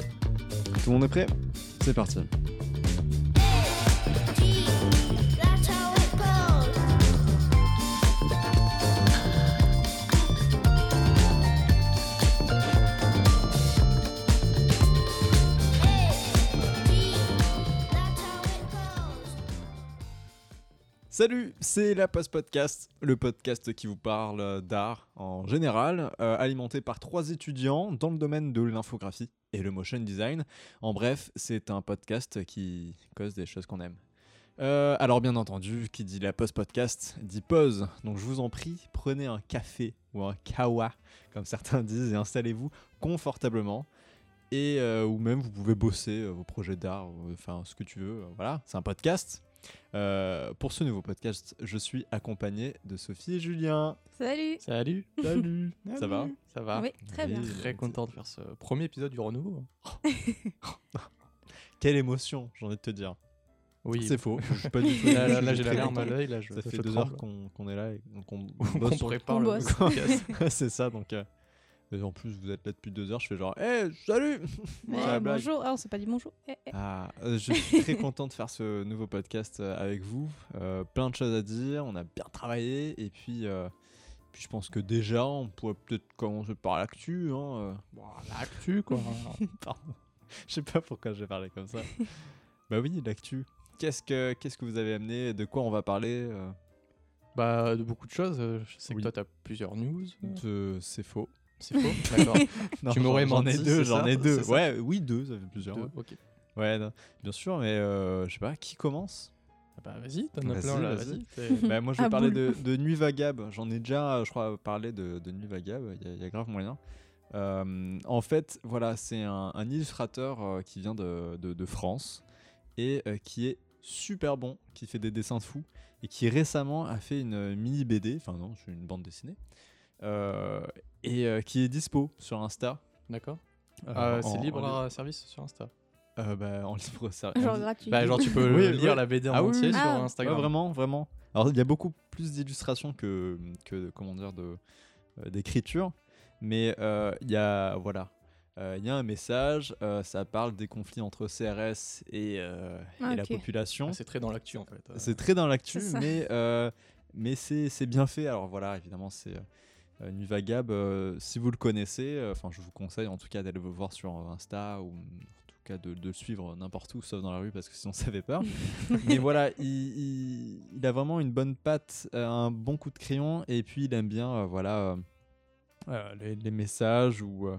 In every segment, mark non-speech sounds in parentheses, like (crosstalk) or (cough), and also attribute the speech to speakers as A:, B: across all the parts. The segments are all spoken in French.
A: Tout le monde est prêt C'est parti.
B: That's how it goes. That's how it goes.
A: Salut, c'est la Post Podcast, le podcast qui vous parle d'art en général, euh, alimenté par trois étudiants dans le domaine de l'infographie et le motion design. En bref, c'est un podcast qui cause des choses qu'on aime. Euh, alors bien entendu, qui dit la Post Podcast dit pause. Donc je vous en prie, prenez un café ou un kawa, comme certains disent, et installez-vous confortablement. Et euh, ou même vous pouvez bosser euh, vos projets d'art, ou, enfin ce que tu veux. euh, voilà, c'est un podcast. Euh, pour ce nouveau podcast, je suis accompagné de Sophie et Julien.
C: Salut
D: Salut
A: Salut Ça va
D: Ça va
C: Oui, très bien.
A: Oui.
D: Très content de faire ce premier épisode du renouveau.
A: hein. Quelle émotion, j'ai envie de te dire.
D: Oui.
A: C'est faux, je suis pas du tout.
D: (laughs) Là, là,
A: je
D: là,
A: suis
D: j'ai la
A: très
D: larme à
A: content.
D: l'œil. Là, je,
A: Ça fait
D: je
A: deux
D: tremble.
A: heures qu'on qu'on est là et qu'on
D: (laughs) On
A: bosse sur-
D: prépare
C: On
D: le
C: bosse.
D: podcast.
A: (laughs) C'est ça, donc. euh, et En plus, vous êtes là depuis deux heures, je fais genre, hé, salut
C: Eh,
A: Ouais, blague.
C: Bonjour Ah, on s'est pas dit bonjour Eh, eh.
A: Ah, euh, je suis très content de faire ce nouveau podcast euh, avec vous. Euh, plein de choses à dire, on a bien travaillé et puis, euh, puis je pense que déjà on pourrait peut-être commencer par l'actu. Hein. euh.
D: Bon,
A: (laughs)
D: L'actu, quoi.
A: Pardon, (laughs) je sais pas pourquoi j'ai parlé comme ça. bah oui, l'actu. Qu'est-ce que qu'est-ce que vous avez amené De quoi on va parler euh,
D: bah, de beaucoup de choses. euh, Je sais
A: Oui.
D: que toi, t'as plusieurs news.
A: de- C'est faux.
D: C'est faux. D'accord.
A: (laughs) Non,
D: Tu m'aurais
A: j'en- J'en ai
D: menti,
A: deux,
D: c'est
A: j'en
D: ça
A: ai deux.
D: C'est ça
A: Ouais, oui deux, ça fait plusieurs.
D: Deux,
A: ouais.
D: Ok.
A: Ouais, non, bien sûr, mais euh, je sais pas qui commence.
D: Ah Bah, vas-y, t'en as
A: Vas-y,
D: plein là.
A: vas-y. (laughs)
D: Vas-y. t'es-
A: Bah, moi, je vais
C: Ah,
A: parler de,
C: boule.
A: de Nuit Vagab. J'en ai déjà, euh, je crois, parlé de, de Nuit Vagab. Il y, a- il y a grave moyen. Euh, en fait, voilà, c'est un, un illustrateur euh, qui vient de, de- de France et euh, qui est super bon, qui fait des dessins de fou et qui récemment a fait une euh, mini BD, enfin non, c'est une bande dessinée, euh, et euh, qui est dispo sur Insta.
D: D'accord.
A: euh,
D: Euh,
A: en-
D: C'est
A: en
D: libre
A: li-
D: à service sur Insta.
A: (laughs) euh, bah, en libre ser- en
C: Genre
A: li-
C: gratuit.
D: Bah, genre, tu peux
A: Oui,
D: le-
A: oui.
D: lire la BD en
A: Ah oui,
D: entier
A: oui.
D: sur
C: Ah.
D: Instagram.
A: Ouais, vraiment, vraiment. Alors, il y a beaucoup plus d'illustrations que, que comment dire, de, euh, d'écriture. Mais euh, il y a, voilà, Euh, il y a un message, euh, ça parle des conflits entre CRS et, euh,
C: Ah,
A: et la
C: ok.
A: population.
D: Ah, C'est très dans l'actu, en fait. euh.
A: C'est très dans l'actu,
C: C'est ça.
A: mais, euh, mais c'est c'est bien fait. Alors voilà, évidemment, c'est euh, Nuvagab. euh, si vous le connaissez, euh, enfin, je vous conseille en tout cas d'aller le voir sur euh, Insta ou en tout cas de, de le suivre n'importe où, sauf dans la rue, parce que sinon ça fait
C: (laughs)
A: peur. mais voilà, il, il- il a vraiment une bonne patte, euh, un bon coup de crayon, et puis il aime bien, euh, voilà, euh, euh, les, les messages ou. euh,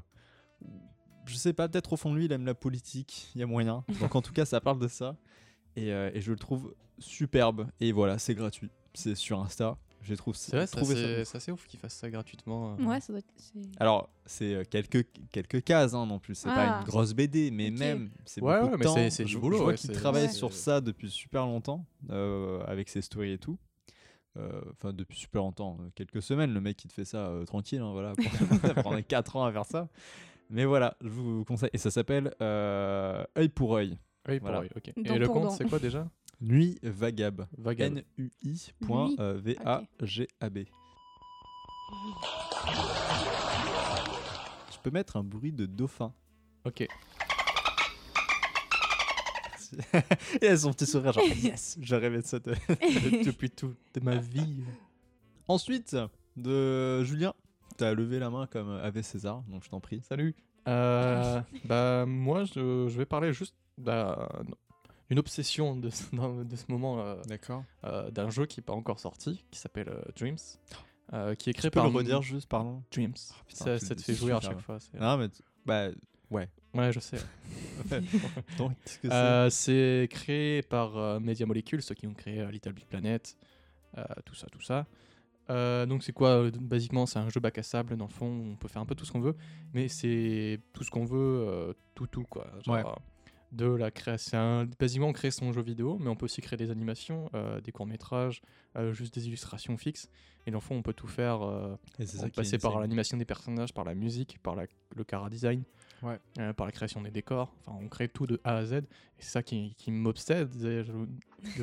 A: ou- je sais pas, peut-être au fond de lui, il aime la politique, il y a
D: (laughs)
A: moyen. Donc en tout cas, ça parle de ça. Et, euh, et je le trouve superbe. Et voilà, c'est gratuit. C'est sur Insta. J'ai trouvé
D: C'est vrai, c'est
A: trouvé ça.
D: assez- c'est assez ouf qu'ils fassent ça gratuitement. euh.
C: Ouais, ça doit être... c'est-
A: Alors, c'est euh, quelques, quelques cases hein, non plus. C'est pas
C: Ah.
A: une grosse BD, mais
C: Ok.
A: même, c'est
D: Ouais,
A: beaucoup
D: ouais,
A: de
D: mais
A: temps.
D: c'est- c'est du
A: je,
D: boulot,
A: je vois
D: ouais,
A: qu'il
D: c'est-
A: travaille
C: Ouais.
A: sur ça depuis super longtemps, euh, avec ses stories et tout. Euh, Enfin, depuis super longtemps, euh, quelques semaines, le mec il te fait ça euh, tranquille, hein, voilà. Ça
D: (laughs)
A: (laughs) prendrait 4 ans à faire ça. Mais voilà, je vous conseille. Et ça s'appelle euh, Œil pour œil.
D: Oui, pour
A: Voilà.
D: oui, ok.
C: Dent
D: Et le
C: pour dent.
D: compte, c'est quoi déjà
A: Nuit vagab.
D: Vagab.
A: N-U-I. point,
C: Lui.
A: euh, V-A-G-A-B. Je peux mettre un bruit de dauphin. (laughs)
D: Ok.
A: Et elles ont petit sourire, (laughs) genre yes, je rêvais de ça. de-
D: depuis tout de ma vie.
A: Ensuite, de Julien, t'as levé la main comme avait César, donc je t'en prie.
D: Salut. Euh, bah moi je, je vais parler juste d'un- d'une obsession de, ce- dans- de ce moment euh,
A: D'accord.
D: euh, d'un jeu qui n'est pas encore sorti qui s'appelle euh, Dreams, euh, qui est créé
A: Tu peux
D: par
A: le redire juste, pardon
D: Dreams.
A: putain,
D: ça,
A: tu le
D: ça
A: hein.
D: te
A: dis
D: fait jouer à
A: super
D: chaque
A: bien.
D: fois. c'est-
A: Non, mais. t- Bah, ouais.
D: Ouais je sais.
A: (laughs) donc, qu'est-ce que c'est
D: Euh, C'est créé par euh, Media Molecule, ceux qui ont créé euh, Little Big Planet, euh, tout ça, tout ça. Euh, donc c'est quoi euh, Basiquement, c'est un jeu bac à sable dans le fond. où On peut faire un peu tout ce qu'on veut, mais c'est tout ce qu'on veut, euh, tout tout quoi. Genre,
A: Ouais.
D: euh, De la création, basiquement on crée son jeu vidéo, mais on peut aussi créer des animations, euh, des courts métrages, juste des illustrations fixes. Et dans le fond, on peut tout faire. euh,
A: Et c'est
D: on
A: ça qui est
D: passait par
A: insane.
D: l'animation des personnages, par la musique, par la- le cara design,
A: Ouais.
D: euh, par la création des décors. Enfin, on crée tout de A à Z. Et c'est ça qui, qui m'obsède de
A: (laughs)
D: de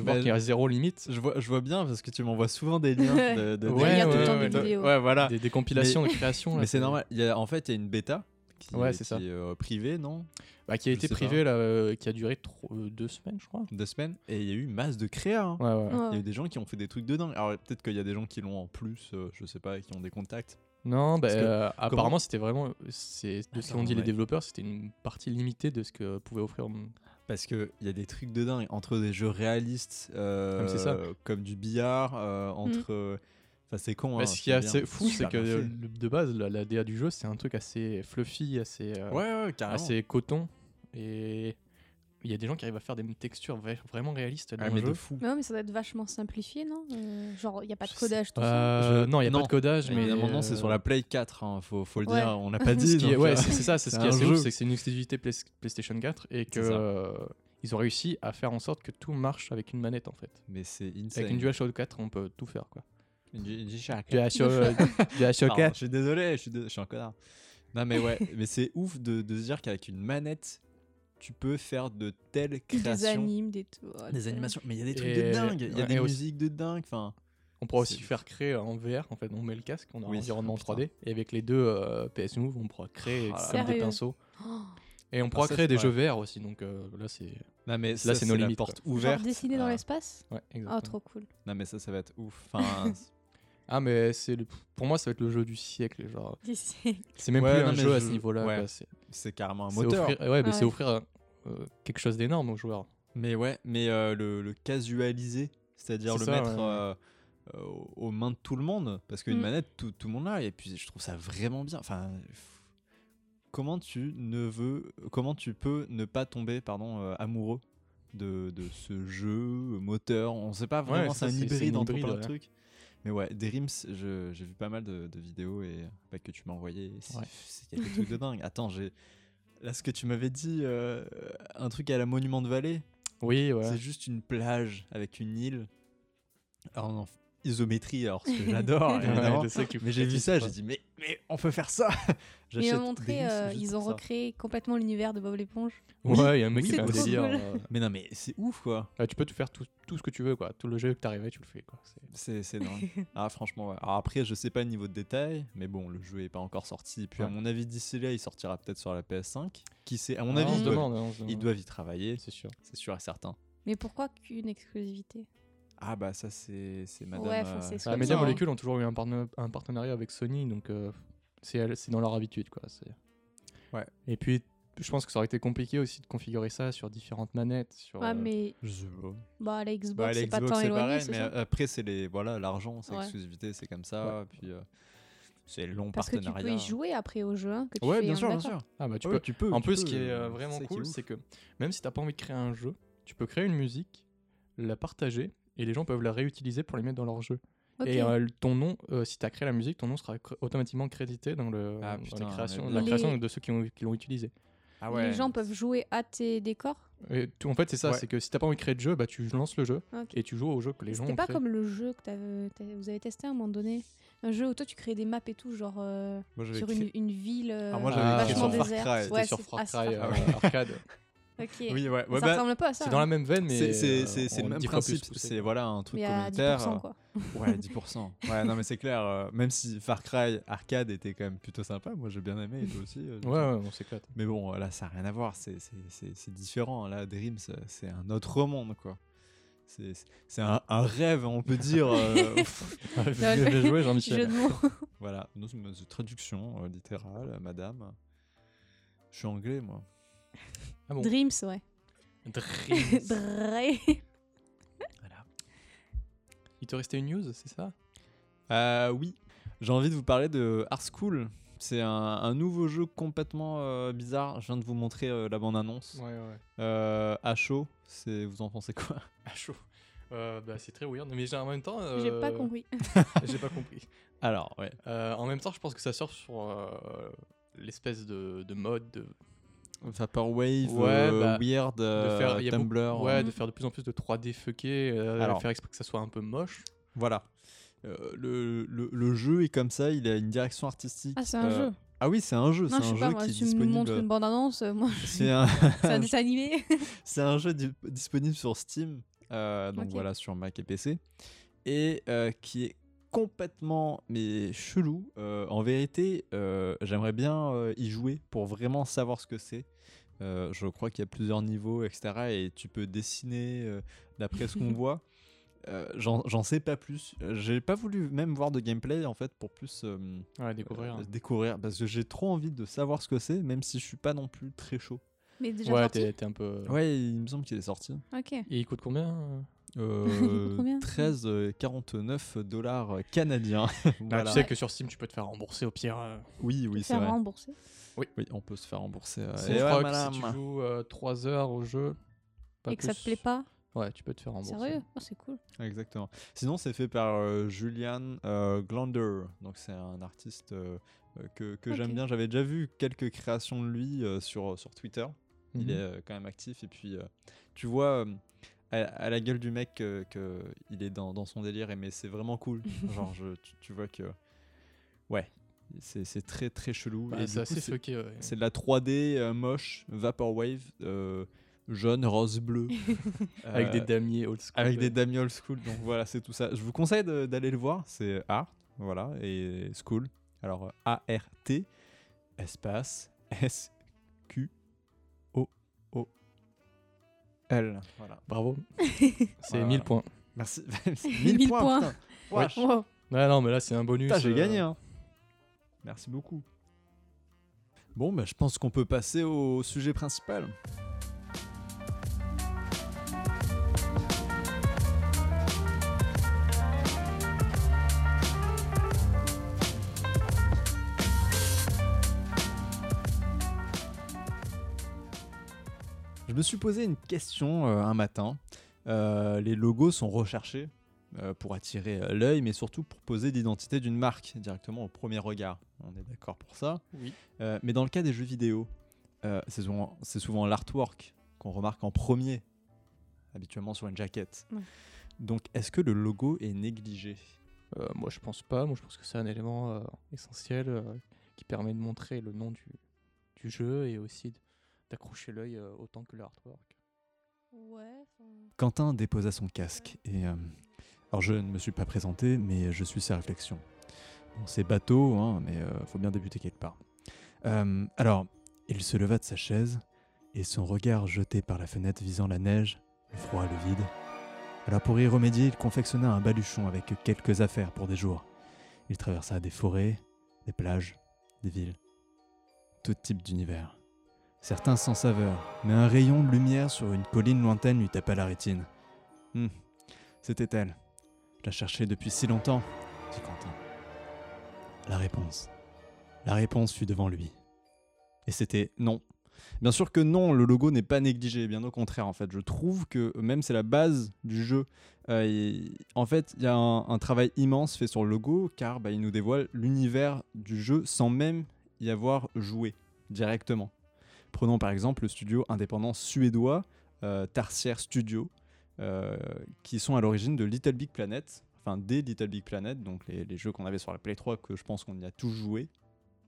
D: voir
A: Bah,
D: qu'il y a zéro limite.
A: Je vois, je vois bien parce que tu m'envoies souvent des liens de, de- (laughs)
D: Ouais,
A: de-
D: ouais,
A: de-
D: ouais,
A: de-
C: ouais.
A: ouais, voilà. (laughs)
D: Des, des compilations de création. là,
A: Mais c'est normal. Il y a- en fait, il y a une bêta qui
D: Ouais,
A: est-
D: c'est ça.
A: qui est, euh, privé, non
D: Bah, qui a
A: Je
D: été
A: sais
D: privé, là, euh, qui a duré tro- euh, deux semaines, je crois.
A: Deux semaines. Et il y a eu masse de créa. hein.
D: Ouais, ouais.
A: Il y a
C: Ouais.
A: eu des gens qui ont fait des trucs de dingue. Alors peut-être qu'il y a des gens qui l'ont en plus, euh, je sais pas, et qui ont des contacts.
D: Non, bah,
A: Parce que,
D: euh, apparemment, c'était vraiment. C'est de ce
A: Attends,
D: qu'ont dit les
A: ouais.
D: développeurs, c'était une partie limitée de ce que pouvait offrir. hum,
A: Parce qu'il y a des trucs de dingue entre des jeux réalistes, euh,
D: Comme Ah, c'est ça.
A: comme du billard, euh, entre. Enfin, c'est con.
D: Bah,
A: hein,
D: ce
A: c'est
D: qui est
A: bien,
D: assez fou, c'est
A: super
D: que
A: bien
D: euh,
A: fait.
D: le- de base, la, la DA du jeu, c'est un truc assez fluffy, assez, euh,
A: Ouais, ouais, carrément.
D: assez coton. Et il y a des gens qui arrivent à faire des textures vra- vraiment réalistes dans
A: Ah,
D: le
A: mais
D: jeu.
A: de fou.
C: Mais ouais, mais ça doit être vachement simplifié, non Euh, Genre, il n'y a pas de
A: Je sais
C: codage, tout ça.
D: Euh,
A: Je-
D: Non, il n'y a
A: non.
D: pas de codage, mais.
A: Évidemment, non, c'est sur
D: euh,
A: la Play 4, hein, faut, faut le
C: Ouais.
A: dire, on l'a pas
D: ce
A: dit.
D: qui est-
A: donc,
D: ouais,
A: euh,
D: c'est c'est ça, c'est ce
A: c'est
D: qui est
A: un
D: assez ouf,
A: jeu.
D: c'est que c'est une exclusivité Play- PlayStation 4 et que
A: C'est ça.
D: euh, ils ont réussi à faire en sorte que tout marche avec une manette en fait.
A: Mais c'est
D: Avec une
A: insane.
D: DualShock 4, on peut tout faire quoi.
A: Une G- (laughs) une G-Shock.
D: DualShock, euh, DualShock
A: Pardon, Je suis désolé, je suis, dé- je suis un connard. Non, mais (laughs) ouais, mais c'est ouf de, de se dire qu'avec une manette, tu peux faire de telles
C: Des
A: créations.
C: animes, des tout. oh,
A: Des
C: putain.
A: animations, mais il y a des trucs de
D: Et-
A: dingue, il y a
D: ouais,
A: des
D: et aussi-
A: musiques de dingue, enfin.
D: On pourra
A: C'est
D: aussi
A: ouf.
D: faire créer en VR en fait. On met le casque, on a
A: Oui,
D: un environnement
A: oh, putain.
D: 3D et avec les deux euh, PS Move, on pourra créer
A: Oh là Ah,
D: comme des
C: là.
D: pinceaux.
C: Oh,
D: Et on pourra
A: ça,
D: créer
A: c'est
D: des
A: vrai.
D: jeux VR aussi, donc euh, là c'est.
A: Non mais
D: ça, c'est
A: nos
D: la
A: limites.
D: porte
C: genre
A: ouverte.
C: dessiné dans l'espace
D: Ouais, exactement.
C: Oh, trop cool.
A: Ah.
C: (laughs)
A: Non mais ça ça va être ouf. (laughs) Enfin,
D: Ah mais c'est le... pour moi ça va être le jeu du siècle genre.
C: Dessiné.
D: C'est même
A: Ouais,
D: plus
A: non,
D: un
A: mais
D: jeu à
A: je-
D: ce niveau-là.
A: ouais.
D: quoi, c'est-
A: c'est carrément un
D: c'est
A: moteur.
D: offrir- Ouais, mais
C: Ouais.
D: c'est offrir euh, quelque chose d'énorme aux joueurs.
A: Mais ouais, mais euh, le, le casualiser, c'est-à-dire
D: C'est
A: le
D: ça,
A: mettre
D: ouais.
A: euh, euh, aux- aux mains de tout le monde, parce qu'une
C: Mm.
A: manette tout, tout le monde l'a. Et puis je trouve ça vraiment bien. Enfin, pff, comment tu ne veux, comment tu peux ne pas tomber, pardon, euh, amoureux de, de ce jeu moteur. On sait pas vraiment, c'est
D: c'est ça,
A: un
D: c'est- c'est
A: hybride
D: une
A: entre
D: hybride,
A: plein de
D: ouais.
A: trucs. Mais ouais, des rims, je- j'ai vu pas mal de, de vidéos et euh, bah, que tu m'as envoyé.
D: Ouais.
A: Il y a des trucs de dingue. Attends, j'ai là ce que tu m'avais dit, euh, un truc à la Monument de Vallée.
D: Oui, ouais.
A: C'est juste une plage avec une île en en- isométrie, alors ce que
D: (laughs)
A: j'adore
D: (laughs) Ouais,
A: évidemment.
D: je sais que tu
A: mais j'ai vu
D: pratiques,
A: ça,
D: quoi.
A: j'ai dit mais, mais on peut faire ça. (laughs)
C: Ils
A: J'achète
C: ont
A: des
C: montré,
A: rims
C: euh,
A: juste
C: ils
A: pour
C: ont
A: ça.
C: recréé complètement l'univers de Bob l'éponge.
A: Oui,
D: Ouais, il y a un mec
A: oui,
D: qui fait un
A: c'est
D: délire.
C: possible.
D: euh,
A: Mais non mais c'est ouf quoi.
D: ah, tu peux tout faire tout, tout ce que tu veux, quoi. Tout le jeu que t'arrives, tu le fais, quoi. C'est-
A: C'est c'est dingue.
C: (laughs)
A: ah franchement ouais. Alors après je sais pas le niveau de détail, mais bon le jeu est pas encore sorti. Puis à
D: Ouais.
A: mon avis d'ici là il sortira peut-être sur la PS5. Qui sait À mon
D: Ah,
A: avis
D: on
A: ils
D: se
A: doivent,
D: demande, hein, on se
A: ils
D: demande.
A: doivent y travailler,
D: C'est sûr.
A: c'est sûr et certain.
C: Mais pourquoi qu'une exclusivité
A: Ah bah ça c'est c'est madame.
C: Ouais, enfin,
A: euh,
C: c'est ce
D: Ah,
C: Comme
D: mais
C: ça, hein.
D: Molécule ont toujours eu un, parten- un partenariat avec Sony, donc euh, c'est elle- c'est dans leur habitude, quoi. c'est-
A: Ouais.
D: Et puis, je pense que ça aurait été compliqué aussi de configurer ça sur différentes manettes. Sur,
C: Ah,
D: euh,
C: mais
A: je sais pas.
C: bah, la Xbox,
A: Bah,
C: c'est
A: la
C: pas
A: Xbox,
C: tant
A: c'est
C: éloigné,
A: pareil,
C: c'est
A: mais
C: ça
A: euh, après, c'est les, voilà, l'argent, c'est
C: Ouais.
A: l'exclusivité, c'est comme ça. Puis, euh, c'est long
C: Parce que tu
A: partenariat.
C: peux y jouer après au jeu. hein, que tu
A: ouais,
C: fais,
A: bien
C: hein,
A: sûr, bien
C: d'accord.
A: sûr.
D: Ah, bah, tu
A: Ouais,
D: peux.
A: tu peux.
D: En
A: tu
D: plus, ce
A: peux,
D: qui est euh,
A: euh,
D: vraiment
A: ça qui est
D: cool,
A: ouf.
D: c'est que même si t'as pas envie de créer un jeu, tu peux créer une musique, la partager, et les gens peuvent la réutiliser pour les mettre dans leur jeu.
C: Ok.
D: Et euh, ton nom, euh, si tu as créé la musique, ton nom sera cr- automatiquement crédité dans, le,
A: Ah,
D: dans les
A: putain,
D: créations-
A: mais
D: la
C: bien.
D: création
C: Les-
D: de ceux qui, ont- qui l'ont utilisé.
A: Ah ouais.
C: Les gens peuvent jouer à tes décors.
D: Et tout- en fait, c'est ça,
A: Ouais.
D: c'est que si t'as pas envie de créer de jeu, bah, tu lances le jeu
C: Ok.
D: et tu joues au jeu que les gens
C: C'était
D: ont
C: pas
D: créé.
C: comme le jeu que t'avais- t'avais- vous avez testé à un moment donné. Un jeu où toi tu créais des maps et tout, genre euh,
A: Moi, j'avais
C: sur
A: créé-
C: une, une ville euh,
A: Ah, moi,
D: j'avais écrit
C: vachement
D: sur Far
A: Cry,
C: déserte.
A: c'était
C: Ouais,
D: sur
C: c'est-
D: Far
C: ah, c'est
D: Cry
C: Far
D: euh,
C: Cry.
D: arcade.
C: (laughs) Ok.
A: Oui, ouais. ouais,
C: ça
A: bah,
C: ressemble pas à ça. hein.
D: c'est dans la même veine, mais.
A: c'est c'est-
D: euh,
A: c'est- c'est
D: en
A: le même
D: 10 fois plus
A: principe.
D: poussé.
A: C'est voilà un truc
C: mais à
A: communautaire.
C: 10%, quoi.
A: euh, Ouais, 10%.
C: (laughs)
A: ouais, non, mais c'est clair. euh, Même si Far Cry arcade était quand même plutôt sympa, moi j'ai bien aimé et toi aussi. euh,
D: Ouais, ouais, on s'éclate.
C: (laughs)
D: (laughs)
A: Mais bon, là, ça n'a rien à voir, c'est- c'est- c'est c'est différent. Là, Dreams, euh, c'est un autre monde, quoi. C'est c'est un, un rêve, on peut dire. (laughs) euh, pff,
C: le-
D: Bien joué,
C: Jeu de
D: Jean-Michel.
A: (laughs)
C: mots.
A: voilà, nous, c'est une traduction euh, littérale, euh, madame. Je suis anglais, moi.
D: Ah
A: Euh,
D: bon.
C: Dreams, ouais. (laughs)
D: Dreams.
C: Dre.
D: Il te restait une news, c'est ça
A: Euh, oui, j'ai envie de vous parler de Art School. C'est un, un nouveau jeu complètement euh, bizarre. Je viens de vous montrer euh, la bande-annonce.
D: Ouais, ouais.
A: Euh, à chaud, c'est- vous en pensez quoi
D: À Ah, chaud. Euh, bah, c'est très weird, mais j'ai- en même temps.
C: J'ai pas
A: (laughs)
D: euh,
C: compris.
D: (laughs) J'ai pas compris.
A: Alors, ouais.
D: Euh, en même temps, je pense que ça surfe sur euh, l'espèce de, de mode de,
A: Vaporwave,
D: Ouais,
A: euh,
D: bah,
A: Weird, euh,
D: faire- il y a beaucoup-
A: Tumblr. euh,
D: ouais,
C: Mhm.
D: de faire de plus en plus de 3D fucké, euh,
A: Alors.
D: faire exprès que ça soit un peu moche.
A: Voilà. Euh, le, le- le jeu est comme ça, il a une direction artistique.
C: Ah, c'est un
A: euh,
C: jeu.
A: Ah oui, c'est un jeu, c'est
C: Non, je
A: un
C: sais
A: jeu
C: pas, moi,
A: qui est
C: si tu me montres
A: disponible.
C: une bande-annonce,
A: (laughs)
C: euh, moi,
A: C'est un,
C: c'est un dessin animé. (laughs)
A: c'est un jeu di- disponible sur Steam, euh, donc
C: Ok.
A: voilà, sur Mac et PC, et euh, qui est complètement mais chelou. Euh, en vérité, euh, j'aimerais bien euh, y jouer pour vraiment savoir ce que c'est. Euh, je crois qu'il y a plusieurs niveaux, etc. Et tu peux dessiner euh, d'après ce qu'on voit. Euh, J'en j'en sais pas plus. Euh, J'ai pas voulu même voir de gameplay en fait pour plus euh,
D: Ouais, découvrir.
A: euh, découvrir parce que j'ai trop envie de savoir ce que c'est, même si je suis pas non plus très chaud.
C: Mais déjà
D: ouais,
C: sorti
D: t'es t'es un peu.
A: Ouais, il me semble qu'il est sorti.
C: Ok.
D: Et il coûte combien euh
C: (laughs)
A: Euh,
C: combien
A: 13,49 dollars canadiens. (laughs)
D: Bah,
A: Voilà.
D: Tu sais que sur Steam, tu peux te faire rembourser au pire. euh,
A: Ah, Oui, oui, c'est
C: Faire
A: vrai.
C: rembourser.
A: Oui, on peut se faire rembourser. euh,
D: cent
A: et ouais,
D: francs
A: madame.
D: si tu joues 3 heures au jeu. pas
C: et que ça te
D: plus.
C: plaît pas
D: Ouais, tu peux te faire rembourser.
C: Sérieux Oh, c'est
A: (laughs)
C: cool. (laughs)
A: Exactement. Sinon, c'est fait par euh, Julian euh, Glander. Donc, c'est un artiste euh, euh, que, que j'aime
C: Ok.
A: bien. J'avais déjà vu quelques créations de lui euh, sur, sur Twitter. Il
D: Mhm.
A: est euh, quand même actif. Et puis, euh, tu vois euh, à, à la gueule du mec euh, que il est dans, dans son délire. et Mais c'est vraiment
D: (laughs)
A: cool. Genre, je- tu, tu vois que. Ouais. C'est c'est très, très chelou.
D: Bah,
A: et du
D: c'est
A: coup,
D: assez
A: c'est-
D: stocké. ouais.
A: C'est de la 3D euh, moche, Vaporwave, euh, jaune, rose,
D: (laughs)
A: bleu.
D: Avec des
A: Euh,
D: damiers old school.
A: avec des damies old school. Donc (laughs) voilà, c'est tout ça. Je vous conseille de- d'aller le voir. C'est Art, voilà, et School. Alors euh, A-R-T, espace, S-Q-O-O-L. Voilà.
D: Bravo. C'est
A: Voilà.
D: 1000 points.
A: Merci. (laughs) 1000
C: Mille
A: points,
C: points.
A: putain.
D: Ouais.
A: Wesh.
C: Wow.
D: Ouais, non, mais là, c'est un bonus.
A: Putain, j'ai
D: euh,
A: gagné. hein. Merci beaucoup. Bon, bah, je pense qu'on peut passer au sujet principal. Je me suis posé une question euh, un matin. Euh, les logos sont recherchés euh, pour attirer euh, l'œil, mais surtout pour poser l'identité d'une marque directement au premier regard. On est d'accord pour ça.
D: Oui.
A: Euh, mais dans le cas des jeux vidéo, euh, c'est souvent, c'est souvent l'artwork qu'on remarque en premier, habituellement sur une jaquette.
C: Ouais.
A: Donc, est-ce que le logo est négligé
D: euh, moi, je pense pas. Moi, je pense que c'est un élément euh, essentiel euh, qui permet de montrer le nom du, du jeu et aussi d- d'accrocher l'œil euh, autant que le artwork.
C: Ouais.
A: Quentin déposa son casque et... euh, alors je ne me suis pas présenté, mais je suis ses réflexions. Bon, c'est bateau, hein, mais euh, faut bien débuter quelque part. Euh, alors, il se leva de sa chaise, et son regard jeté par la fenêtre visant la neige, le froid, le vide. Alors pour y remédier, il confectionna un baluchon avec quelques affaires pour des jours. Il traversa des forêts, des plages, des villes, tout type d'univers certains sans saveur, mais un rayon de lumière sur une colline lointaine lui tapa la rétine. Hmm, c'était elle. Je la cherchais depuis si longtemps, dit Quentin. La réponse. La réponse fut devant lui. Et c'était non. Bien sûr que non, le logo n'est pas négligé, bien au contraire en fait. Je trouve que même c'est la base du jeu. Euh, et- en fait, il y a un, un travail immense fait sur le logo car bah, il nous dévoile l'univers du jeu sans même y avoir joué directement. Prenons par exemple le studio indépendant suédois euh, Tarsier Studio, euh, qui sont à l'origine de Little Big Planet, enfin des Little Big Planet, donc les, les jeux qu'on avait sur la Play 3 que je pense qu'on y a tous joué.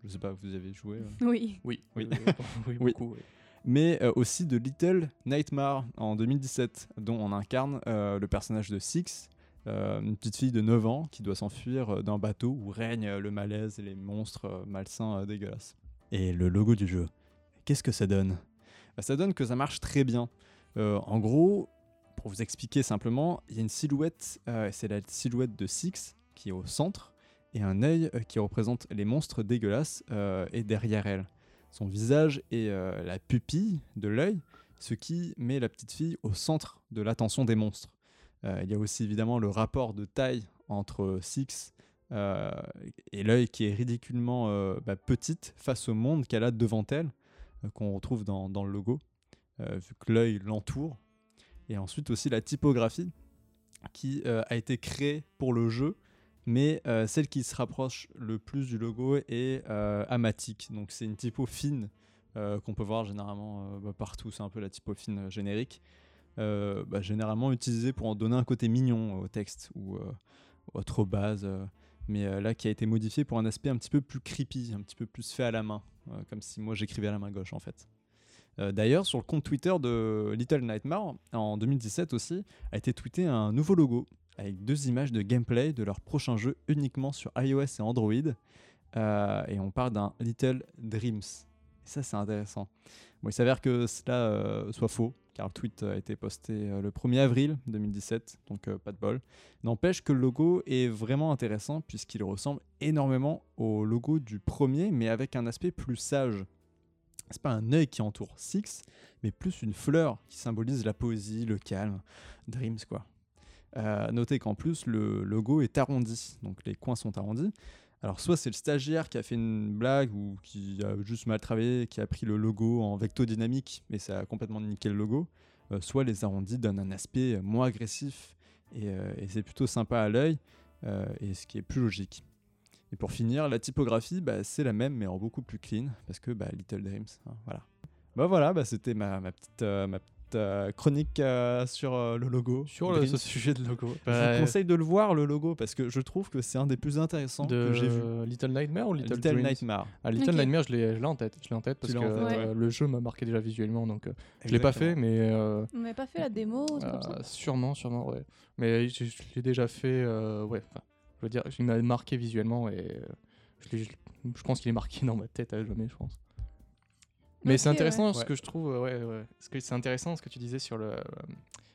A: Je sais pas, vous avez joué euh.
C: Oui.
D: Oui.
A: Oui.
D: euh, (laughs) oui,
A: Oui.
D: beaucoup. ouais.
A: mais euh, aussi de Little Nightmare en 2017, dont on incarne euh, le personnage de Six, euh, une petite fille de 9 ans qui doit s'enfuir euh, d'un bateau où règne euh, le malaise et les monstres euh, malsains euh, dégueulasses. Et le logo du jeu, qu'est-ce que ça donne Bah, Ça donne que ça marche très bien. Euh, en gros, pour vous expliquer simplement, il y a une silhouette, euh, c'est la silhouette de Six qui est au centre, et un œil euh, qui représente les monstres dégueulasses euh, est derrière elle son visage et euh, la pupille de l'œil, ce qui met la petite fille au centre de l'attention des monstres. Euh, il y a aussi évidemment le rapport de taille entre Six euh, et l'œil qui est ridiculement euh, bah, petite face au monde qu'elle a devant elle, euh, qu'on retrouve dans, dans le logo, euh, vu que l'œil l'entoure. Et ensuite aussi la typographie qui euh, a été créée pour le jeu mais euh, celle qui se rapproche le plus du logo est euh, Amatic. Donc c'est une typo fine euh, qu'on peut voir généralement euh, bah, partout, c'est un peu la typo fine euh, générique, Euh, bah, généralement utilisée pour en donner un côté mignon au texte ou euh, autre base, euh, mais euh, là qui a été modifiée pour un aspect un petit peu plus creepy, un petit peu plus fait à la main, euh, comme si moi j'écrivais à la main gauche en fait. Euh, D'ailleurs, sur le compte Twitter de Little Nightmare, en 2017 aussi, a été tweeté un nouveau logo avec deux images de gameplay de leur prochain jeu uniquement sur iOS et Android. Euh, et on parle d'un Little Dreams. Et ça, c'est intéressant. Bon, il s'avère que cela euh, soit faux, car le tweet a été posté euh, le 1er avril 2017, donc euh, pas de bol. N'empêche que le logo est vraiment intéressant, puisqu'il ressemble énormément au logo du premier, mais avec un aspect plus sage. C'est pas un œil qui entoure Six, mais plus une fleur qui symbolise la poésie, le calme, Dreams quoi. Euh, notez qu'en plus le logo est arrondi, donc les coins sont arrondis. Alors soit c'est le stagiaire qui a fait une blague ou qui a juste mal travaillé, qui a pris le logo en vectodynamique mais ça a complètement niqué le logo, euh, soit les arrondis donnent un aspect euh, moins agressif et, euh, et c'est plutôt sympa à l'œil euh, et ce qui est plus logique. Et pour finir, la typographie, bah, c'est la même mais en beaucoup plus clean parce que bah, Little Dreams, hein, voilà. Bah voilà, bah, c'était ma, ma petite, euh, ma petite, euh, chronique euh, sur euh, le logo.
D: Sur le,
A: Dreams.
D: ce sujet de logo.
A: Je
D: Bah,
A: vous conseille de le voir le logo parce que je trouve que c'est un des plus intéressants
D: de
A: que j'ai vu.
D: Little Nightmare ou Little,
A: Little,
D: Dreams
A: Nightmare.
D: Ah, Little
C: Ok.
D: Nightmare, je l'ai je l'ai en tête. Je l'ai en tête parce
A: l'as
D: que
A: en
C: tête,
D: euh, le jeu m'a marqué déjà visuellement, donc euh, je
A: Je
D: l'ai pas fait, mais euh,
C: On n'avait pas fait la démo, un truc comme ça.
D: euh, sûrement, sûrement, ouais. Mais je, je l'ai déjà fait, euh, ouais. enfin, Je veux dire, il m'a marqué visuellement et euh, je, l'ai- je- je pense qu'il est marqué dans ma tête à jamais, je pense. Mais c'est
C: Ok,
D: intéressant ce
A: Ouais.
D: que je trouve, euh, ouais, ouais. Parce que c'est intéressant ce que tu disais sur le euh,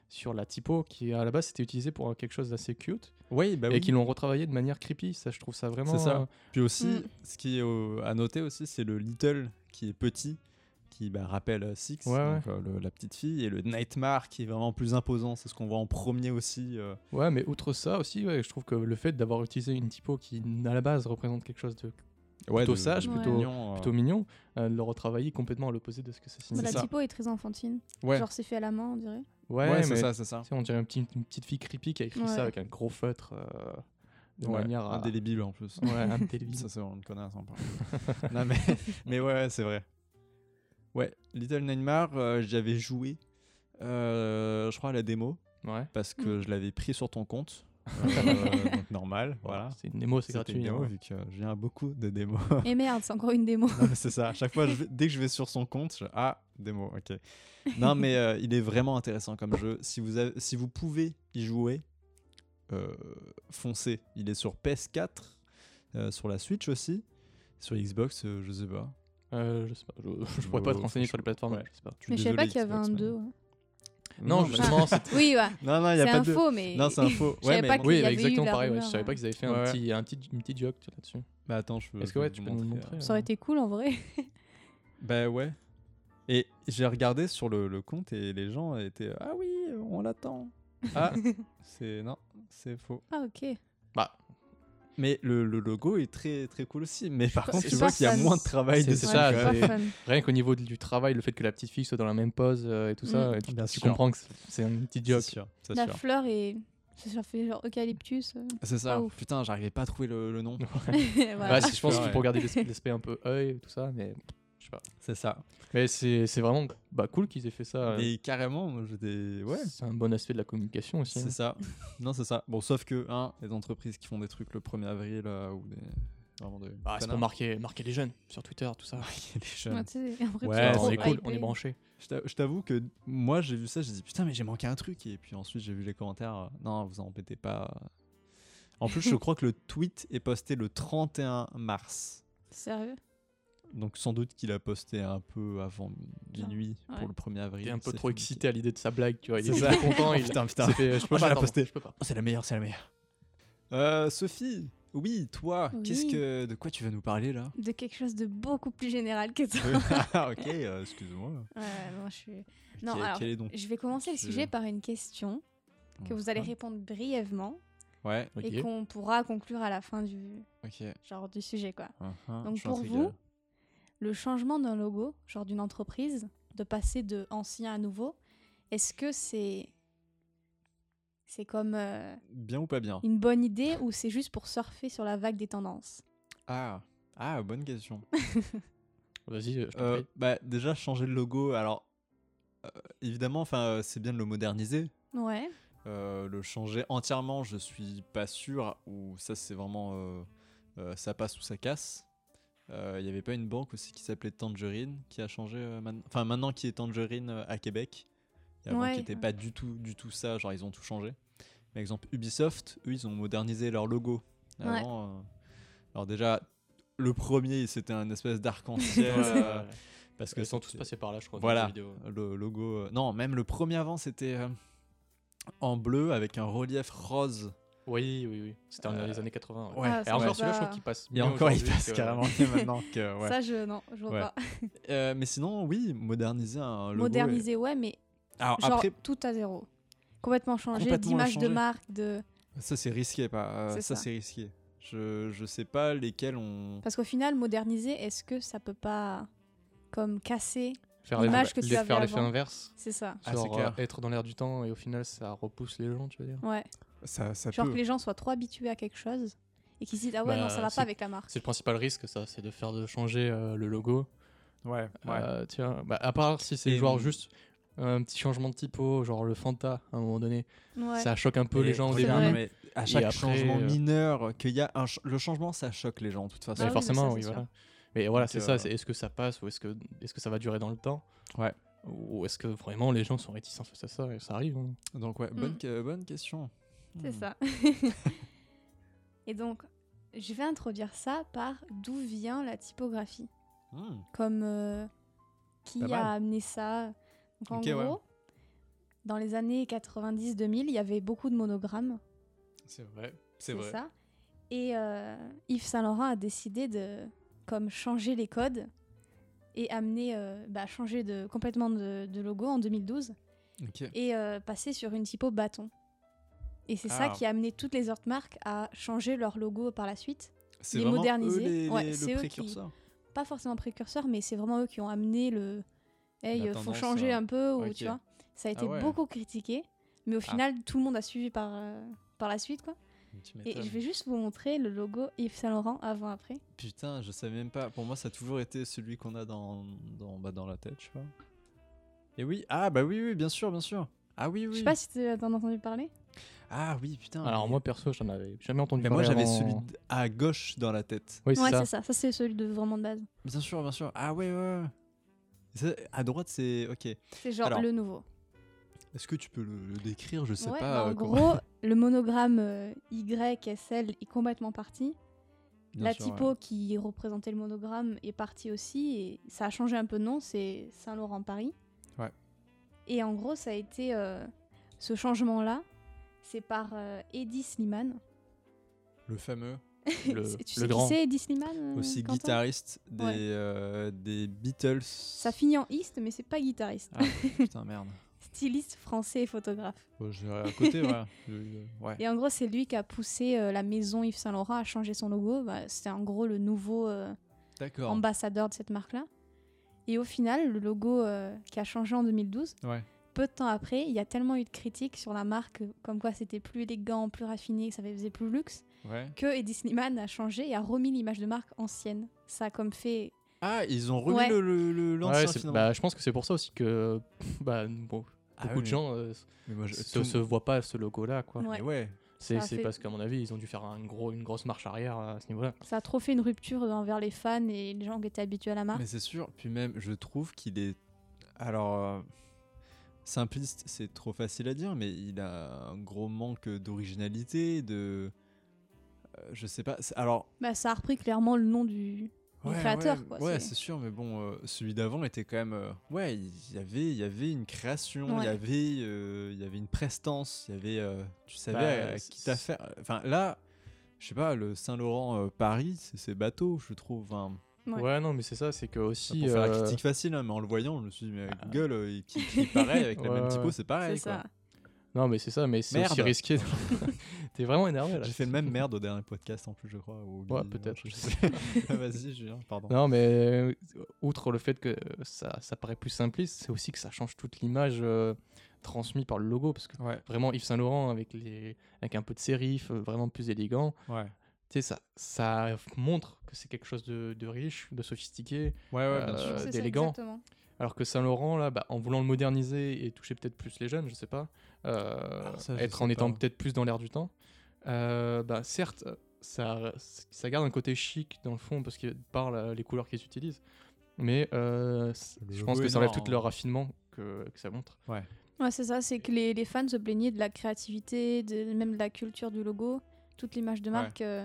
D: sur la typo qui à la base c'était utilisé pour euh, quelque chose d'assez cute
A: Oui, bah
D: et
A: oui.
D: qu'ils l'ont retravaillé de manière creepy. Ça, je trouve ça vraiment.
A: ça.
D: euh,
A: Puis aussi,
C: Mm.
A: ce qui est au- à noter aussi, c'est le Little qui est petit, qui bah, rappelle euh, Six,
D: Ouais,
A: donc, euh, le- la petite fille, et le Nightmare qui est vraiment plus imposant. C'est ce qu'on voit en premier aussi. euh.
D: Ouais, mais outre ça aussi, ouais, je trouve que le fait d'avoir utilisé une typo qui à la base représente quelque chose de
A: Ouais,
D: plutôt
A: de-
D: sage,
A: de
D: plutôt,
A: mignon, euh.
D: plutôt mignon, euh, de le retravailler complètement à l'opposé de ce que ça
C: Bah,
D: signifie.
C: la
A: ça.
C: typo est très enfantine.
D: Ouais,
C: Genre, c'est fait à la main, on dirait.
D: ouais,
A: Ouais,
D: mais
A: c'est ça, c'est ça.
D: tu sais, on dirait une petite, une petite fille creepy qui a écrit
C: Ouais.
D: ça avec un gros feutre euh, de
A: Ouais,
D: manière euh, à...
A: Indélébile en plus.
D: (laughs) Ouais, indélébile.
A: (laughs) Ça, c'est vraiment une connasse, en parle. non, mais, mais ouais, ouais, c'est vrai. Ouais, Little Nightmare, euh, j'avais joué, euh, je crois, à la démo,
D: Ouais.
A: parce que
D: Hmm.
A: je l'avais pris sur ton
D: (laughs)
A: compte. euh, donc normal, voilà.
D: C'est une démo, c'est
A: C'était une
D: gratuit.
A: démo,
D: hein.
A: vu que je viens à beaucoup de démos.
C: Et merde, c'est encore une démo.
A: (laughs) Non, mais c'est ça. À chaque fois, je vais- dès que je vais sur son compte, je... ah, démo, ok. Non, mais euh, il est vraiment intéressant comme jeu. Si vous, avez- si vous pouvez y jouer, euh, foncez. Il est sur PS4, euh, sur la Switch aussi, sur Xbox, euh, je sais pas.
D: Euh, je sais pas, je, je pourrais pas te
A: Euh,
D: renseigner sur les plateformes,
A: ouais.
D: je sais pas.
A: Je suis
C: Mais je savais pas
A: désolé,
C: qu'il y avait
A: Xbox,
C: un
A: mais-
C: 2.
D: Non,
A: mais-
D: justement, c'était...
C: Oui, ouais.
A: (laughs) Non, non, il n'y
C: c'est
A: Ah, a pas
C: un
A: de.
C: faux, mais.
A: Non, c'est un faux.
C: Je savais
A: mais
C: pas
A: bon.
C: qu'il y
D: Oui,
C: avait eu
D: exactement
C: la
D: pareil, ouais, je
C: rumeur,
D: savais pas
C: ouais.
D: qu'ils avaient fait
A: Ouais,
D: un
A: ouais.
D: petit, un petit, une petite joke là-dessus.
A: Bah, attends, je peux.
D: Est-ce
A: je
D: que ouais,
A: vous
D: tu peux nous montrer
A: euh.
C: (laughs) Ça aurait été cool en vrai.
A: Bah ouais. Et j'ai regardé sur le, le compte et les gens étaient ah oui, on l'attend.
C: (laughs)
A: Ah, c'est non, c'est faux.
C: Ah, ok.
D: Bah,
A: Mais le, le logo est très très cool aussi. Mais par
D: pas-
A: contre,
D: c'est
A: tu
C: pas
A: vois qu'il y a
C: fan.
A: moins de travail
D: C'est-
A: dessus.
C: Ouais,
D: ça,
A: quand même.
C: c'est pas
D: c'est-
C: fun.
D: euh, Rien qu'au niveau du travail, le fait que la petite fille soit dans la même pose euh, et tout ça,
C: Mm.
D: et tu,
A: Bien
D: tu
A: sûr.
D: comprends que c'est- c'est un petit
A: C'est
D: joke.
A: sûr, c'est
C: La
A: sûr.
C: fleur est. Ça fait genre eucalyptus.
A: (laughs)
C: euh.
A: C'est ça.
C: pas ouf.
A: Putain, j'arrivais pas à trouver le, le nom.
C: Voilà.
D: (laughs) Ouais, Bah, c'est- je pense
A: Ouais.
D: qu'il faut regarder l'as- l'aspect un peu œil et tout ça, mais je sais pas.
A: (laughs) C'est ça.
D: Mais c'est c'est vraiment bah, cool qu'ils aient fait ça.
A: Et carrément, moi, j'étais ouais.
D: C'est un bon aspect de la communication aussi. hein.
A: C'est ça. non, c'est ça. Bon, sauf que hein, les entreprises qui font des trucs le 1er avril euh, ou des vraiment des
D: Bah, c'est
A: connards.
D: pour marquer, marquer les jeunes sur Twitter, tout ça.
A: Les (laughs) jeunes.
C: Ouais, tu sais,
A: Ouais,
C: en vrai, tu
D: Putain,
C: te
D: on
A: c'est
D: est
C: retrouves
D: cool, on
C: hypé.
D: est branché.
A: Je t'a- Je t'avoue que moi j'ai vu ça, j'ai dit putain mais j'ai manqué un truc et puis ensuite j'ai vu les commentaires, euh, non vous embêtez pas. En plus je crois que le tweet est posté le 31 mars,
C: Sérieux
A: donc sans doute qu'il a posté un peu avant minuit
C: ouais.
A: pour le 1er avril.
D: Il est un peu
A: c'est
D: trop
A: compliqué.
D: excité à l'idée de sa blague, tu vois. Il
A: C'est
D: est
A: ça.
D: trop
A: (laughs)
D: content,
A: Oh,
D: il
A: putain putain,
D: s'est fait, euh, je peux
A: Oh, je
D: pas,
A: l'ai
D: pardon,
A: posté.
D: je peux pas.
A: Oh, c'est la meilleure, c'est la meilleure. Euh, Sophie, oui toi, qu'est-ce
C: Oui.
A: que, de quoi tu vas nous parler
C: (laughs)
A: là
C: De quelque chose de beaucoup plus général que ça.
A: Ah, Ok, euh, excuse-moi.
C: (laughs) Ouais, non, je, suis- Non,
A: Quel-
C: alors,
A: quel est donc
C: je vais commencer le
A: Je-
C: sujet par une question que vous allez
A: hein.
C: répondre brièvement
A: Ouais,
D: Ok.
C: et qu'on pourra conclure à la fin du,
A: ok.
C: genre, du sujet. quoi.
A: Uh-huh, je
C: Donc
A: suis
C: pour
A: intrigué.
C: vous, le changement d'un logo, genre d'une entreprise, de passer de ancien à nouveau, est-ce que c'est c'est comme euh,
A: bien ou pas bien
C: une bonne idée ou c'est juste pour surfer sur la vague des tendances
A: Ah, ah, bonne
C: (laughs)
A: question.
D: Vas-y, je t'en
A: Euh,
D: prie.
A: bah, déjà changer le logo. Alors euh, évidemment, enfin, euh, c'est bien de le moderniser.
C: Ouais.
A: Euh, le changer entièrement, je suis pas sûr. Ou ça, c'est vraiment euh, euh, ça passe ou ça casse. Euh, Il y avait pas une banque aussi qui s'appelait Tangerine qui a changé. euh, maintenant- Enfin, maintenant qui est Tangerine euh, à Québec. Et avant,
C: Ouais.
A: qui était pas du tout, du tout ça. Genre, ils ont tout changé. Par exemple, Ubisoft, eux, ils ont modernisé leur logo.
C: Ouais.
A: Avant, euh, alors déjà, le premier, c'était un espèce d'arc-en-ciel. euh, parce
D: (laughs)
A: que
D: Parce qu'ils sont tous
A: c'était-
D: passés par là, je crois. dans
A: Voilà.
D: les vidéos.
A: le logo. euh, Non, même le premier avant, c'était euh, en bleu avec un relief rose.
D: Oui, oui, oui. C'était dans
A: Euh,
D: les années 80. ouais.
A: Ouais,
C: Ah,
D: Et
C: ça,
D: encore,
C: je
D: celui-là, je
C: vois
D: trouve
C: pas.
D: qu'il passe.
A: Et
D: bien
A: encore, il
D: aujourd'hui
A: passe
D: que-
A: carrément mieux maintenant que. ouais.
C: Ça, je, non, je vois
A: Ouais.
C: pas.
A: Euh, mais sinon, oui, moderniser un logo. est-
C: Moderniser, ouais, mais
A: Alors
C: genre
A: après,
C: tout à zéro. Complètement changé
A: Complètement
C: d'image de
A: changé.
C: marque, de...
A: ça c'est risqué, pas. euh,
C: C'est
A: ça
C: ça.
A: c'est risqué. Je, je sais pas lesquels on.
C: Parce qu'au final, moderniser, est-ce que ça peut pas comme casser
D: euh, Faire
C: L'image
D: l'eff-
C: que tu
D: l'eff-
C: avais
D: faire l'effet
C: avant.
D: inverse.
C: C'est ça.
A: Ah, c'est
D: genre
A: clair.
D: euh, être dans l'air du temps et au final, ça repousse les gens, tu veux dire.
C: Ouais.
A: Ça, ça
C: Genre
A: peut.
C: que les gens soient trop habitués à quelque chose et qu'ils se disent ah ouais
D: Bah,
C: non ça va
D: c'est-
C: pas avec la marque.
D: C'est le principal risque, ça, c'est de faire de changer euh, le logo.
A: Ouais,
D: Euh, tiens, bah, à part si c'est
A: Et-
D: genre juste un petit changement de typo, genre le Fanta à un moment donné,
C: Ouais.
D: ça choque un peu les gens au
C: c'est
D: début.
C: vrai.
A: mais à chaque
D: après,
A: changement
D: euh,
A: mineur, qu'il y a un ch- le changement, ça choque les gens de toute façon.
D: Mais
C: oui,
D: forcément,
C: mais ça,
D: oui,
C: c'est
D: voilà. Mais voilà,
A: Donc,
D: c'est
A: euh,
D: ça. c'est Est-ce que ça passe ou est-ce que, est que ça va durer dans le temps
A: Ouais.
D: Ou est-ce que vraiment les gens sont réticents face à ça et ça arrive hein.
A: Donc ouais, bonne, que- bonne question.
C: Mm. C'est
A: Hmm.
C: (laughs) ça. et donc je vais introduire ça par d'où vient la typographie,
A: Hmm.
C: comme euh, qui
A: Pas mal.
C: a amené ça. Donc en
A: Ok, ouais.
C: gros, dans les années 90-2000, il y avait beaucoup de monogrammes.
A: C'est vrai.
C: C'est ça. Et euh, Yves Saint Laurent a décidé de comme changer les codes et amener euh, bah, changer de complètement de, de logo en 2012
A: Ok.
C: et euh, passer sur une typo bâton. Et c'est ça
A: Ah.
C: qui a amené toutes les autres marques à changer leur logo par la suite.
A: C'est
C: Les
A: vraiment eux
C: moderniser.
A: les-
C: Ouais,
A: les-
C: c'est eux
A: le
C: qui-
A: précurseur.
C: Pas forcément précurseurs, mais c'est vraiment eux qui ont amené le
A: La
C: Hey, euh, faut
A: tendance,
C: changer
A: euh,
C: un peu ou
A: ok.
C: tu vois. Ça a
A: Ah
C: été
A: ouais.
C: beaucoup critiqué, mais au
A: Ah.
C: final tout le monde a suivi par euh, par la suite quoi.
A: Tu
C: Et
A: m'étonnes.
C: je vais juste vous montrer le logo Yves Saint Laurent avant après.
A: Putain, je savais même pas. Pour moi, ça a toujours été celui qu'on a dans, dans, bah, dans la tête, je sais pas. Et oui, ah bah oui, oui, bien sûr, bien sûr. Ah oui, oui.
C: Je sais pas si tu as entendu parler.
A: Ah oui, putain.
D: Alors
A: mais-
D: moi perso, j'en avais jamais entendu
A: mais moi,
D: parler
A: j'avais
D: avant.
A: celui d- à gauche dans la tête.
D: Oui, c'est
C: ouais,
D: ça.
C: c'est ça. Ça, c'est celui de vraiment de base.
A: Bien sûr, bien sûr. Ah ouais, ouais. ouais. Ça, à droite, c'est ok.
C: C'est genre
A: Alors,
C: le nouveau.
A: Est-ce que tu peux le, le décrire Je sais
C: Ouais,
A: pas.
C: bah,
A: euh,
C: en
A: comment-
C: gros, le monogramme euh, YSL est complètement parti.
A: Bien
C: la
A: sûr,
C: typo
A: ouais.
C: qui représentait le monogramme est partie aussi. Et ça a changé un peu de nom. C'est Saint-Laurent-Paris.
A: Ouais.
C: Et en gros, ça a été. euh, ce changement-là, c'est par euh, Eddie Slimane.
A: Le fameux.
D: Le,
C: C'est- tu
D: le
C: sais
D: grand.
C: qui c'est, Eddie Slimane euh,
A: Aussi
C: Quentin
A: guitariste des,
C: Ouais.
A: euh, des Beatles.
C: Ça finit en East, mais c'est pas guitariste.
A: Ah, putain, merde.
C: Styliste français et photographe.
A: Bon, je dirais à côté,
C: (laughs)
A: voilà. Je- je- Ouais.
C: Et en gros, c'est lui qui a poussé euh, la maison Yves Saint Laurent à changer son logo. Bah, C'était en gros le nouveau euh,
A: D'accord.
C: ambassadeur de cette marque-là. Et au final, le logo euh, qui a changé en 2012,
A: Ouais.
C: peu de temps après, il y a tellement eu de critiques sur la marque, euh, comme quoi c'était plus élégant, plus raffiné, que ça faisait plus luxe,
A: Ouais.
C: que Eddie Slimane a changé et a remis l'image de marque ancienne. Ça a comme fait...
A: Ah, ils ont remis
C: Ouais.
A: le, le, le-
D: Ouais,
A: l'ancien
D: c'est-
A: finalement.
D: bah, je pense que c'est pour ça aussi que (laughs) bah, bon,
A: Ah
D: beaucoup
A: oui,
D: de
A: mais-
D: gens euh,
A: mais moi, je-
D: se,
A: tout-
D: se voient pas ce logo-là. quoi.
A: mais
C: Ouais.
A: ouais.
D: C'est
C: Ça a
D: c'est
C: fait-
D: parce qu'à mon avis, ils ont dû faire un gros, une grosse marche arrière euh, à ce niveau-là.
C: Ça a trop fait une rupture envers les fans et les gens qui étaient habitués à la marque.
A: Mais c'est sûr. Puis même, je trouve qu'il est. Alors. euh, Simpliste, c'est trop facile à dire, mais il a un gros manque d'originalité, de. euh, Je sais pas. c'est- Alors,
C: Bah, ça a repris clairement le nom du... du créateur,
A: ouais,
C: quoi,
A: ouais,
C: c'est-
A: c'est sûr, mais bon, euh, celui d'avant était quand même. euh, ouais, il y avait, il y avait une création, il
C: Ouais.
A: y avait, euh, il y avait une prestance, il y avait, euh, tu savais
D: Bah,
A: à
D: c-
A: qui t'as fait. Enfin là, je sais pas, le Saint Laurent Paris, c'est- c'est bateau, je trouve. Enfin,
C: Ouais.
D: Ouais, non, mais c'est ça, c'est que aussi.
A: pour faire la
D: euh,
A: critique facile, hein, mais en le voyant, je me suis dit, mais gueule, euh, il- qui, qui pareil avec la
D: (laughs) Ouais,
A: même typo,
D: ouais.
A: c'est
C: Ah. C'est
A: pareil. quoi.
C: ça.
D: Non, mais c'est ça, mais c'est aussi
A: Merde.
D: risqué. (laughs) T'es vraiment énervé là.
A: J'ai fait le même merde au dernier podcast en plus, je crois. ou au
D: Ouais,
A: Guy,
D: peut-être,
A: je
D: je
A: sais pas. (laughs) Ah, Vas-y, Julien, pardon.
D: Non, mais euh, outre le fait que euh, ça, ça paraît plus simpliste, c'est aussi que ça change toute l'image euh, transmise par le logo. Parce que
A: Ouais,
D: vraiment, Yves Saint Laurent, avec, les, avec un peu de sérif, euh, vraiment plus élégant,
A: ouais,
D: tu sais, ça, ça montre que c'est quelque chose de, de riche, de sophistiqué.
A: ouais, ouais,
D: Euh,
A: bien sûr.
C: C'est ça,
D: d'élégant.
C: exactement.
D: Alors que Saint Laurent, là, bah, en voulant le moderniser et toucher peut-être plus les jeunes, je sais pas, euh,
A: Ah, ça, je
D: être
A: sais
D: en
A: pas.
D: étant peut-être plus dans l'air du temps, euh, bah, certes, ça, ça garde un côté chic dans le fond parce que par la- les couleurs qu'ils utilisent, mais euh, c-
A: Le
D: je
A: logo
D: pense que
A: est
D: ça enlève
A: noir,
D: tout
A: hein.
D: le raffinement que, que ça montre.
A: Ouais.
C: Ouais, c'est ça, c'est que les, les fans se plaignaient de la créativité, de, même de la culture du logo, toute l'image de
A: Ouais.
C: marque. euh,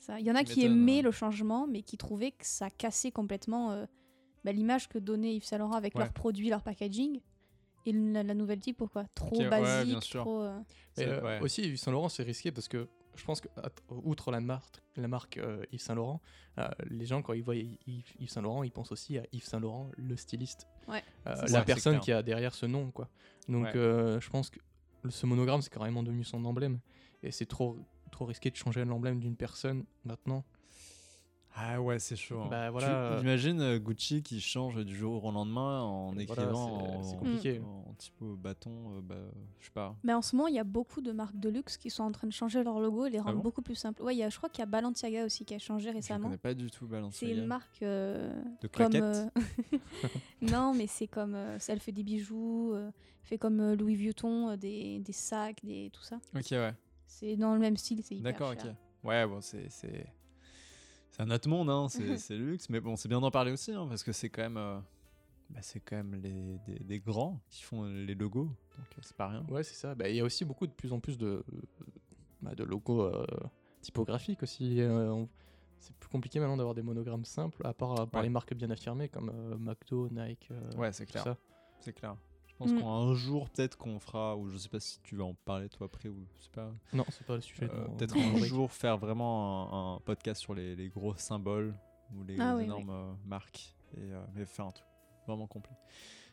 C: ça. Il y en a
A: Tu
C: qui
A: m'étonnes,
C: aimaient
A: ouais.
C: le changement, mais qui trouvaient que ça cassait complètement euh, bah, l'image que donnait Yves Saint Laurent avec
A: Ouais.
C: leurs produits, leur packaging. Et la, la nouvelle type, pourquoi Trop
A: ouais,
C: basique,
A: bien sûr.
C: trop. euh,
D: Mais,
A: C'est-
D: euh,
A: ouais.
D: Aussi, Yves Saint Laurent, c'est risqué parce que je pense que, at- outre la marque, la marque euh, Yves Saint Laurent, euh, les gens, quand ils voient Yves, Yves Saint Laurent, ils pensent aussi à Yves Saint Laurent, le styliste.
C: Ouais, c'est
D: Euh, la
C: ça.
A: Ouais, c'est
D: personne
A: clair.
D: qui a derrière ce nom, quoi. Donc,
A: Ouais.
D: euh, je pense que le- ce monogramme, c'est carrément devenu son emblème. Et c'est trop, trop risqué de changer l'emblème d'une personne maintenant.
A: Ah ouais, c'est chaud. hein.
D: Bah
A: Tu-
D: voilà, euh,
A: Imagine euh, Gucci qui change du jour au lendemain en
D: Voilà,
A: écrivant
D: c'est-
A: en,
D: c'est compliqué.
A: en typo bâton, euh, bah, je sais pas.
C: Mais en ce moment, il y a beaucoup de marques de luxe qui sont en train de changer leur logo et les rendre
A: Ah bon
C: beaucoup plus simples. Ouais, il y a, je crois qu'il y a Balenciaga aussi qui a changé
A: Je
C: récemment.
A: connais pas du tout
C: C'est
A: Balenciaga.
C: une marque euh,
A: de
C: comme.
A: claquettes.
C: euh,
A: (laughs)
C: (laughs) non, mais c'est comme. euh, ça, elle fait des bijoux, euh, fait comme euh, Louis Vuitton, euh, des, des sacs, des, tout ça.
A: Ok, ouais.
C: C'est dans le même style, c'est hyper
A: D'accord, ok.
C: cher.
A: Ouais, bon, c'est. C'est c'est un autre monde, hein,
C: (laughs)
A: c'est c'est luxe. Mais bon, c'est bien d'en parler aussi, hein, parce que c'est quand même. euh, bah, c'est quand même les, des, des grands qui font les logos. Donc, euh, c'est pas rien.
D: ouais, c'est ça. Bah, Il y a aussi beaucoup de plus en plus de, bah, de logos euh, typographiques aussi. euh, on- C'est plus compliqué maintenant d'avoir des monogrammes simples, à part, à part
A: Ouais.
D: les marques bien affirmées comme euh, McDo, Nike, euh,
A: Ouais, c'est
D: tout
A: clair.
D: ça.
A: C'est clair. Je pense
C: Mm.
A: qu'un jour, peut-être qu'on fera, ou je sais pas si tu vas en parler toi après, ou je sais pas.
D: Non, c'est pas le sujet. de
A: Euh,
D: mon-
A: Peut-être
D: mon
A: un
D: rubrique.
A: jour faire vraiment un, un podcast sur les, les gros symboles ou les
C: Ah oui,
A: énormes euh, marques et euh, mais faire un truc vraiment complet.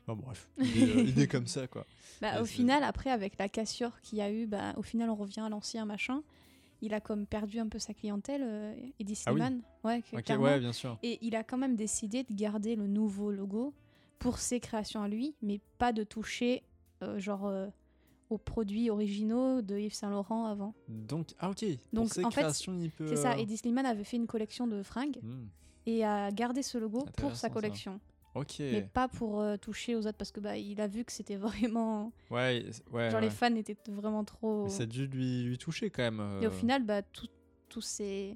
A: Enfin,
C: (laughs)
A: bref, idée, euh, idée comme ça quoi.
C: Bah,
A: Ouais,
C: au
A: c'est-
C: final, après, avec la cassure qu'il y a eu, bah, au final, on revient à l'ancien machin. Il a comme perdu un peu sa clientèle, euh, Eddie
A: Ah oui.
C: Slimane. Ouais, que-
A: Ok,
C: clairement.
A: ouais, bien sûr.
C: Et il a quand même décidé de garder le nouveau logo pour ses créations à lui, mais pas de toucher euh, genre euh, aux produits originaux de Yves Saint Laurent avant.
A: Donc ah ok.
C: Donc,
A: Donc ces
C: en fait,
A: créations, il peut.
C: C'est ça,
A: euh,
C: Eddie Slimane avait fait une collection de fringues
A: hmm,
C: et a gardé ce logo pour
A: Intéressant, ça.
C: sa collection,
A: Ok.
C: mais pas pour euh, toucher aux autres parce que bah il a vu que c'était (laughs) vraiment
A: Ouais, y- ouais.
C: genre
A: ouais.
C: les fans étaient vraiment trop
A: Mais ça a dû lui, lui toucher quand même.
C: et au
A: euh,
C: final bah tout- tous ses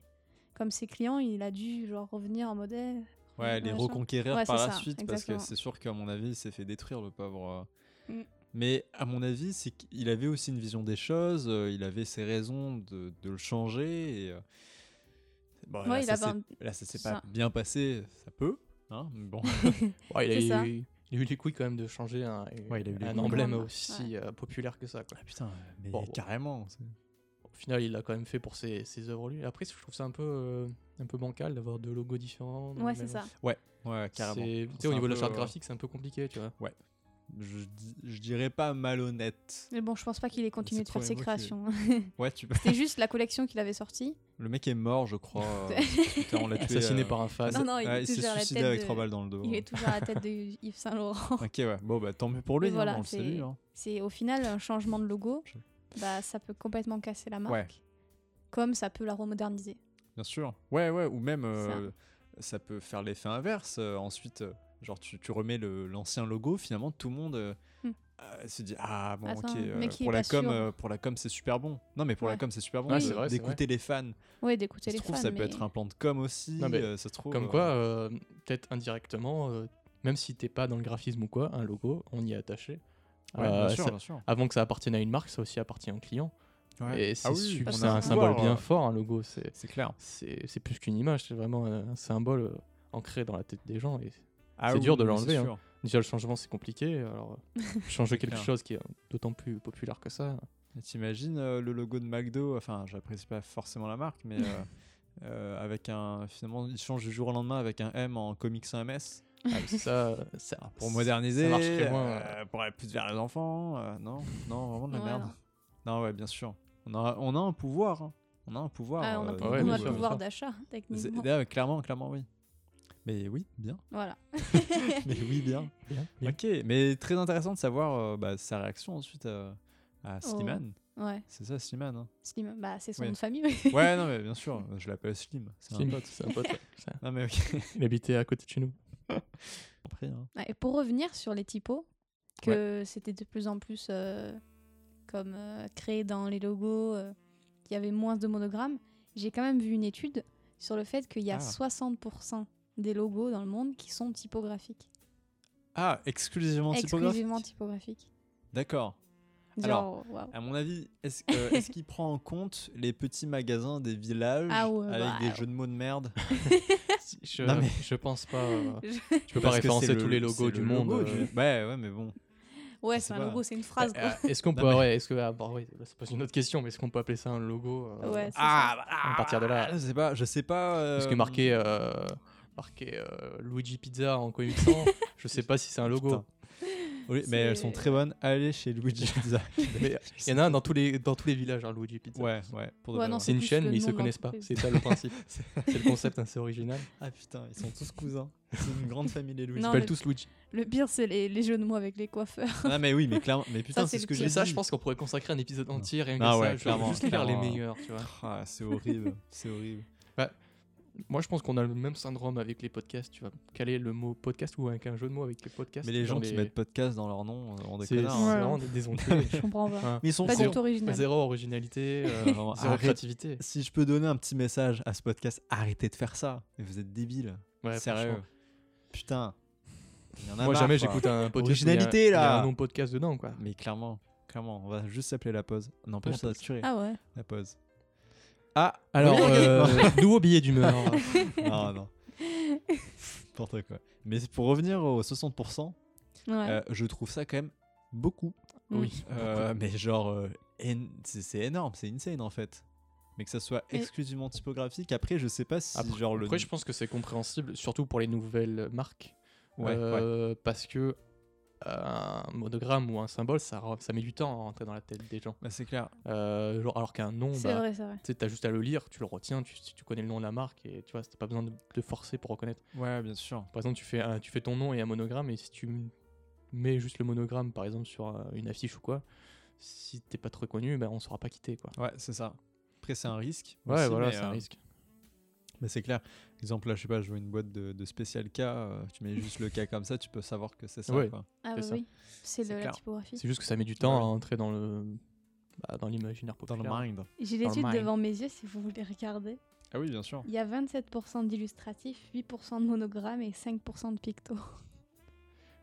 C: comme ses clients, il a dû genre revenir en eh, modèle.
A: Ouais, les
C: Ouais, je-
A: reconquérir
C: Ouais,
A: par
C: c'est
A: la
C: ça,
A: suite,
C: exactement.
A: parce que c'est sûr qu'à mon avis, il s'est fait détruire le pauvre. euh.
C: Mm.
A: Mais à mon avis, c'est qu'il avait aussi une vision des choses, euh, il avait ses raisons de, de le changer. Et... euh, bon, là,
C: Ouais, il
A: ça
C: avait
A: s'est-
C: un-
A: là, ça s'est
C: ça.
A: pas bien passé, ça peut, hein, mais bon.
D: Ouais, il, a
C: C'est
D: eu,
C: ça.
D: il a eu les couilles quand même de changer un,
A: Ouais, il a eu les
D: un
A: couilles.
D: emblème
C: Monogrammes,
D: aussi euh, populaire que ça. Quoi.
A: Ah, putain, mais
D: Bon, bon.
A: carrément. c'est-
D: Au final, il l'a quand même fait pour ses, ses œuvres lui. Après, je trouve ça un peu, euh, un peu bancal d'avoir deux logos différents. dans
C: Ouais,
D: le
C: c'est ça.
D: même-
A: Ouais, carrément.
D: C'est- Tu
A: C'est
D: sais, au
A: un
D: niveau de
A: peu,
D: la charte
A: euh,
D: graphique, c'est un peu compliqué, tu vois.
A: Je, di- je dirais pas malhonnête.
C: (laughs) Mais bon, je pense pas qu'il ait continué de
A: trop
C: faire ses
A: évoqué.
C: créations. (laughs)
A: Ouais, tu peux.
C: C'était juste la collection qu'il avait sortie. on
A: Le mec est mort, je crois. euh,
C: (laughs)
A: putain, (laughs) on l'a tué.
D: Assassiné
A: euh,
D: par un fan.
C: Non, non, il est
A: ouais, il s'est
C: toujours à la
A: suicidé
C: tête
A: avec
C: de-
A: trois balles dans le dos.
C: Il est toujours à la tête de Yves Saint Laurent.
A: Ok, ouais. Bon, bah tant mieux pour lui,
C: Mais
A: hein,
C: voilà,
A: on le
C: c'est-
A: salue. hein.
C: C'est au final un changement de logo,
A: Je-
C: bah ça peut complètement casser la marque,
A: Ouais.
C: comme ça peut la remoderniser.
A: Bien sûr. Ouais, ouais, ou même euh, ça. peut faire l'effet inverse. euh, ensuite, euh, genre, tu, tu remets le- l'ancien logo, finalement, tout le monde euh,
C: Hmm.
A: euh, se dit Ah, bon,
C: Attends,
A: ok,
C: le
A: euh,
C: mec, il
A: pour,
C: est
A: la
C: pas
A: com,
C: sûr.
A: euh, pour la com, c'est super bon. Non, mais pour la
C: Ouais.
A: com, c'est super bon.
D: Ouais,
A: de-
D: c'est vrai, c'est
A: D'écouter les fans.
C: Ouais,
A: Ça
C: d'écouter
A: se
C: les
A: trouve,
C: fans,
A: ça peut
C: mais-
A: être un plan de com aussi.
D: Non, mais
A: euh, ça se trouve,
D: Comme
A: euh,
D: quoi, euh, peut-être indirectement, euh, même si t'es pas dans le graphisme ou quoi, un logo, on y est attaché.
A: ouais,
D: Euh,
A: bien sûr,
D: ça-
A: bien sûr.
D: avant que ça appartienne à une marque, ça aussi appartient au client.
A: Ouais.
D: Et c'est
A: Ah oui,
D: su-
A: on
D: c'est
A: a
D: un
A: pouvoir,
D: symbole bien
A: euh,
D: fort, un logo. C'est
A: C'est clair.
D: c'est c'est plus qu'une image, c'est vraiment euh, un symbole euh, ancré dans la tête des gens. Et
A: Ah
D: C'est dur de
A: mais
D: l'enlever,
A: c'est
D: hein.
A: sûr.
D: déjà le changement c'est compliqué, alors euh,
A: (laughs)
D: changer quelque
A: clair.
D: chose qui est d'autant plus populaire que ça.
A: Et T'imagines euh, le logo de McDo, enfin j'apprécie pas forcément la marque, mais (laughs) euh, euh, avec un finalement il change du jour au lendemain avec un M en comics 1MS
D: Ah, mais ça, euh, ça
A: pour moderniser,
D: marcherait moins,
A: euh, pour aller plus vers les enfants, euh, non, non vraiment de la
C: Ouais,
A: merde. Non. ouais bien sûr, on a, on a un pouvoir, hein. on a un pouvoir.
C: Ah, on a
A: euh,
C: plus-
D: ouais,
C: on
D: bien
C: a
D: sûr,
C: le
D: bien
C: pouvoir
D: sûr.
C: d'achat,
A: c'est-
C: techniquement.
A: ah, clairement, clairement oui. Mais oui, bien.
C: Voilà.
A: Mais oui, bien.
D: Bien, bien.
A: Ok, mais très intéressant de savoir euh, bah, sa réaction ensuite à, à
C: Oh.
A: Slimane.
C: Ouais,
A: C'est ça, Slimane.
C: (laughs)
A: hein.
C: Slim, bah c'est son
A: Ouais.
C: nom de famille.
A: Ouais, non, mais bien sûr, je l'appelle Slim. C'est un
D: Slim,
A: pote.
D: c'est un pote, ouais. Ça,
A: Non, mais ok.
D: (laughs) Il habitait à côté de chez nous.
A: Après, hein.
C: Ouais, et pour revenir sur les typos, que c'était de plus en plus euh, comme euh, créé dans les logos, euh, qu'il y avait moins de monogrammes, j'ai quand même vu une étude sur le fait qu'il y a
A: Ah.
C: 60% des logos dans le monde qui sont typographiques.
A: Ah, exclusivement typographique.
C: exclusivement typographiques.
A: D'accord. Alors,
C: Genre, waouh.
A: À mon avis, est-ce euh, est-ce qu'il prend en compte les petits magasins des villages
C: Ah ouais,
A: avec
C: bah,
A: des
C: ouais.
A: jeux de mots de merde
D: Je,
A: Non, mais-
D: je pense pas. euh,
C: Je-
D: Je peux pas
A: Parce que
D: référencer
A: c'est
D: tous
A: le-
D: les logos
A: c'est
D: du
A: le
D: monde.
A: logo
D: euh,
A: du- Ouais, ouais, mais bon.
C: Ouais,
A: sais
C: c'est un
A: pas.
C: logo, Ah, c'est
A: (laughs)
C: une phrase. quoi.
D: Euh, Est-ce qu'on
A: Non,
D: peut,
A: mais-
D: ouais, est-ce que, ah, bah, ouais, ça pose une autre question, mais est-ce qu'on peut appeler ça un logo euh,
C: Ouais, c'est
A: Ah, bah,
D: À partir de là.
A: ah, je sais pas, je sais pas.
D: Parce que
A: euh,
D: marquer, euh, marquer euh, Luigi Pizza en coïncidant, je sais pas si c'est un logo.
A: Putain. Oui, mais elles sont
C: C'est-
A: très bonnes. Allez chez Luigi
D: (laughs)
A: Pizza. (laughs)
D: Mais Il y en a un dans tous les, dans tous les villages, hein, Luigi Pizza.
A: Ouais, ouais. Pour de
C: Ouais,
A: vrai, hein.
C: non,
D: C'est
C: C'est
D: une
C: plus
D: chaîne,
C: le
D: mais ils se
C: nom de
D: connaissent pas. C'est
C: l'entreprise.
D: ça
A: (laughs)
D: le principe. c'est le concept assez original.
A: Ah putain, ils sont tous cousins. C'est une grande famille les Luigi.
D: Ils
C: Non,
D: s'appellent
C: mais-
D: tous Luigi.
C: Le pire, c'est les, les jeux de mots avec les
D: (laughs)
C: coiffeurs.
A: Ah mais oui, mais clairement, mais putain,
C: Ça,
A: c'est ce
C: c'est le
A: que
C: pire.
A: j'ai
D: Et ça,
A: dit.
D: je pense qu'on pourrait consacrer un épisode entier rien que
A: Ah
D: ça,
A: ouais,
D: je-
A: clairement,
D: juste lire les
A: clairement.
D: meilleurs, tu vois.
A: Ah, c'est horrible, c'est horrible.
D: Moi, je pense qu'on a le même syndrome avec les podcasts, tu vois. Caler le mot podcast ou avec un jeu de mots avec les podcasts.
A: Mais les gens
D: dans
A: qui
D: les-
A: mettent podcast dans leur nom, euh, on
D: C'est c'est
A: déconne.
C: Ouais.
D: vraiment
A: (laughs)
D: des, des enculés.
C: Je comprends pas.
D: Hein.
A: Mais ils sont
C: Pas
A: cons.
C: du
D: Zéro-
C: tout original.
D: Zéro originalité, euh,
A: Vraiment,
D: zéro
A: arrête.
D: créativité.
A: Si je peux donner un petit message à ce podcast, arrêtez de faire ça. Mais vous êtes débiles.
D: Ouais,
A: Sérieux.
D: franchement.
A: Putain. Il y en a
D: Moi,
A: marre,
D: jamais
A: quoi.
D: j'écoute un podcast. où
A: Originalité,
D: il y a- Il y a
A: là.
D: un nom podcast dedans, quoi.
A: Mais clairement, clairement, on va juste s'appeler la pause. Non, pas
D: La
A: ça va tuer.
C: Ah ouais.
A: La (laughs) pause. Ah,
D: Alors,
A: oui, ok.
D: euh,
A: (laughs)
D: (laughs) nouveau billet d'humeur. hein.
A: non, non. N'importe quoi. Mais pour revenir aux 60%,
C: Ouais.
A: euh, je trouve ça quand même beaucoup.
D: oui.
A: Euh, mais genre, euh, en- c'est c'est énorme, c'est insane en fait. Mais que ça soit
C: Mais-
A: exclusivement typographique, après, je sais pas si
D: Après,
A: genre le.
D: après, je pense que c'est compréhensible, surtout pour les nouvelles marques.
A: Ouais, ouais.
D: Euh, Parce que euh, un monogramme ou un symbole, ça, re- ça met du temps à rentrer dans la tête des gens.
A: Bah, c'est clair.
D: Euh, genre, alors qu'un nom,
C: c'est
D: bah,
C: vrai, c'est vrai.
D: tu sais, t'as juste à le lire, tu le retiens, tu, tu connais le nom de la marque et tu vois, t'as pas besoin de, de forcer pour reconnaître.
A: Ouais, bien sûr.
D: Par exemple, tu fais, un- tu fais ton nom et un monogramme et si tu m- mets juste le monogramme, par exemple, sur euh, une affiche ou quoi, si t'es pas trop connu, bah, on saura pas quitter quoi.
A: Ouais, c'est ça. Après, c'est un risque.
D: Ouais,
A: aussi,
D: voilà,
A: mais,
D: c'est un
A: euh,
D: risque.
A: Mais c'est clair. Exemple, là, je sais pas, je vois une boîte de, de spécial K, euh, tu mets juste le K comme ça, tu peux savoir que c'est ça.
D: Ouais.
A: quoi.
C: Ah
D: c'est
C: bah
D: ça.
C: oui. C'est
A: C'est
C: le- la
A: clair.
C: typographie.
D: C'est juste que ça met du temps à
A: Ouais.
D: entrer dans le bah, dans l'imaginaire
A: Dans le
D: populaire.
A: mind.
C: J'ai
D: Dans le
C: l'étude
D: mind.
C: devant mes yeux si vous voulez regarder.
A: Ah oui, bien sûr.
C: Il y a 27% d'illustratifs, 8% de monogrammes et 5% de pictos.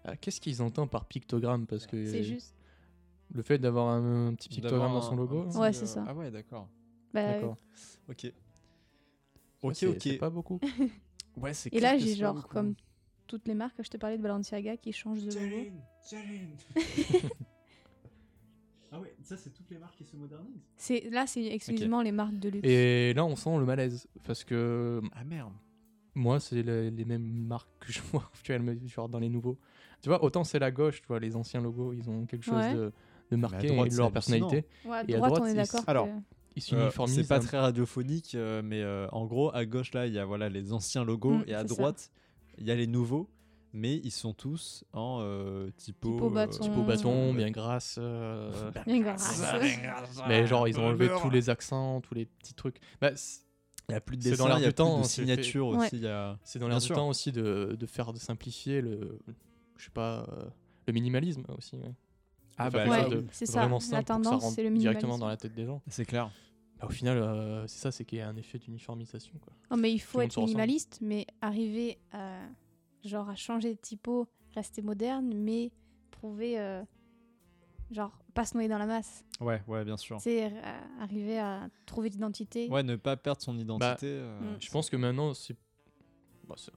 D: Ah, Qu'est-ce qu'ils entendent par pictogramme Parce que
C: C'est juste.
D: le fait d'avoir un, un petit pictogramme dans son logo.
C: petit- Ouais, c'est ça.
A: Ah ouais, d'accord.
C: Bah,
D: D'accord.
A: Ok.
D: Ouais,
A: Ok,
D: c'est-
A: ok.
D: c'est
C: (laughs)
D: pas beaucoup.
A: Ouais, c'est hein.
C: Et là, j'ai genre comme toutes les marques, je te parlais de Balenciaga qui change de logo.
A: (laughs) ah ouais, ça, c'est toutes les marques qui se modernisent.
C: C'est là, c'est exclusivement les marques de luxe.
D: Et là, on sent le malaise parce que
A: Ah merde.
D: moi, c'est le- les mêmes marques que je (laughs) vois actuellement, genre dans les nouveaux. Tu vois, autant c'est la gauche, tu vois, les anciens logos, ils ont quelque chose
C: Ouais.
D: de, de marqué
A: droite,
D: et de
A: c'est
D: leur personnalité.
C: Ouais, à
D: et à
C: droite,
D: droite,
C: on est
D: ils-
C: d'accord.
A: alors,
C: que-
D: Ils s'uniformisent.
A: c'est pas
D: un-
A: très radiophonique, euh, mais euh, en gros, à gauche, là, il y a voilà, les anciens logos,
C: Mm,
A: et à
C: c'est ça.
A: droite, il y a les nouveaux, mais ils sont tous en euh, typo... Bah,
C: Typo
A: euh,
C: bâton.
D: Beau
C: Typo
D: bâton, bien grasse. euh,
C: (laughs) Bien grâce.
D: Mais genre, ils ont enlevé tous les accents, tous les petits trucs. Bah, c'est-
A: Il n'y a plus de
D: C'est
A: dessin,
D: dans l'air
A: il y a
D: du temps,
A: plus de
D: hein, c'est fait.
A: signature
C: Ouais.
A: aussi. il y a-
D: c'est dans
A: Bien
D: l'air du
A: sûr.
D: temps aussi de, de faire, de simplifier le, je sais pas, euh, le minimalisme aussi. ouais.
A: Ah
D: faire
A: bah,
D: quelque
A: là,
D: chose
A: oui.
D: de
C: c'est ça.
D: Vraiment
C: La
D: simple pour que ça
C: tendance,
D: rentre
C: c'est le
D: directement
C: minimalisme.
D: dans la tête des gens.
A: c'est clair.
D: Bah, au final, euh, c'est ça, c'est qu'il y a un effet d'uniformisation. quoi.
C: Non, mais il
D: Tout
C: faut
D: le monde
C: être
D: se ressemble.
C: minimaliste, mais arriver à, genre, à changer de typo, rester moderne, mais prouver, euh, genre, pas se noyer dans la masse.
A: Ouais, ouais, bien sûr.
C: Tu sais, à- arriver à trouver l'identité.
A: Ouais, ne pas perdre son identité. euh,
C: Mm.
D: Bah, Je pense que maintenant, c'est. bah, c'est-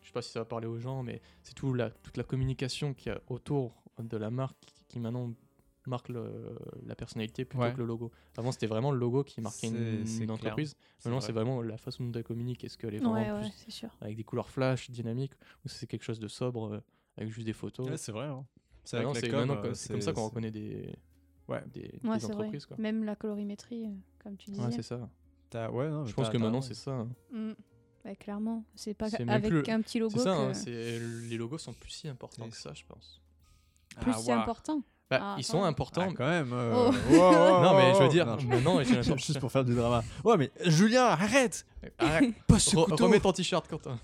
D: je sais pas si ça va parler aux gens, mais c'est tout la, toute la communication qu'il y a autour de la marque qui, qui maintenant marque le- la personnalité plutôt
A: Ouais.
D: que le logo. Avant, c'était vraiment le logo qui marquait une,
A: C'est- c'est
D: une
A: clair.
D: entreprise. Maintenant, c'est
A: vrai.
D: vraiment la façon dont elle communique. Est-ce qu'elle est
C: Ouais,
D: vraiment
C: ouais,
D: plus
C: c'est sûr.
D: avec des couleurs flash, dynamiques, ou c'est quelque chose de sobre euh, avec juste des photos
A: Ouais, c'est vrai. hein. C'est
D: Ah
A: avec
D: non,
A: la
D: c'est
A: com,
D: maintenant
A: euh,
D: que- c'est comme ça qu'on reconnaît des,
A: Ouais.
D: des, des
C: Ouais, c'est vrai.
D: entreprises. Quoi.
C: Même la colorimétrie, euh, comme tu disais.
D: Ouais, c'est ça.
A: T'as- ouais, non, mais
D: Je pense
A: t'as-
D: que
A: t'as
D: maintenant,
A: raison.
D: c'est ça. hein.
C: Mm. Ouais, clairement, c'est pas
D: C'est même
C: avec
D: plus-
C: un petit
D: C'est
C: logo
D: ça, hein,
C: que
D: c'est- les logos sont plus si importants
A: C'est-
D: que ça, je pense.
C: plus
A: Ah,
C: c'est
A: waouh.
C: important.
D: Bah,
C: Ah,
D: ils
C: quand
D: sont
C: même.
A: Ah,
D: importants.
A: quand même. euh, (laughs)
C: Oh.
A: wow, wow,
D: non, mais je veux
A: wow.
D: dire,
A: Non, je- (laughs)
D: maintenant, j'ai l'impression-
A: Juste pour faire du drama. Ouais, mais Julien, arrête
C: (laughs)
D: Arrête,
A: Passe ce
D: Ah, re-
A: couteau
D: remets ton t-shirt, Quentin.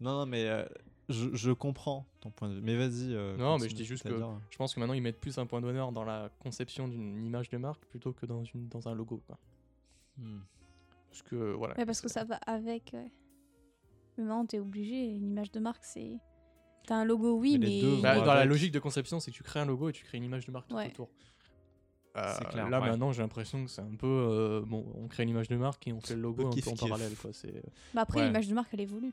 A: Non, non, mais euh, je, je comprends ton point de vue. Mais vas-y. euh,
D: Non,
A: continue
D: mais je dis
A: ce
D: juste
A: t'as à
D: que-
A: dire.
D: Je pense que maintenant, ils mettent plus un point d'honneur dans la conception d'une image de marque plutôt que dans, une, dans un logo. Quoi.
A: Hmm.
D: Parce que, voilà.
C: Ouais, parce que ça va avec. ouais. Mais maintenant, t'es obligé. Une image de marque, c'est T'as un logo, oui,
A: Mais
C: mais.
A: les deux vont
D: Bah,
A: Ouais,
D: dans la
A: avec.
D: logique de conception, c'est que tu crées un logo et tu crées une image de marque tout
C: Ouais.
D: autour.
A: C'est
D: Euh,
A: clair,
D: Là
A: ouais.
D: maintenant, j'ai l'impression que c'est un peu euh, bon, on crée l'image de marque et on fait le logo
A: Peu
D: un peu en
A: kiff-kiff.
D: parallèle. Quoi. C'est euh,
C: Bah après,
A: Ouais.
C: l'image de marque, elle évolue.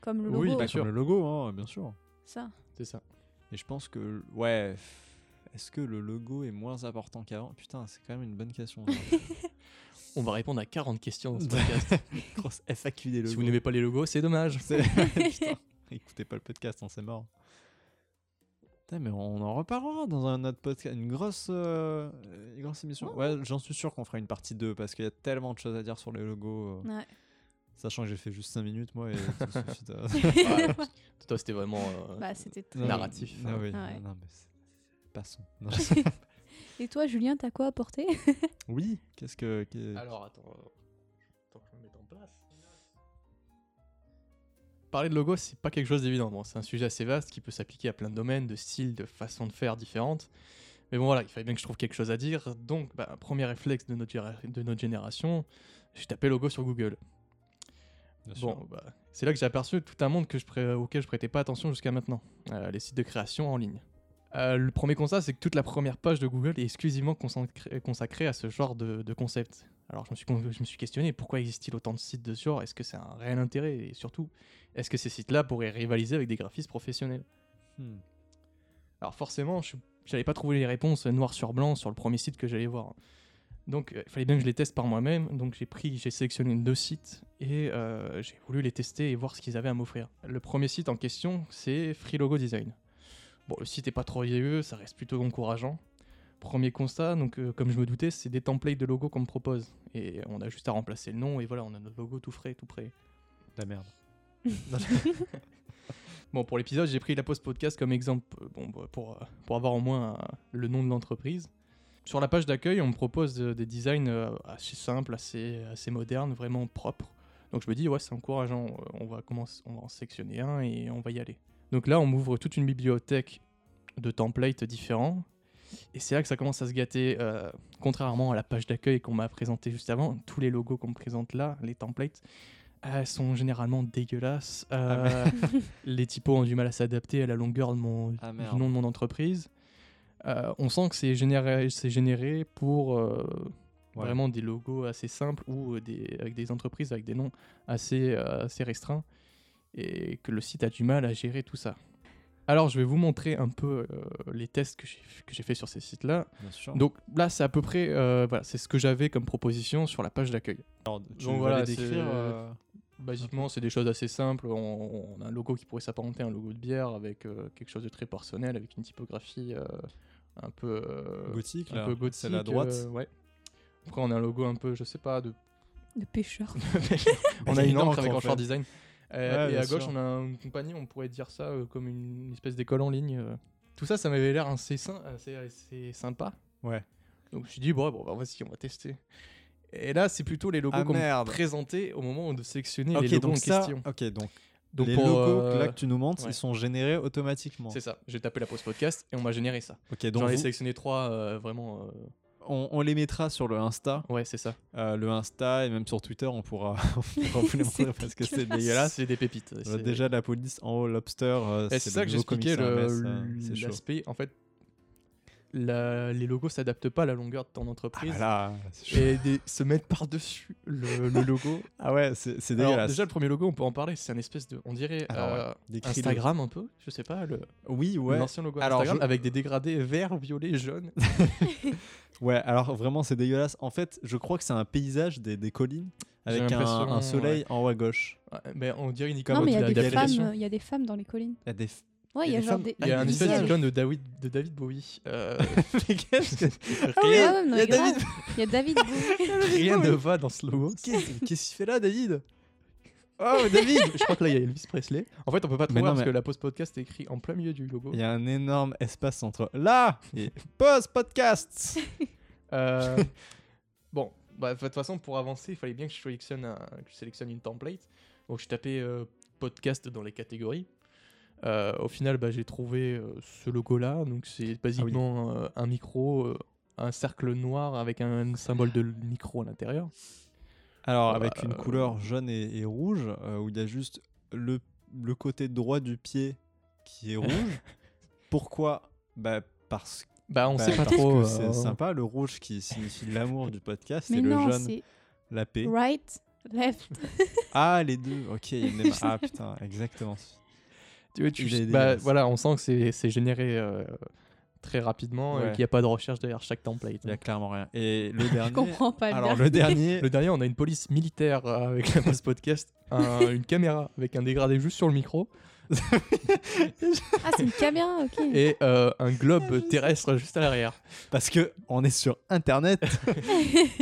C: Comme le logo,
D: Oui,
A: bah,
D: bien sûr.
A: comme le logo, hein, bien sûr.
C: ça.
D: c'est ça.
A: Et je pense que, ouais, est-ce que le logo est moins important qu'avant Putain, c'est quand même une bonne question. hein. ça.
D: On va répondre à 40 questions dans ce
A: (laughs)
D: podcast.
A: (laughs) Grosse FAQ des logos.
D: si vous n'aimez pas les logos, c'est dommage. (laughs)
A: C'est- Putain, écoutez pas le podcast, hein, c'est mort. Putain, mais on en reparlera dans un autre podcast, une grosse, euh, une grosse émission. Ouais, j'en suis sûr qu'on fera une partie 2 parce qu'il y a tellement de choses à dire sur les logos. euh,
C: (laughs) Ouais.
A: Sachant que j'ai fait juste 5 minutes,
D: (laughs)
A: moi, et tout suffit à-
C: (laughs)
D: Toi, c'était vraiment. euh,
C: bah, c'était très-
A: Non,
D: Narratif,
A: non,
D: hein.
A: oui,
C: Ouais.
A: non, mais c'est-
D: (laughs)
A: passons. Non.
C: Et toi, Julien, t'as quoi (laughs) apporté
A: oui, qu'est-ce que. qu'est-
D: Alors attends, euh, attends que je me mette en place. Parler de logo, c'est pas quelque chose d'évident. Bon, c'est un sujet assez vaste qui peut s'appliquer à plein de domaines, de styles, de façons de faire différentes. Mais bon, voilà, il fallait bien que je trouve quelque chose à dire. Donc, bah, premier réflexe de notre, géra- de notre génération, j'ai tapé logo sur Google.
A: Bien sûr.
D: Bon, bah, c'est là que j'ai aperçu tout un monde que je pré- auquel je prêtais pas attention jusqu'à maintenant, Euh, les sites de création en ligne. Euh, le premier constat, c'est que toute la première page de Google est exclusivement consacrée, consacrée à ce genre de, de concept. Alors je me, suis, con- je me suis questionné, pourquoi existe-t-il autant de sites de ce genre Est-ce que c'est un réel intérêt Et surtout, est-ce que ces sites-là pourraient rivaliser avec des graphistes professionnels
A: Hmm.
D: Alors forcément, je n'allais pas trouver les réponses noir sur blanc sur le premier site que j'allais voir. Donc euh, il fallait bien que je les teste par moi-même. Donc j'ai pris, j'ai sélectionné deux sites et euh, j'ai voulu les tester et voir ce qu'ils avaient à m'offrir. Le premier site en question, c'est Free Logo Design. Bon, le site est pas trop vieux, ça reste plutôt encourageant. Premier constat, donc euh, comme je me doutais, c'est des templates de logos qu'on me propose. Et on a juste à remplacer le nom et voilà, on a notre logo tout frais, tout prêt.
A: La (laughs)
D: (laughs)
A: merde.
D: Bon, pour l'épisode, j'ai pris la pause podcast comme exemple euh, bon, bah, pour, euh, pour avoir au moins euh, le nom de l'entreprise. Sur la page d'accueil, on me propose euh, des designs euh, assez simples, assez, assez modernes, vraiment propres. Donc je me dis, ouais, c'est encourageant, euh, on va, commencer, on va en sélectionner un et on va y aller. Donc là, on m'ouvre toute une bibliothèque de templates différents. Et c'est là que ça commence à se gâter. euh, contrairement à la page d'accueil qu'on m'a présentée juste avant, tous les logos qu'on me présente là, les templates, euh, sont généralement dégueulasses. Euh, (laughs) les typos ont du mal à s'adapter à la longueur de mon,
A: Ah,
D: du
A: merde.
D: nom de mon entreprise. Euh, on sent que c'est généré, c'est généré pour euh,
A: Ouais.
D: vraiment des logos assez simples ou euh, des, avec des entreprises avec des noms assez, euh, assez restreints et que le site a du mal à gérer tout ça. Alors je vais vous montrer un peu euh, les tests que j'ai, que j'ai fait sur ces sites-là.
A: Bien sûr.
D: Donc là c'est à peu près euh, voilà, c'est ce que j'avais comme proposition sur la page d'accueil.
A: Alors, tu
D: donc
A: vas
D: voilà,
A: les
D: c'est-
A: décrire. euh,
D: Basiquement, c'est des choses assez simples. On, on a un logo qui pourrait s'apparenter à un logo de bière avec euh, quelque chose de très personnel, avec une typographie euh, un peu euh,
A: Gothique,
D: un
A: là.
D: peu gothique,
A: Celle à droite.
D: euh, ouais. Après, on a un logo un peu, je sais
A: (laughs)
D: pas, de. (laughs)
C: Le pêcheur.
D: on (laughs) a
A: Bah, Il y
D: une encre avec
A: en
D: Enchant
A: fait.
D: Design. Euh,
A: Ouais,
D: et
A: bien
D: à gauche,
A: sûr.
D: on a une compagnie, on pourrait dire ça euh, comme une espèce d'école en ligne. euh. Tout ça, ça m'avait l'air assez, sym- assez, assez sympa.
A: Ouais.
D: Donc je me suis dit, bon, bon bah, vas-y, on va tester. Et là, c'est plutôt les logos
A: Ah,
D: qu'on me
A: merde.
D: présentait au moment de sélectionner
A: Ok,
D: les logos
A: donc
D: en
A: ça-
D: question.
A: Ok, donc,
D: Donc
A: les
D: pour,
A: logos
D: euh,
A: que là que tu nous montres,
D: ouais.
A: ils sont générés automatiquement.
D: C'est ça, j'ai tapé la pause podcast et on m'a généré ça.
A: Ok, donc
D: J'en ai
A: vous-
D: sélectionné trois euh, vraiment. euh,
A: on, on les mettra sur le Insta,
D: Ouais, c'est ça.
A: euh, le Insta et même sur Twitter, on pourra, (laughs) on
D: (laughs)
A: pourra vous les montrer
C: C'est
A: parce que c'est
D: Et là,
A: dégueulasse.
D: c'est des pépites.
A: Euh,
D: c'est-
A: Déjà la police en haut, lobster. euh,
D: Et Ben, c'est ça
A: le
D: que
A: nouveau
D: j'expliquais,
A: commissaire
D: le-
A: à Metz, euh, c'est chaud.
D: l'aspect. En fait, la- les logos s'adaptent pas à la longueur de ton
A: Ah,
D: entreprise.
A: bah là, c'est chaud.
D: Et des- se mettre par-dessus le,
A: (laughs)
D: le logo.
A: Ah ouais, c'est c'est
D: Alors,
A: dégueulasse.
D: déjà, le premier logo, on peut en parler. C'est un espèce de. On dirait
A: Alors, ouais,
D: euh,
A: Décris-le.
D: Instagram un peu, je sais pas. le-
A: Oui, ouais.
D: L'ancien logo
A: Alors,
D: Instagram
A: je-
D: avec des dégradés vert, violet, jaune.
A: (laughs) Ouais, alors vraiment, c'est dégueulasse. En fait, je crois que c'est un paysage des, des collines
D: J'ai
A: avec un,
D: l'impression,
A: un soleil en haut à gauche.
D: Ouais, mais on dirait une icône
C: Non, mais il y
D: de
C: a
D: la-
C: des euh,
D: d'application.
C: femmes, il y a des femmes dans les collines.
A: Il y a des f-
C: Ouais, il y a
A: des
C: genre
A: femmes-
C: des.
D: Il y a un
A: des
D: espèce
A: visages.
D: d'icône de David, de David Bowie.
A: (laughs)
D: Euh,
C: Ah ouais,
D: rien
C: ouais, non,
A: il y a
C: mais grave. Il y a David (laughs) Bowie.
D: rien ne va dans ce logo. Ah,
A: Qu'est-ce qu'est-ce qu'il fait là, David Oh, David
D: Je crois que là, il y a Elvis Presley. En fait, on peut pas trop
A: Mais
D: voir
A: non,
D: parce que
A: mais-
D: la pause podcast est écrite en plein milieu du logo.
A: Il y a un énorme espace entre là et pause podcast.
D: Euh, bon, bah, de toute façon, pour avancer, il fallait bien que je sélectionne, un- que je sélectionne une template. Donc, je tapais euh, podcast dans les catégories. Euh, au final, bah, j'ai trouvé euh, ce logo-là. Donc,
A: Ah
D: c'est basiquement euh, un micro, euh, un cercle noir avec un symbole de micro à l'intérieur.
A: Alors
D: Bah,
A: avec une
D: euh,
A: couleur jaune et, et rouge euh, où il y a juste le, le côté droit du pied
D: (laughs)
A: qui est rouge. Pourquoi bah, Parce,
D: Bah, on
A: bah,
D: sait pas
A: parce
D: trop.
A: que c'est
D: euh,
A: sympa, le rouge qui signifie l'amour du podcast
C: Mais
A: et
C: non,
A: le jaune
C: c'est
A: la paix.
C: right, left.
A: Ah, les deux, ok,
C: (laughs)
A: il y a une démarche. Ah putain, exactement.
D: Tu vois, tu-
A: Il a des
D: bah,
A: liasses.
D: voilà, on sent que c'est- c'est généré euh, très rapidement et
A: Ouais.
D: qu'il n'y a pas de recherche derrière chaque template. hein.
A: Il y a clairement rien. Et le dernier.
C: Je comprends pas.
A: Alors,
C: bien.
A: le
C: (laughs)
A: dernier.
D: Le dernier, on a une police militaire euh, avec la post podcast, un- une caméra avec un dégradé juste sur le micro
C: Ah, c'est une caméra, ok.
D: et euh, un
A: Ah,
D: globe terrestre juste à l'arrière.
A: Parce que on est sur
C: (laughs)
A: internet.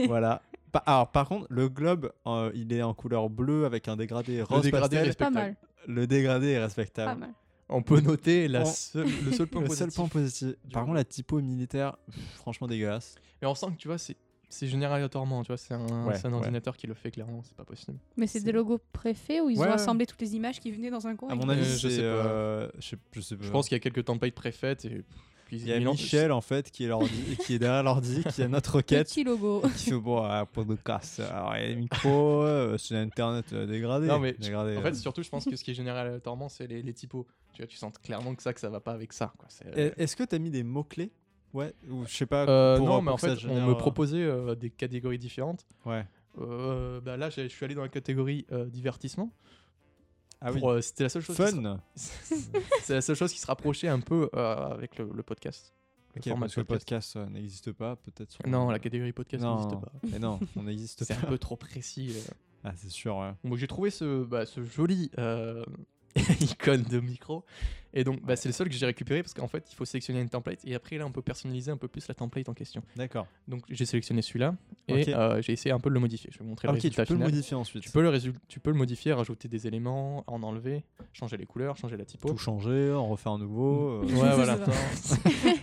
A: voilà. Pa- Alors, par contre, le globe, euh, il est en couleur bleue avec un dégradé rose.
D: dégradé
A: pastel.
D: est
C: pas
D: spectacle.
C: mal,
A: Le dégradé est
C: pas
A: respectable.
C: mal.
D: On peut noter la
A: On-
D: seule- le seul point
A: le
D: positif.
A: seul point positif.
D: du
A: Par
D: logo.
A: contre, la typo militaire, pff, franchement dégueulasse.
D: Mais on sent que tu vois, c'est c'est généralatoirement, tu vois, c'est un,
A: Ouais,
D: c'est un
A: ouais.
D: ordinateur qui le fait clairement, c'est pas possible.
C: Mais c'est des logos préfets où ils
A: Ouais,
C: ont
A: ouais.
C: assemblé toutes les images qui venaient dans un coin.
A: À
C: et
A: mon
C: qui-
A: avis,
D: je
A: c'est,
D: sais pas.
A: euh, je sais je sais pas.
D: Je pense qu'il y a quelques templates préfaites et puis
A: Il y a
D: mais non,
A: Michel en fait qui est,
D: (laughs)
A: l'ordi- qui est derrière l'ordi, qui a notre requête, (laughs)
C: Petit logo.
A: qui fait bon, ah, podcast, alors il y a des micros, euh, c'est internet euh, dégradé.
D: Non, mais je-
A: dégradé,
D: En fait,
A: euh.
D: surtout, je
A: (laughs)
D: pense que ce qui est généralatoirement, c'est les, les typos. Tu vois, tu sens clairement que ça, que ça va pas avec ça. Quoi. C'est-
A: Et- Euh, Est-ce que t'as mis des mots-clés Ouais, ou je sais pas.
D: Euh,
A: pour-
D: non,
A: pour
D: mais en
A: que ça
D: fait,
A: génère,
D: on me
A: euh,
D: proposait euh, des catégories différentes.
A: Ouais.
D: Euh, bah là, j'ai- je suis allé dans la catégorie euh, divertissement.
A: Ah oui.
D: Pour, euh, C'était la seule chose. qui se-
A: Fun.
D: C'est la seule chose qui se rapprochait un peu euh, avec le, le podcast. Le
A: Ok,
D: format
A: parce que le
D: podcast.
A: podcast euh, n'existe pas, peut-être. sur-
D: (laughs) Non, la catégorie podcast
A: Non,
D: n'existe pas.
A: Mais non, on n'existe
D: (laughs) C'est
A: pas.
D: un peu trop précis. euh.
A: Ah, c'est sûr. ouais.
D: Donc j'ai trouvé ce, bah, ce joli euh, (laughs) icône de micro. Et donc bah, c'est le seul que j'ai récupéré parce qu'en fait il faut sélectionner une template et après là on peut personnaliser un peu plus la template en question.
A: D'accord.
D: Donc j'ai sélectionné celui-là
A: Ok.
D: et euh, j'ai essayé un peu de le modifier. Je vais vous montrer
A: Ah,
D: le
A: ok, tu
D: résultat
A: peux le
D: final.
A: modifier ensuite.
D: tu peux le, résul- tu peux le modifier, rajouter des éléments, en enlever, changer les couleurs, changer la typo.
A: tout changer, en refaire un nouveau. euh,
C: (laughs)
D: Ouais,
C: Je sais
D: voilà.
C: pas.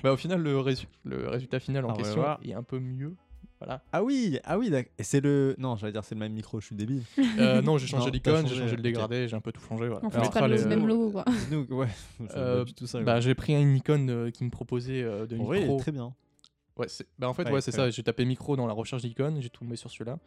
D: bah, au final, le, résu- le résultat final en
A: Ah, on va
D: question
A: voir.
D: est un
C: (laughs)
D: peu mieux. Voilà.
A: Ah oui, ah oui, d'accord. Et c'est le. Non, j'allais dire c'est le même micro, je suis
C: (laughs)
A: débile.
D: Euh, non, j'ai
A: Non,
D: changé
A: t'as
D: l'icône, j'ai
A: changé,
D: changé
A: ok.
D: le dégradé, j'ai un peu tout changé. Voilà.
C: On
A: Alors,
C: fait
A: ça,
C: pas le
A: le-
C: même logo,
A: (laughs)
C: quoi.
A: Dis-nous, ouais, je vois
D: Euh,
A: plus tout ça.
D: Bah,
A: ouais.
D: j'ai pris une icône euh, qui me proposait euh, de
A: En vrai, il est
D: micro.
A: très bien.
D: Ouais, c'est- bah, en fait,
A: Ouais,
D: ouais, c'est
A: très bien.
D: ça. J'ai tapé micro dans la recherche d'icônes, j'ai tout mis sur celui-là.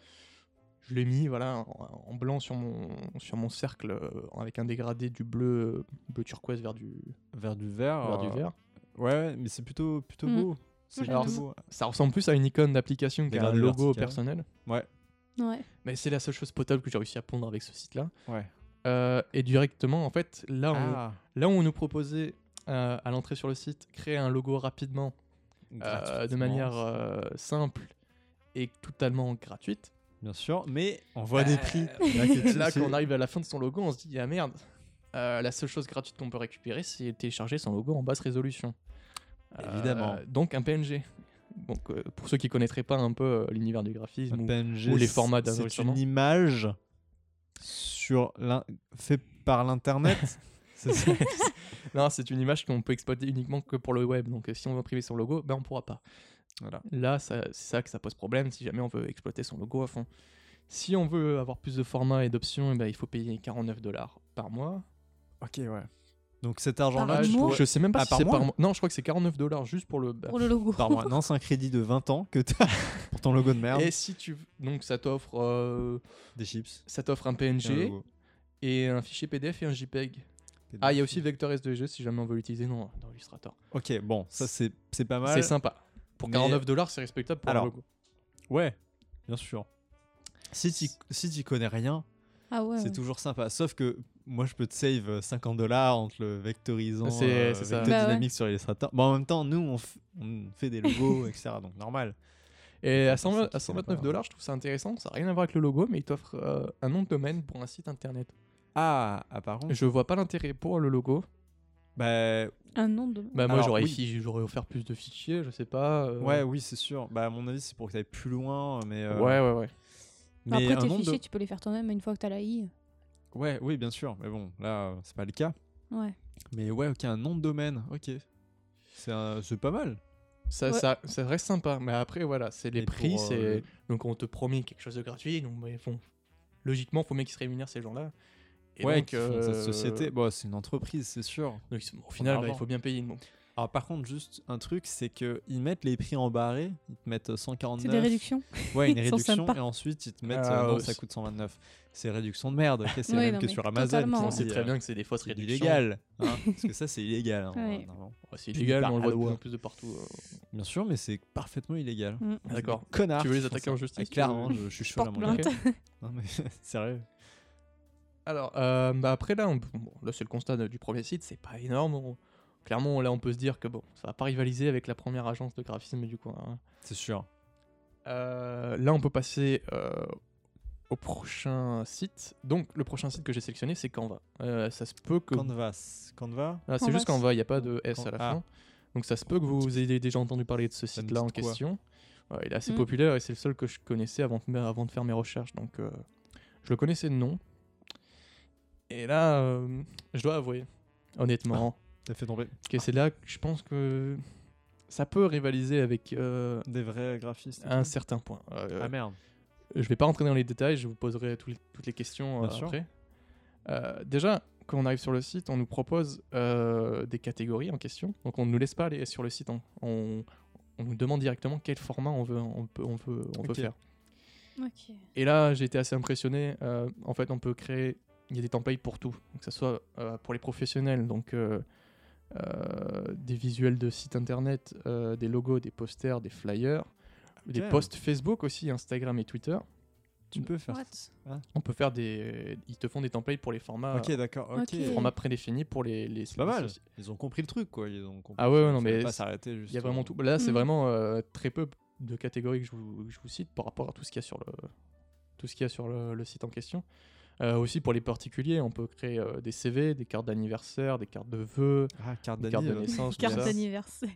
D: Je l'ai mis voilà, en, en blanc sur mon, sur mon cercle euh, avec un dégradé du bleu, euh, bleu turquoise vers du,
A: Vers du vert.
D: vers du
A: euh,
D: vert.
A: Ouais, ouais, mais c'est plutôt, plutôt
C: Mm.
A: beau. C'est
C: Alors,
A: plutôt beau.
D: Ça ressemble plus à une icône d'application qu'à un
A: Dégradé
D: logo
A: vertical.
D: personnel.
A: Ouais,
C: (laughs) Ouais.
D: Mais c'est la seule chose potable que j'ai réussi à pondre avec ce site-là.
A: ouais.
D: Euh, et directement, en fait, là, on,
A: Ah,
D: là où on nous proposait euh, à l'entrée sur le site, créer un logo rapidement, euh, de
A: gratuitement,
D: manière
A: c'est-
D: euh, simple et totalement gratuite.
A: Bien sûr, mais on voit des prix. (laughs) Là, que tu-
D: Là,
A: c'est-
D: quand on arrive à la fin de son logo, on se dit, ah merde, euh, la seule chose gratuite qu'on peut récupérer, c'est télécharger son logo en basse résolution. Euh,
A: Évidemment.
D: donc un PNG. Donc, euh, pour ceux qui connaîtraient pas un peu euh, l'univers du
A: Un
D: graphisme, ou-
A: PNG,
D: ou les formats
A: c'est- C'est
D: d'enregistrement.
A: une image sur l'in- fait par l'internet. (laughs) c'est ça.
D: Non, c'est une image qu'on peut exploiter uniquement que pour le web. Donc euh, si on veut priver son logo, ben on pourra pas.
A: Voilà.
D: Là, ça- c'est ça que ça pose problème si jamais on veut exploiter son logo à fond. Si on veut avoir plus de formats et d'options, eh ben, il faut payer 49 dollars par mois.
A: Ok, ouais. Donc cet argent-là,
C: Par
A: tu
C: mois
A: pourrais-
D: Je sais même pas
A: Ah,
D: si
A: par
D: c'est
A: mois
D: par mois. Non, je crois que c'est 49 dollars juste pour le. bah,
C: Pour le logo.
A: par mois. Non, c'est un crédit de 20 ans que t'as (laughs) pour ton logo de merde.
D: et si tu veux- donc ça t'offre euh,
A: Des chips.
D: ça t'offre un
A: et un
D: PNG
A: logo.
D: et un fichier PDF et un JPEG. Ah, il y a aussi Vector SVG si jamais on veut l'utiliser non dans Illustrator.
A: Ok, bon, ça c'est c'est pas mal.
D: C'est sympa. Pour
A: Mais-
D: 49 dollars, c'est respectable pour
A: Alors,
D: un logo.
A: Ouais, bien sûr. Si tu si t'y connais rien,
C: Ah ouais.
A: c'est
C: ouais.
A: toujours sympa. Sauf que moi, je peux te save euh, 50 dollars entre le vectorisant,
D: C'est-
A: euh,
D: c'est ça.
A: vecteur
C: Bah ouais.
A: dynamique sur Illustrator. Bon, en même temps, nous, on, f- on fait des
C: (laughs)
A: logos, etc. Donc normal.
D: Et à,
A: Enfin, pour ceux
D: 120
A: qui
D: à
A: connaissent
D: 129
A: pas.
D: dollars, je trouve ça intéressant. Ça n'a rien à voir avec le logo, mais il t'offre euh, un nom de domaine pour un site internet.
A: Ah, ah par contre.
D: Je vois pas l'intérêt pour le logo.
A: Bah
C: Un nom de.
D: Bah moi
A: Alors,
D: j'aurais
A: oui.
D: fi- j'aurais offert plus de fichiers, je sais pas. euh,
A: ouais, oui, c'est sûr. Bah à mon avis, c'est pour que t'ailles plus loin, mais. euh,
D: ouais, ouais, ouais.
A: Mais
C: Après,
A: un
C: tes
A: nombre de-
C: fichiers, tu peux les faire toi-même une fois que t'as la I.
A: Ouais, oui, bien sûr. Mais bon, là, euh, c'est pas le cas.
C: Ouais.
A: Mais ouais, ok, un nom de domaine, ok. C'est un- c'est pas mal.
D: Ça,
C: Ouais.
D: ça, ça reste sympa, mais après voilà, c'est les
A: Et
D: prix,
A: pour,
D: c'est
A: euh,
D: donc on te promet quelque chose de gratuit, donc mais bon, logiquement faut bien qu'ils se rémunèrent ces gens-là. Et
A: ouais,
D: donc,
A: qui font sa
D: euh,
A: société. Bon, c'est une entreprise, c'est sûr.
D: donc, ils sont- au final, bah, il
A: l'argent.
D: faut bien payer. Donc.
A: Alors par contre, juste un truc, c'est que ils mettent les prix en barré, ils te mettent 149.
C: C'est des réductions.
A: Ouais, une
C: (laughs) Ils sont
A: réduction
C: sympas.
A: et ensuite ils te mettent
D: Ah,
A: euh, non,
D: ouais,
A: ça
D: c'est-
A: coûte 129. C'est réduction de merde, ok, c'est la
C: Ouais,
A: même
C: non,
A: que
C: mais
A: sur Amazon.
C: totalement.
D: On
A: qui
D: sait
A: dit,
D: très
A: euh,
D: bien que c'est des fausses
A: c'est
D: réductions.
A: illégal, hein, parce que ça c'est illégal. hein,
C: Ouais.
A: normalement.
D: Ouais, c'est illégal, mais
A: Par
D: on le voit de plus
A: Halloween.
D: en plus de partout. euh.
A: Bien sûr, mais c'est parfaitement illégal.
C: Mm.
D: D'accord.
A: Connard.
D: Tu veux les attaquer en justice tu veux-
A: Ah, Clairement, je, je suis chaud là,
C: Porte
A: mon gars.
C: plainte.
A: Non, mais (laughs) sérieux.
D: Alors, euh, bah après là, on- bon, là c'est le constat de- du premier site, c'est pas énorme. on- Clairement, là on peut se dire que bon, ça va pas rivaliser avec la première agence de graphisme du coin. hein.
A: C'est sûr.
D: Euh, là, on peut passer euh, au prochain site. Donc, le prochain site que j'ai sélectionné, c'est Canva. Euh, ça se peut que.
A: Canvas. Canva
D: Ah, c'est
C: Canvas.
D: juste Canva, il n'y a pas de S à la
A: Ah.
D: fin. Donc, ça se peut que vous ayez déjà entendu parler de ce
A: Ça me
D: site-là en
A: dit quoi
D: question. Ouais, il est assez
C: Mm.
D: populaire et c'est le seul que je connaissais avant de, avant de faire mes recherches. Donc, euh, je le connaissais de nom. Et là, euh, je dois avouer, honnêtement,
A: T'as fait tomber.
D: que c'est là que je pense que ça peut rivaliser avec euh,
A: Des vrais graphistes. et
D: un
A: tout
D: certain point. Euh,
A: Ah merde.
D: je vais pas rentrer dans les détails, je vous poserai tous les- toutes les questions euh,
A: Bien sûr.
D: après. Euh, déjà, quand on arrive sur le site, on nous propose euh, des catégories en question. Donc on ne nous laisse pas aller sur le site. On, on- on nous demande directement quel format on veut, on peut, on veut, on veut
A: Ok.
D: faire.
C: Ok.
D: Et là, j'ai été assez impressionné. Euh, en fait, on peut créer. Il y a des templates pour tout, que ce soit euh, pour les professionnels, donc euh, euh, des visuels de sites internet, euh, des logos, des posters, des flyers, des
A: Ok.
D: posts Facebook aussi, Instagram et Twitter.
A: Tu peux faire.
C: What
D: On peut faire des. Ils te font des templates pour les formats,
A: Ok, d'accord. Ok.
C: Ok.
D: les formats prédéfinis pour les. les
A: pas mal.
D: les-
A: Ils ont compris le truc, quoi. Ils ont compris
D: Ah ouais, ouais,
A: qu'il
D: non,
A: fallait
D: mais
A: pas
D: c'est-
A: s'arrêter juste.
D: Il y a
A: au-
D: vraiment tout. Bah, Là, c'est
C: Mm.
D: vraiment euh, très peu de catégories que je, vous, que je vous cite par rapport à tout ce qu'il y a sur le, tout ce qu'il y a sur le, le site en question. Euh, aussi pour les particuliers, on peut créer euh, des CV, des cartes d'anniversaire, des cartes de vœux,
A: Ah, carte
D: des cartes de
A: d'anniversaire.
D: naissance, tout
C: (laughs) Carte
D: ça.
C: d'anniversaire.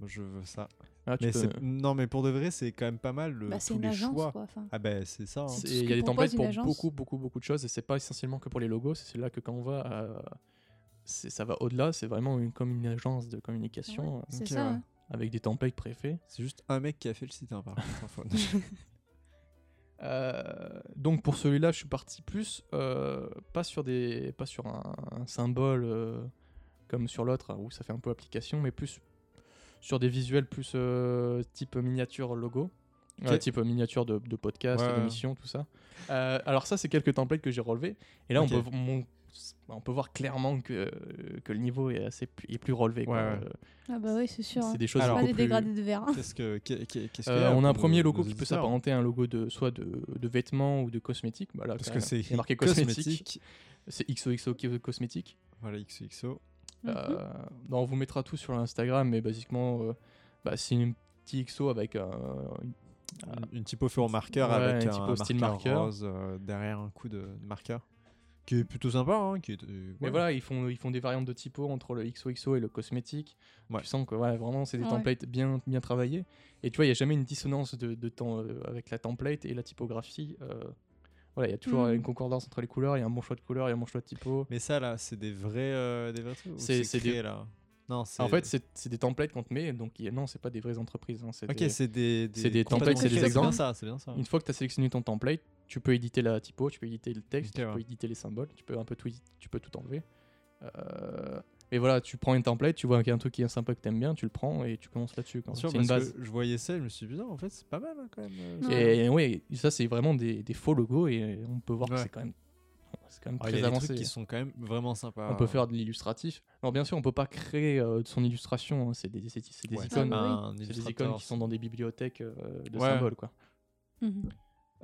A: Moi, Je veux ça.
D: Ah, tu
A: Mais
D: peux-
A: c'est- Non, mais pour de vrai, c'est quand même pas mal le...
C: Bah, c'est
A: euh, tous les
C: une agence,
A: choix.
C: quoi. Enfin,
A: Ah bah c'est ça. hein.
C: C'est-
D: c'est-
C: tout ce
D: Il y
C: que
D: a des templates
C: propose une
D: pour
C: agence.
D: beaucoup, beaucoup, beaucoup de choses et c'est pas essentiellement que pour les logos. C'est là que quand on va, euh, c'est- ça va au-delà. C'est vraiment une, comme une agence de communication euh,
C: c'est
A: ok,
C: ça.
A: ouais.
C: hein.
D: avec des templates préfets.
A: C'est juste un mec qui a fait le site hein, par contre. hein, faut-
D: (laughs) Euh, donc pour celui-là, je suis parti plus euh, pas sur des pas sur un, un symbole euh, comme sur l'autre hein, où ça fait un peu application, mais plus sur des visuels plus euh, type miniature logo,
A: Ok.
D: Euh, type miniature de, de podcast,
A: Ouais, ouais.
D: d'émission, tout ça. Euh, alors ça, c'est quelques templates que j'ai relevés et là
A: Ok.
D: on peut on, on peut voir clairement que que le niveau est assez plus- est plus relevé. quoi.
A: Ouais, ouais.
D: Euh,
C: Ah bah oui, c'est sûr. hein.
D: C'est des choses
A: Alors,
C: Pas
D: beaucoup
C: des
D: plus-
C: dégradés de verre. hein.
A: Qu'est-ce que qu'est- qu'est- qu'est-ce qu'il y
D: euh, on a un
A: pour
D: premier
A: nos-
D: logo
A: nos
D: qui peut
A: auditeurs
D: s'apparenter à un logo de soit de, de vêtements ou de cosmétiques. Bah là,
A: Parce que
D: carrément,
A: c'est
D: il y a marqué cosmétique. C'est XOXO qui veut cosmétique.
A: Voilà XXO.
C: Mhm.
D: Euh, non, on vous mettra tout sur Instagram, mais basiquement, euh, bah, c'est une petite XO avec un. Ah.
A: Une- Une typo fait au marqueur
D: Ouais,
A: avec
D: une
A: un
D: typo
A: marqueur,
D: style marqueur.
A: rose euh, derrière un coup de de marqueur. Qui est plutôt sympa. Hein, qui est, euh,
D: Mais
A: ouais.
D: voilà, ils font, ils font des variantes de typo entre le XOXO et le cosmétique.
A: Ouais.
D: Tu sens que ouais, vraiment, c'est des
C: Ouais.
D: templates bien, bien travaillés. Et tu vois, il n'y a jamais une dissonance de, de temps euh, avec la template et la typographie. euh, voilà, il y a toujours
C: Mhm.
D: une concordance entre les couleurs, il y a un bon choix de couleurs, il y a un bon choix de typo.
A: Mais ça là, c'est des vrais euh, des vrais trucs. ou
D: C'est- c'est des-
A: créé, là. Non, c'est.
D: En fait, c'est c'est des templates qu'on te met, donc il y a- non, c'est pas des vraies entreprises. hein, c'est
A: Ok,
D: des-
A: c'est des, des
D: c'est des
A: complètement
D: templates, c'est des
A: créés,
D: exemples.
A: C'est bien ça, c'est bien ça.
D: Une fois que tu as sélectionné ton template, tu peux éditer la typo, tu peux éditer le texte,
A: Ok,
D: tu peux
A: ouais.
D: éditer les symboles, tu peux un peu tout, édi- tu peux tout enlever. Euh, Et voilà, tu prends une template, tu vois qu'il y a un truc qui est sympa que t'aimes bien, tu le prends et tu commences là-dessus. quoi.
A: Bien sûr,
D: C'est une
A: parce
D: base.
A: que je voyais ça, je me suis dit, non, en fait, c'est pas mal hein, quand même. euh,
C: Ouais.
A: c'est-
D: Et oui, ça c'est vraiment des, des faux logos et on peut voir
A: Ouais.
D: que c'est quand même, c'est quand même
A: Ah, Il
D: très
A: y a des
D: avancé.
A: trucs qui sont quand même vraiment sympas. hein.
D: On peut faire de l'illustratif. Alors bien sûr, on peut pas créer euh, de son illustration, hein, c'est des, c'est- c'est des
A: Ouais,
D: icônes. hein.
C: bah,
A: un
D: C'est des icônes
A: illustrateur,
D: qui sont dans des bibliothèques euh, de
A: Ouais.
D: symboles. Quoi.
C: (laughs) Mhm.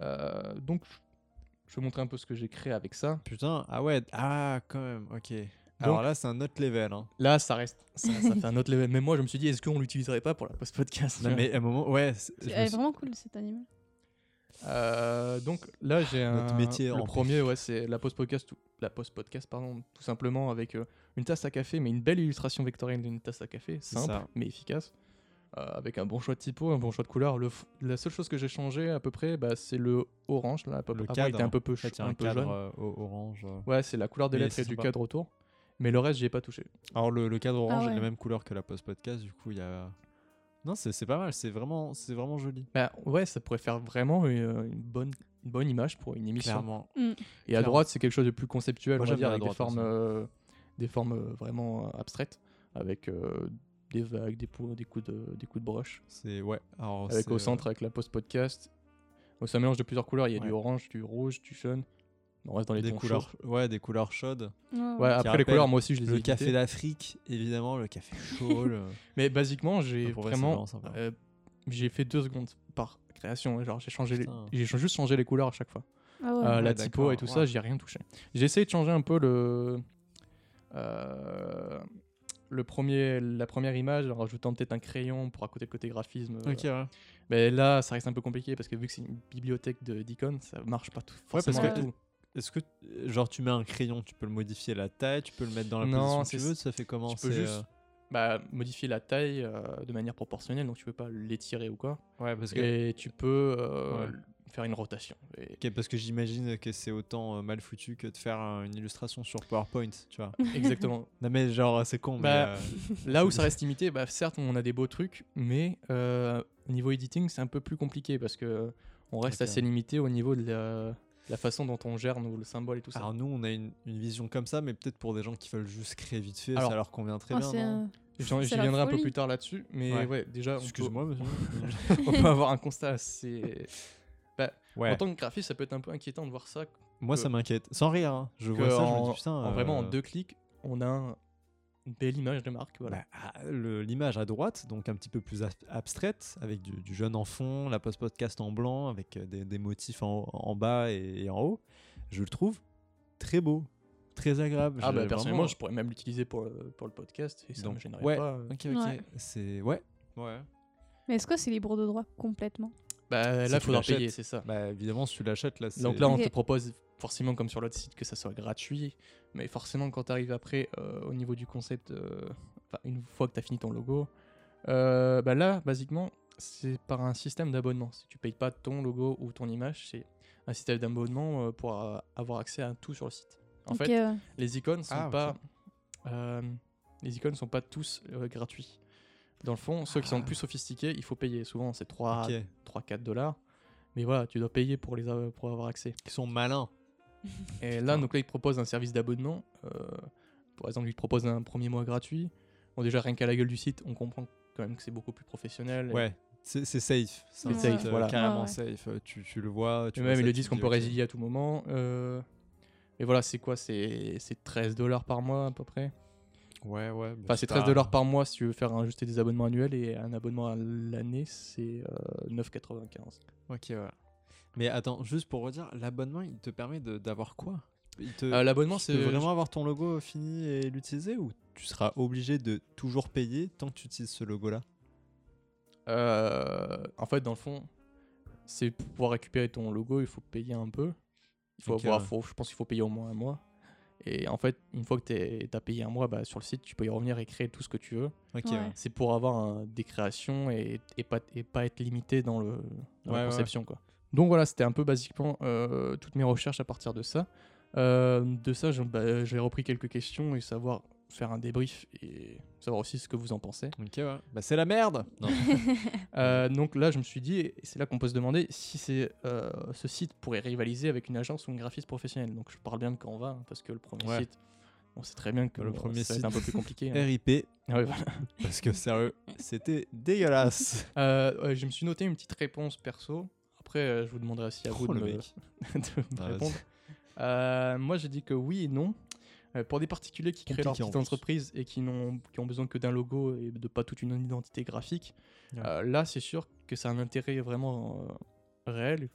D: Euh, donc, je- je vais montrer un peu ce que j'ai créé avec ça.
A: Putain, ah ouais, ah quand même, ok. Alors là, c'est un autre level. Hein.
D: Là, ça reste. Ça, ça fait un autre level. Mais moi, je me suis dit, est-ce qu'on l'utiliserait pas pour la post-podcast (laughs)
A: Non, mais à un moment, ouais, c'est- je me
C: Elle est
A: suis-
C: vraiment cool cet animal.
D: Euh, Donc là, j'ai un.
A: Notre métier
D: Le
A: en
D: premier, ouais, c'est la post-podcast, tout... la post-podcast, pardon, tout simplement avec euh, une tasse à café, mais une belle illustration vectorielle d'une tasse à café,
A: C'est
D: simple
A: ça.
D: mais efficace, Euh, avec un bon choix de typo, un bon choix de couleur. Le f- La seule chose que j'ai changé à peu près, bah, c'est le orange là. À peu
A: Le
D: près. Avant, il
A: cadre,
D: était un peu, peu
A: en fait, il y a
D: un
A: un
D: peu
A: cadre
D: jaune.
A: euh, au- orange. euh.
D: Ouais, c'est la couleur des
A: Mais
D: lettres
A: c'est
D: et du
A: sympa.
D: cadre autour. Mais le reste, j'y ai pas touché.
A: Alors le, le cadre orange
C: Ah
A: est
C: ouais.
A: la même couleur que la post-podcast, du coup, il y a. Non, c'est c'est pas mal, c'est vraiment, c'est vraiment joli.
D: Bah ouais, ça pourrait faire vraiment euh, une bonne, une bonne image pour une émission.
A: Clairement.
D: Et à
A: Clairement.
D: droite, c'est quelque chose de plus conceptuel,
A: Moi,
D: on va
A: j'aime
D: dire,
A: bien
D: avec
A: la
D: euh,
A: droite,
D: des formes,
A: perso.
D: euh, des formes euh, vraiment euh, abstraites, avec euh, des vagues, des, pou- des, coups, de, des coups de broche.
A: C'est ouais. Alors,
D: avec
A: c'est,
D: au
A: euh,
D: centre, avec la post-podcast. Donc ça mélange de plusieurs couleurs. Il y a du
A: Ouais.
D: orange, du rouge, du jaune. On reste dans les
A: des
D: tons
A: couleurs,
D: chauds.
A: ouais, des couleurs chaudes.
D: Ouais, après les
A: rappellent
D: couleurs, moi aussi je les ai
A: Le café
D: évitées.
A: d'Afrique, évidemment, le café chaud.
D: (laughs)
A: le- euh,
D: Mais basiquement, j'ai
A: Ah, pour vrai, c'est
D: vraiment.
A: vraiment sympa.
D: euh, j'ai fait deux secondes par création. Genre, j'ai changé les-
A: Putain.
D: j'ai juste changé les couleurs à chaque fois.
C: Ah ouais.
D: Euh, la
A: Ouais,
D: typo et
A: d'accord,
D: tout
A: ouais.
D: ça, j'ai rien touché. J'ai essayé de changer un peu le. euh, le premier, la première image en rajoutant peut-être un crayon pour à côté le côté graphisme. euh,
A: Ok, ouais.
D: Mais là, ça reste un peu compliqué parce que vu que c'est une bibliothèque de d'icônes, ça marche pas tout.
A: parce
D: forcément
C: que-
D: avec tout.
A: Est-ce que euh, genre tu mets un crayon, tu peux le modifier la taille, tu peux le mettre dans la
D: Non,
A: position que
D: c'est-
A: tu veux, ça fait comment
D: tu peux
A: c'est,
D: juste
A: euh,
D: bah, modifier la taille euh, de manière proportionnelle, donc tu peux pas l'étirer ou quoi.
A: Ouais, parce que
D: Et tu peux euh,
A: Ouais.
D: faire une rotation. Et-
A: Ok, parce que j'imagine que c'est autant euh, mal foutu que de faire euh, une illustration sur PowerPoint, tu
C: (laughs)
A: vois. (laughs)
D: Exactement.
A: Non mais genre euh, c'est con,
D: Bah,
A: mais
D: Là où ça reste limité, bah, certes, on a des beaux trucs, mais euh, niveau editing, c'est un peu plus compliqué parce que on reste
A: Ok.
D: assez limité au niveau de la, la façon dont on gère nous, le symbole et tout
A: euh,
D: ça.
A: alors nous on a une, une vision comme ça, mais peut-être pour des gens qui veulent juste créer vite fait,
D: Alors-
A: ça leur convient très
C: Oh,
A: bien.
C: c'est
A: non
C: un-
D: J'en-
C: c'est
D: J'y
C: la
D: viendrai un peu
C: folie.
D: plus tard là-dessus, mais
A: Ouais.
D: ouais, déjà, on peut,
A: Excuse-moi, monsieur.
D: (laughs) on peut avoir un constat assez. Bah, En
A: ouais.
D: tant que graphiste, ça peut être un peu inquiétant de voir ça.
A: Moi ça m'inquiète. Sans rire, hein. je
D: que
A: vois ça, je me
D: en,
A: dis putain.
D: en vraiment en
A: euh,
D: deux clics, on a un- une belle image de marque. Voilà.
A: bah, ah, le- l'image à droite, donc un petit peu plus ab- abstraite, avec du, du jaune en fond, la post-podcast en blanc, avec euh, des, des motifs en, en bas et, et en haut, je le trouve très beau, très agréable. Je-
D: ah bah
A: vraiment-
D: personnellement, je pourrais même l'utiliser pour, le- pour le podcast et ça
A: Donc,
D: me gênerait
A: ouais.
D: pas. euh.
A: Ok, ok.
C: Ouais.
A: euh, C'est. Ouais. Ouais.
C: Mais est-ce que c'est libre de droit complètement
D: Bah
A: Si
D: là,
A: tu
D: faudra
A: l'achètes.
D: payer, c'est ça.
A: Bah, évidemment, si tu l'achètes, là, c'est.
D: Donc là, on
C: Ok.
D: te propose forcément, comme sur l'autre site, que ça soit gratuit. Mais forcément, quand tu arrives après euh, au niveau du concept, euh, enfin, une fois que tu as fini ton logo, euh, bah là, basiquement, c'est par un système d'abonnement. Si tu payes pas ton logo ou ton image, c'est un système d'abonnement euh, pour euh, avoir accès à tout sur le site. En
C: Ok,
D: fait,
C: ouais.
D: les icônes sont
A: Ah, ok.
D: pas, euh, les icônes sont pas tous euh, gratuits. Dans le fond, ceux qui sont
A: Ah.
D: le plus sophistiqués, il faut payer. Souvent, c'est 3,
A: Ok.
D: 3-4 dollars. Mais voilà, tu dois payer pour, les, a- pour avoir accès.
A: Qui sont malins.
D: Et là, donc là, il te propose un service d'abonnement. euh, par exemple, il te propose un premier mois gratuit. Bon, déjà, rien qu'à la gueule du site, on comprend quand même que c'est beaucoup plus professionnel.
A: Ouais. C'est c'est safe. C'est
C: C'est
A: un
C: safe,
A: site, euh,
D: voilà.
A: Carrément
C: Ouais,
A: safe. Euh, Tu, tu le vois. Tu
D: Et
A: vois
D: même,
A: ça,
D: ils le
A: tu
D: disent
A: te
D: qu'on
A: dis,
D: peut
A: ok.
D: résilier à tout moment. euh, Et voilà, c'est quoi C'est c'est 13 dollars par mois à peu près.
A: Ouais, ouais. bah,
D: Enfin, c'est
A: pas-
D: 13 dollars par mois si tu veux faire un- juste des abonnements annuels et un abonnement à l'année, c'est euh, 9,95.
A: Ok, ouais. Mais attends, juste pour redire, l'abonnement, il te permet de- d'avoir quoi Il te.
D: Euh, L'abonnement,
A: Tu
D: c'est
A: peux vraiment avoir ton logo fini et l'utiliser ou tu seras obligé de toujours payer tant que tu utilises ce logo-là
D: Euh, en fait, dans le fond, c'est pour pouvoir récupérer ton logo, il faut payer un peu. Il faut
A: Ok,
D: avoir,
A: ouais.
D: faut- je pense qu'il faut payer au moins un mois. Et en fait, une fois que tu as payé un mois, bah, sur le site, tu peux y revenir et créer tout ce que tu veux.
A: Ok,
C: Ouais. ouais.
D: C'est pour avoir un- des créations et, et pas, et pas être limité dans, le, dans
A: Ouais, ouais.
D: la conception. Quoi. Donc voilà, c'était un peu basiquement euh, toutes mes recherches à partir de ça. Euh, de ça, j'en- bah, j'ai repris quelques questions et savoir faire un débrief et savoir aussi ce que vous en pensez.
A: Ok, ouais. Bah, c'est la merde
C: (laughs)
A: (laughs) Non.
D: Euh, donc là, je me suis dit, et c'est là qu'on peut se demander si c'est euh, ce site pourrait rivaliser avec une agence ou une graphiste professionnelle. Donc je parle bien de Canva, hein, parce que le premier
A: Ouais.
D: site, on sait très bien que
A: Le
D: le
A: premier
D: premier ça va être un peu
A: (laughs)
D: plus compliqué. hein.
A: RIP,
D: Ah ouais, voilà.
A: parce que sérieux, c'était
D: (laughs)
A: dégueulasse
D: Euh, ouais, je me suis noté une petite réponse perso. Après, euh, je vous demanderai si à vous
A: Oh,
D: de
A: le
D: me,
A: mec.
D: (laughs) de me
A: Ah, vas-y.
D: répondre. Euh, moi, j'ai dit que oui et non. Euh, pour des particuliers qui créent leur
A: Compliqué, en
D: petite
A: plus.
D: entreprise et qui, n'ont- qui ont besoin que d'un logo et de pas toute une identité graphique,
A: Ouais.
D: euh, là, c'est sûr que c'est un intérêt vraiment euh, réel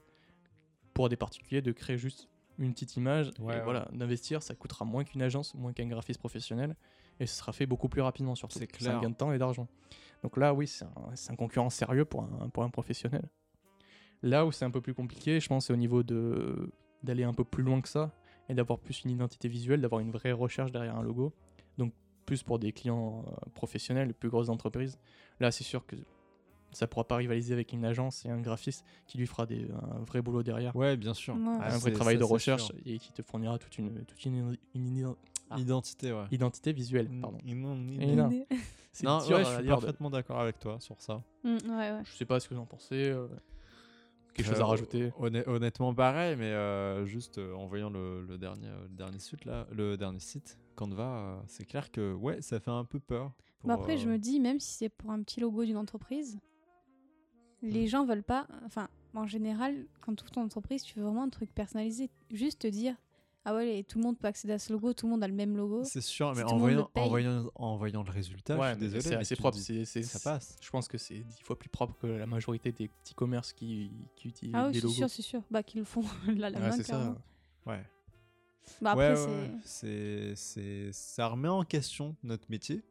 D: pour des particuliers de créer juste une petite image.
A: Ouais,
D: et
A: ouais.
D: voilà, d'investir, ça coûtera moins qu'une agence, moins qu'un graphiste professionnel et ce sera fait beaucoup plus rapidement surtout.
A: C'est
D: un
A: clair.
D: gain de temps et d'argent. Donc là, oui, c'est un, c'est un concurrent sérieux pour un, pour un professionnel. Là où c'est un peu plus compliqué, je pense, c'est au niveau de d'aller un peu plus loin que ça et d'avoir plus une identité visuelle, d'avoir une vraie recherche derrière un logo. Donc plus pour des clients euh, professionnels, les plus grosses entreprises. Là, c'est sûr que ça pourra pas rivaliser avec une agence et un graphiste qui lui fera des, un vrai boulot derrière,
A: Ouais, bien sûr.
C: Ouais.
A: Ah,
D: un vrai
A: c'est-
D: travail
A: ça,
D: de
A: c'est
D: recherche
A: sûr.
D: et qui te fournira toute une, toute une, une Ah.
A: Identité, ouais.
D: identité visuelle.
A: Mm,
D: Pardon.
A: mm, mm,
D: Et
A: mm.
C: (laughs)
D: là.
C: Mm,
D: C'est
A: Non,
D: dur
A: ouais,
D: à
A: je suis
D: dire de-
A: parfaitement d'accord avec toi sur ça.
C: ouais, ouais.
D: Je sais pas ce que vous en pensez. euh, quelque chose
A: Euh,
D: à rajouter.
A: honn- honnêtement, pareil, mais euh, juste euh, en voyant le, le euh, dernier, le dernier site là, le dernier site Canva, euh, c'est clair que ouais, ça fait un peu peur. pour,
C: Bah après,
A: euh,
C: je me dis, même si c'est pour un petit logo d'une entreprise,
A: Mm.
C: les gens veulent pas. Enfin, en général, quand tu ouvres ton entreprise, tu veux vraiment un truc personnalisé. Juste te dire, ah ouais, les- tout le monde peut accéder à ce logo, tout le monde a le même logo.
A: euh, C'est sûr,
C: Si
A: mais
C: tout
A: en
C: le monde le
A: voyant, en,
C: paye.
A: voyant, en voyant le résultat, je
D: Ouais,
A: suis
D: mais
A: désolé.
D: c'est
A: mais
D: assez
A: tu te
D: propre.
A: dis,
D: c'est- c'est-
A: ça passe.
D: Je pense que c'est dix fois plus propre que la majorité des petits commerces qui, qui utilisent
C: Ah ouais,
D: des
C: c'est
D: logos.
C: sûr, c'est sûr. Bah, qu'ils le font (laughs) là, la
D: Ouais,
C: main,
D: c'est ça.
C: carrément.
A: Ouais.
C: Bah,
A: Ouais,
C: après,
A: ouais,
C: c'est.
A: ouais. c'est c'est- ça remet en question notre métier.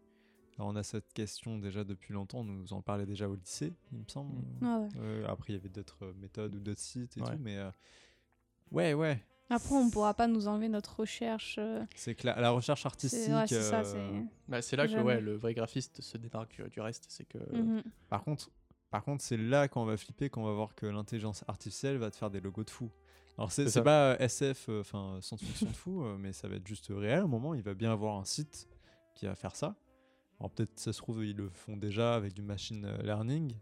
A: Alors, on a cette question déjà depuis longtemps, on nous en parlait déjà au lycée, il me
D: Mm.
A: semble.
C: Ouais, ouais.
A: Euh, après, il y avait d'autres euh, méthodes ou d'autres sites et
D: Ouais.
A: tout, mais euh, ouais, ouais.
C: Après, on pourra pas nous enlever notre recherche. euh,
A: C'est que la, la recherche artistique.
C: C'est ouais, c'est ça.
A: euh,
C: c'est-
D: Bah, c'est là que
C: Jamais.
D: ouais, le vrai graphiste se démarque euh, du reste. C'est que
A: bah
C: Mhm.
A: Par contre, par contre, c'est là qu'on va flipper, qu'on va voir que l'intelligence artificielle va te faire des logos de fou. Alors c'est
D: C'est
A: c'est
D: ça.
A: pas euh, SF, euh, enfin euh, science-fiction de fou, euh, mais ça va être juste réel. À un moment, il va bien avoir un site qui va faire ça. Alors peut-être ça se trouve ils le font déjà avec du machine euh, learning,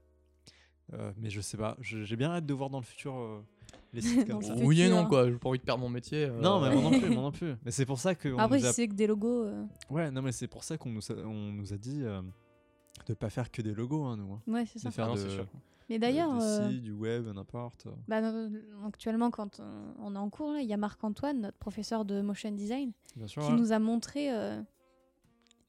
A: Euh, mais je sais pas. Je- J'ai bien hâte de voir dans le futur euh, les sites
C: (laughs) Dans
A: comme
C: le
A: ça.
C: futur.
D: oui et
C: futur.
D: non quoi. J'ai pas envie de perdre mon métier. euh,
A: Non, mais moi non
D: (laughs)
A: plus,
C: (laughs)
A: moi non plus. Mais c'est pour ça que
C: Après,
A: nous a
C: si c'est que des logos. euh,
A: Ouais, non, mais c'est pour ça qu'on nous a, on nous a dit euh, de pas faire que des logos, hein, nous. hein.
C: Ouais, c'est ça.
A: De faire
D: Ah non,
A: de- Mm.
D: c'est sûr.
C: Mais
A: de-
C: d'ailleurs.
A: des
C: euh,
A: sites, du web, n'importe.
C: Bah, euh, actuellement, quand euh, on est en cours, là, il y a Marc-Antoine, notre professeur de motion design,
A: Bien sûr. hein.
C: qui nous a montré euh,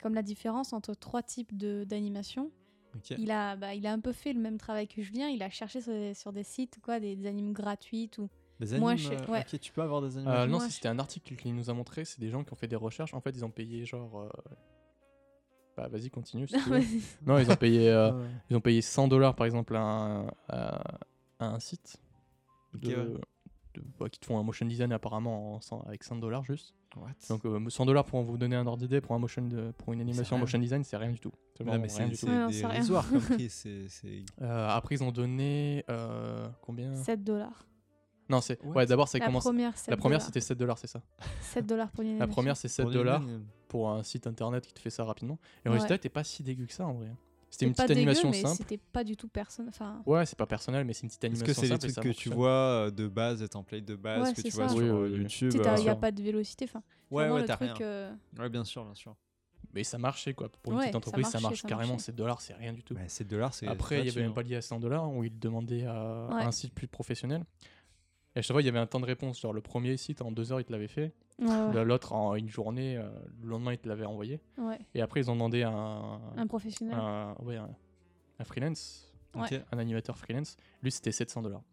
C: comme la différence entre trois types de- d'animation.
A: Ok.
C: Il, a, bah, il a un peu fait le même travail que Julien, il a cherché sur des, sur des sites quoi, des, des animes gratuites. Ou...
A: Des
C: Moi,
A: animes,
C: je sais-
A: euh,
C: ouais.
A: ok, tu peux avoir des animes.
D: Euh, non,
C: Moi,
D: ça,
C: je-
D: c'était un article qu'il nous a montré. C'est des gens qui ont fait des recherches. En fait, ils ont payé genre. euh, Bah,
C: (laughs)
D: vas-y, continue. si tu veux. non, ils ont payé,
A: Ah
D: euh, ils ont payé 100 dollars par exemple à un, à- à un site
A: Ok,
D: de- de- bah, qui te font un motion design apparemment en 100 avec 5 dollars juste.
A: What
D: Donc euh, 100 dollars pour vous donner un ordre d'idée pour un motion de- pour une animation en
A: rien.
D: motion design, c'est rien du tout. C'est
A: Non,
D: vraiment
A: mais
D: rien
A: c'est
D: du tout.
A: c'est
C: Ouais, non,
A: des
C: c'est rien.
A: risoirs
C: (laughs)
A: comme prix, c'est- c'est-
D: Euh, après ils ont donné euh, combien
C: 7 dollars.
D: Non, c'est
A: What
D: ouais, d'abord ça
C: La
D: commence
C: première, 7
D: la première c'était 7 dollars, c'est ça.
C: 7 dollars pour une
D: La
C: animation.
D: première c'est 7
A: Pour des
D: dollars
A: animes,
D: pour un site internet qui te fait ça rapidement et le
C: Ouais.
D: résultat était pas si dégueu que ça en vrai.
C: C'était
D: C'était une
C: pas
D: petite
C: dégueu,
D: animation
C: mais
D: simple.
C: C'était pas du tout personne. Enfin,
D: Ouais, c'est pas personnel mais c'est une petite
A: Est-ce
D: animation
A: que c'est des
D: simple et
A: trucs
D: ça
A: que tu
D: marche.
A: vois euh, de base, des templates de base
C: Ouais,
A: que
C: c'est
A: tu vois
C: ça.
A: sur
D: Oui,
A: euh,
D: oui, oui.
A: YouTube
C: il
A: euh,
C: n'y a
A: sur-
C: pas de vélocité. Enfin, c'est
A: Ouais,
C: vraiment
A: ouais,
C: le
A: t'as
C: truc.
A: rien.
C: euh,
A: Ouais, bien sûr, bien sûr.
D: Mais ça marchait quoi. Pour une
C: Ouais,
D: petite
C: ça
D: entreprise, ça
C: marchait,
D: marche
C: ça
D: carrément.
C: marchait.
D: 7 dollars, c'est rien du tout.
A: Bah, 7 dollars, c'est.
D: Après, il y
A: gratuit,
D: avait un
A: hein.
D: palier à 100 dollars où ils demandaient à
C: Ouais.
D: un site plus professionnel. Et à chaque fois, il y avait un temps de réponse. Genre, le premier site, en deux heures, ils te l'avaient fait.
C: ouais, ouais,
D: Le- L'autre, en une journée, euh, le lendemain, ils te l'avaient envoyé.
C: ouais.
D: Et après, ils ont demandé à un,
C: Un professionnel.
D: un- ouais, un- un freelance,
A: Ok.
D: un animateur freelance. Lui, c'était 700 dollars.